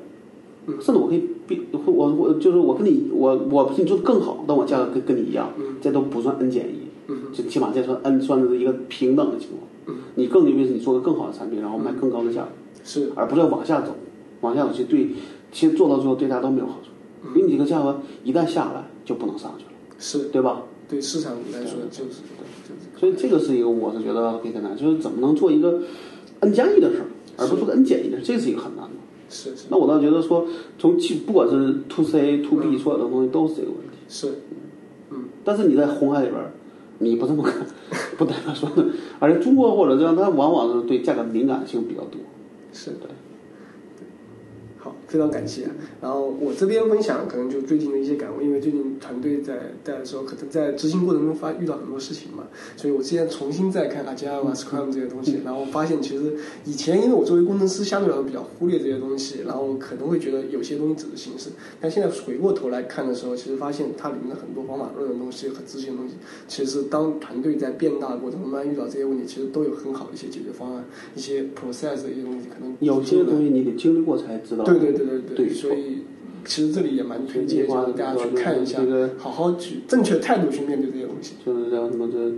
Speaker 1: 嗯
Speaker 2: 甚至我可以比我我就是我跟你我我比你做的更好，但我价格跟跟你一样，
Speaker 1: 嗯
Speaker 2: 这都不算 n 减一，
Speaker 1: 嗯
Speaker 2: 就起码这算 n 算是一个平等的情况。
Speaker 1: 嗯
Speaker 2: 你更牛逼是你做的更好的产品，然后卖更高的价格，
Speaker 1: 是，
Speaker 2: 而不是要往下走，往下走其实对其实做到最后对大家都没有好处，因为你这个价格一旦下来就不能上去了，
Speaker 1: 嗯是
Speaker 2: 对吧？
Speaker 1: 对市场来说就是就是，
Speaker 2: 所以这个是一个，我是觉得可以很难，就是怎么能做一个 n 加一的事儿，而不是个 n 减一的事，这是一个很难的。
Speaker 1: 是是
Speaker 2: 那我倒觉得说，从技不管是 to C to
Speaker 1: 嗯
Speaker 2: B 所有的东西都是这个问题。
Speaker 1: 是，嗯
Speaker 2: 但是你在红海里边儿，你不这么干， 不代表说的。而且中国或者这样，它往往是对价格敏感性比较多。
Speaker 1: 是
Speaker 2: 对
Speaker 1: 好，非常感谢。啊然后我这边分享可能就最近的一些感悟，因为最近团队在带的时候，可能在执行过程中发遇到很多事情嘛，所以我之前重新再看 Agile 啊、Scrum
Speaker 2: 嗯
Speaker 1: 这些东西，然后发现其实以前因为我作为工程师相对来说比较忽略这些东西，然后可能会觉得有些东西只是形式，但现在回过头来看的时候，其实发现它里面的很多方法论的东西和执行的东西，其实当团队在变大的过程中，慢慢遇到这些问题，其实都有很好的一些解决方案，一些 process 嗯的一些东西，可能
Speaker 2: 有些东西你得经历过才知道。
Speaker 1: 对对对对对，
Speaker 2: 对
Speaker 1: 所以其实这里也蛮推荐
Speaker 2: 这句话
Speaker 1: 就是大家去看一下
Speaker 2: 啊这个，
Speaker 1: 好好去正确态度去面对这些东西。
Speaker 2: 就是叫什么这，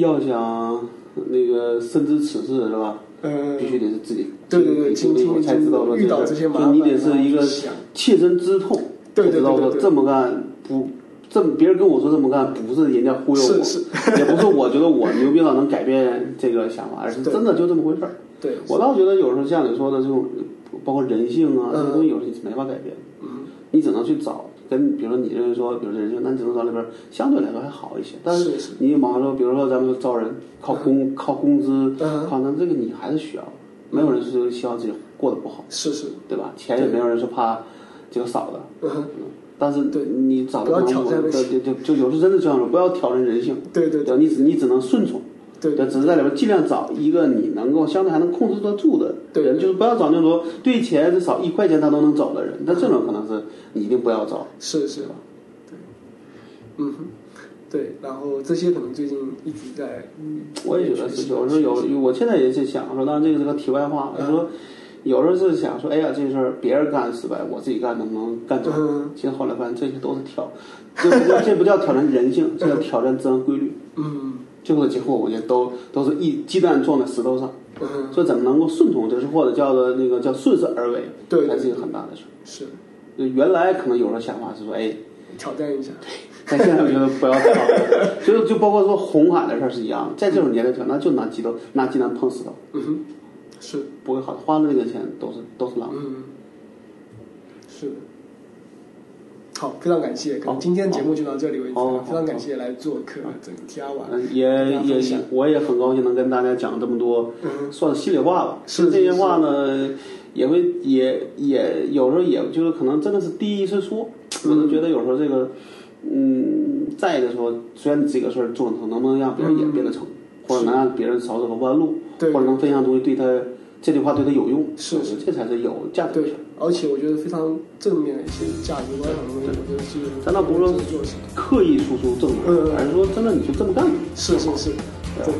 Speaker 2: 要想那个深知此事是吧？
Speaker 1: 呃，
Speaker 2: 必须得是自己
Speaker 1: 对对对，
Speaker 2: 经
Speaker 1: 经
Speaker 2: 历
Speaker 1: 经
Speaker 2: 过
Speaker 1: 历
Speaker 2: 才知道了
Speaker 1: 遇到这
Speaker 2: 这
Speaker 1: 些
Speaker 2: 事儿
Speaker 1: 麻
Speaker 2: 就
Speaker 1: 烦，
Speaker 2: 你得是一
Speaker 1: 然
Speaker 2: 个
Speaker 1: 后去想
Speaker 2: 切身之痛，
Speaker 1: 对对对
Speaker 2: 才知道
Speaker 1: 对
Speaker 2: 说
Speaker 1: 对
Speaker 2: 这么干不这么别人跟我说这么干不是人家忽悠
Speaker 1: 是
Speaker 2: 我，
Speaker 1: 是，
Speaker 2: 也不是我觉得我牛逼到能改变这个想法，而是
Speaker 1: 对
Speaker 2: 真的就这么回事儿。
Speaker 1: 对，
Speaker 2: 我倒觉得有时候像你说的这种，包括人性啊，
Speaker 1: 嗯
Speaker 2: 这些东西有时候你是没法改变的，
Speaker 1: 嗯，
Speaker 2: 你只能去找。跟比如说你认为说，比如说人性，那你只能找里边儿相对来说还好一些，但是
Speaker 1: 是是
Speaker 2: 你马上说，比如说咱们说招人靠 工靠工资，
Speaker 1: 嗯
Speaker 2: 靠那这个你还是需要，没有人是希望自己过得不好，
Speaker 1: 是是，
Speaker 2: 对吧？钱也没有人是怕这个少的，
Speaker 1: 嗯哼，
Speaker 2: 但是
Speaker 1: 对
Speaker 2: 你找的
Speaker 1: 不要
Speaker 2: 帮助
Speaker 1: 挑战人
Speaker 2: 对对对，就有时候真的这样说，不要挑战人性，
Speaker 1: 对对
Speaker 2: 对，你只你只能顺从。
Speaker 1: 对对
Speaker 2: 对，只是在里边尽量找一个你能够相对还能控制得住的
Speaker 1: 对
Speaker 2: 人，就是不要找那种对钱至少一块钱他都能找的人，那这种可能是你一定不要找。
Speaker 1: 是是，对，嗯哼，对，然后这些可能最近一直在，
Speaker 2: 我也觉得是，有时候有，我现在也是想说，当然这个是个题外话，
Speaker 1: 嗯
Speaker 2: 就是说有时候是想说，哎呀，这事儿别人干失败，我自己干能不能干成？
Speaker 1: 嗯
Speaker 2: 其实后来发现这些都是挑，这不叫这不叫挑战人性，这叫挑战自然规律。
Speaker 1: 嗯
Speaker 2: 最后的结果，我觉得都都是一鸡蛋撞在石头上，
Speaker 1: 嗯，
Speaker 2: 所以怎么能够顺从这事，或者叫做那个叫顺势而为，
Speaker 1: 对对
Speaker 2: 才是一个很大的事儿。
Speaker 1: 是
Speaker 2: 就原来可能有人想法是说，哎，
Speaker 1: 挑战一下，
Speaker 2: 在现在我觉得不要吵，就就包括说红海的事儿是一样的，在这种年代挑，那就拿鸡头拿鸡蛋碰石头，
Speaker 1: 嗯哼，是，
Speaker 2: 不会好，花的那个钱都是都是浪费。
Speaker 1: 嗯，是的。好，非常感谢，可能今天节目就到这里为止
Speaker 2: 好好好。
Speaker 1: 非常感谢来做客这个 T R 瓦，
Speaker 2: 嗯，也也也，我也很高兴能跟大家讲这么多，
Speaker 1: 嗯
Speaker 2: 算是心里话吧。
Speaker 1: 是是
Speaker 2: 这些话呢，也会也也有时候也就是可能真的是第一次说，我就觉得有时候这个，嗯，在意的时候，虽然你这个事儿做成，能不能让别人也变得成，或者能让别人少走个弯路，
Speaker 1: 嗯对
Speaker 2: 或者能分享东西对他这句话对他有用，
Speaker 1: 是是
Speaker 2: 这才是有价值的事
Speaker 1: 嗯对
Speaker 2: 儿。，
Speaker 1: 而且我觉得非常正面的一些价值观上的东西，我觉得是
Speaker 2: 咱倒不是说
Speaker 1: 做事
Speaker 2: 刻意输出正
Speaker 1: 嗯嗯
Speaker 2: 能量，而是说真的你就这么干。
Speaker 1: 是是是，对
Speaker 2: 对，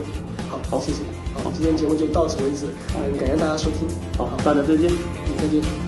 Speaker 1: 好，
Speaker 2: 好
Speaker 1: 谢谢，好，今天节目就到此为止，嗯，感谢大家收听，
Speaker 2: 好，大家再见。
Speaker 1: 嗯再见。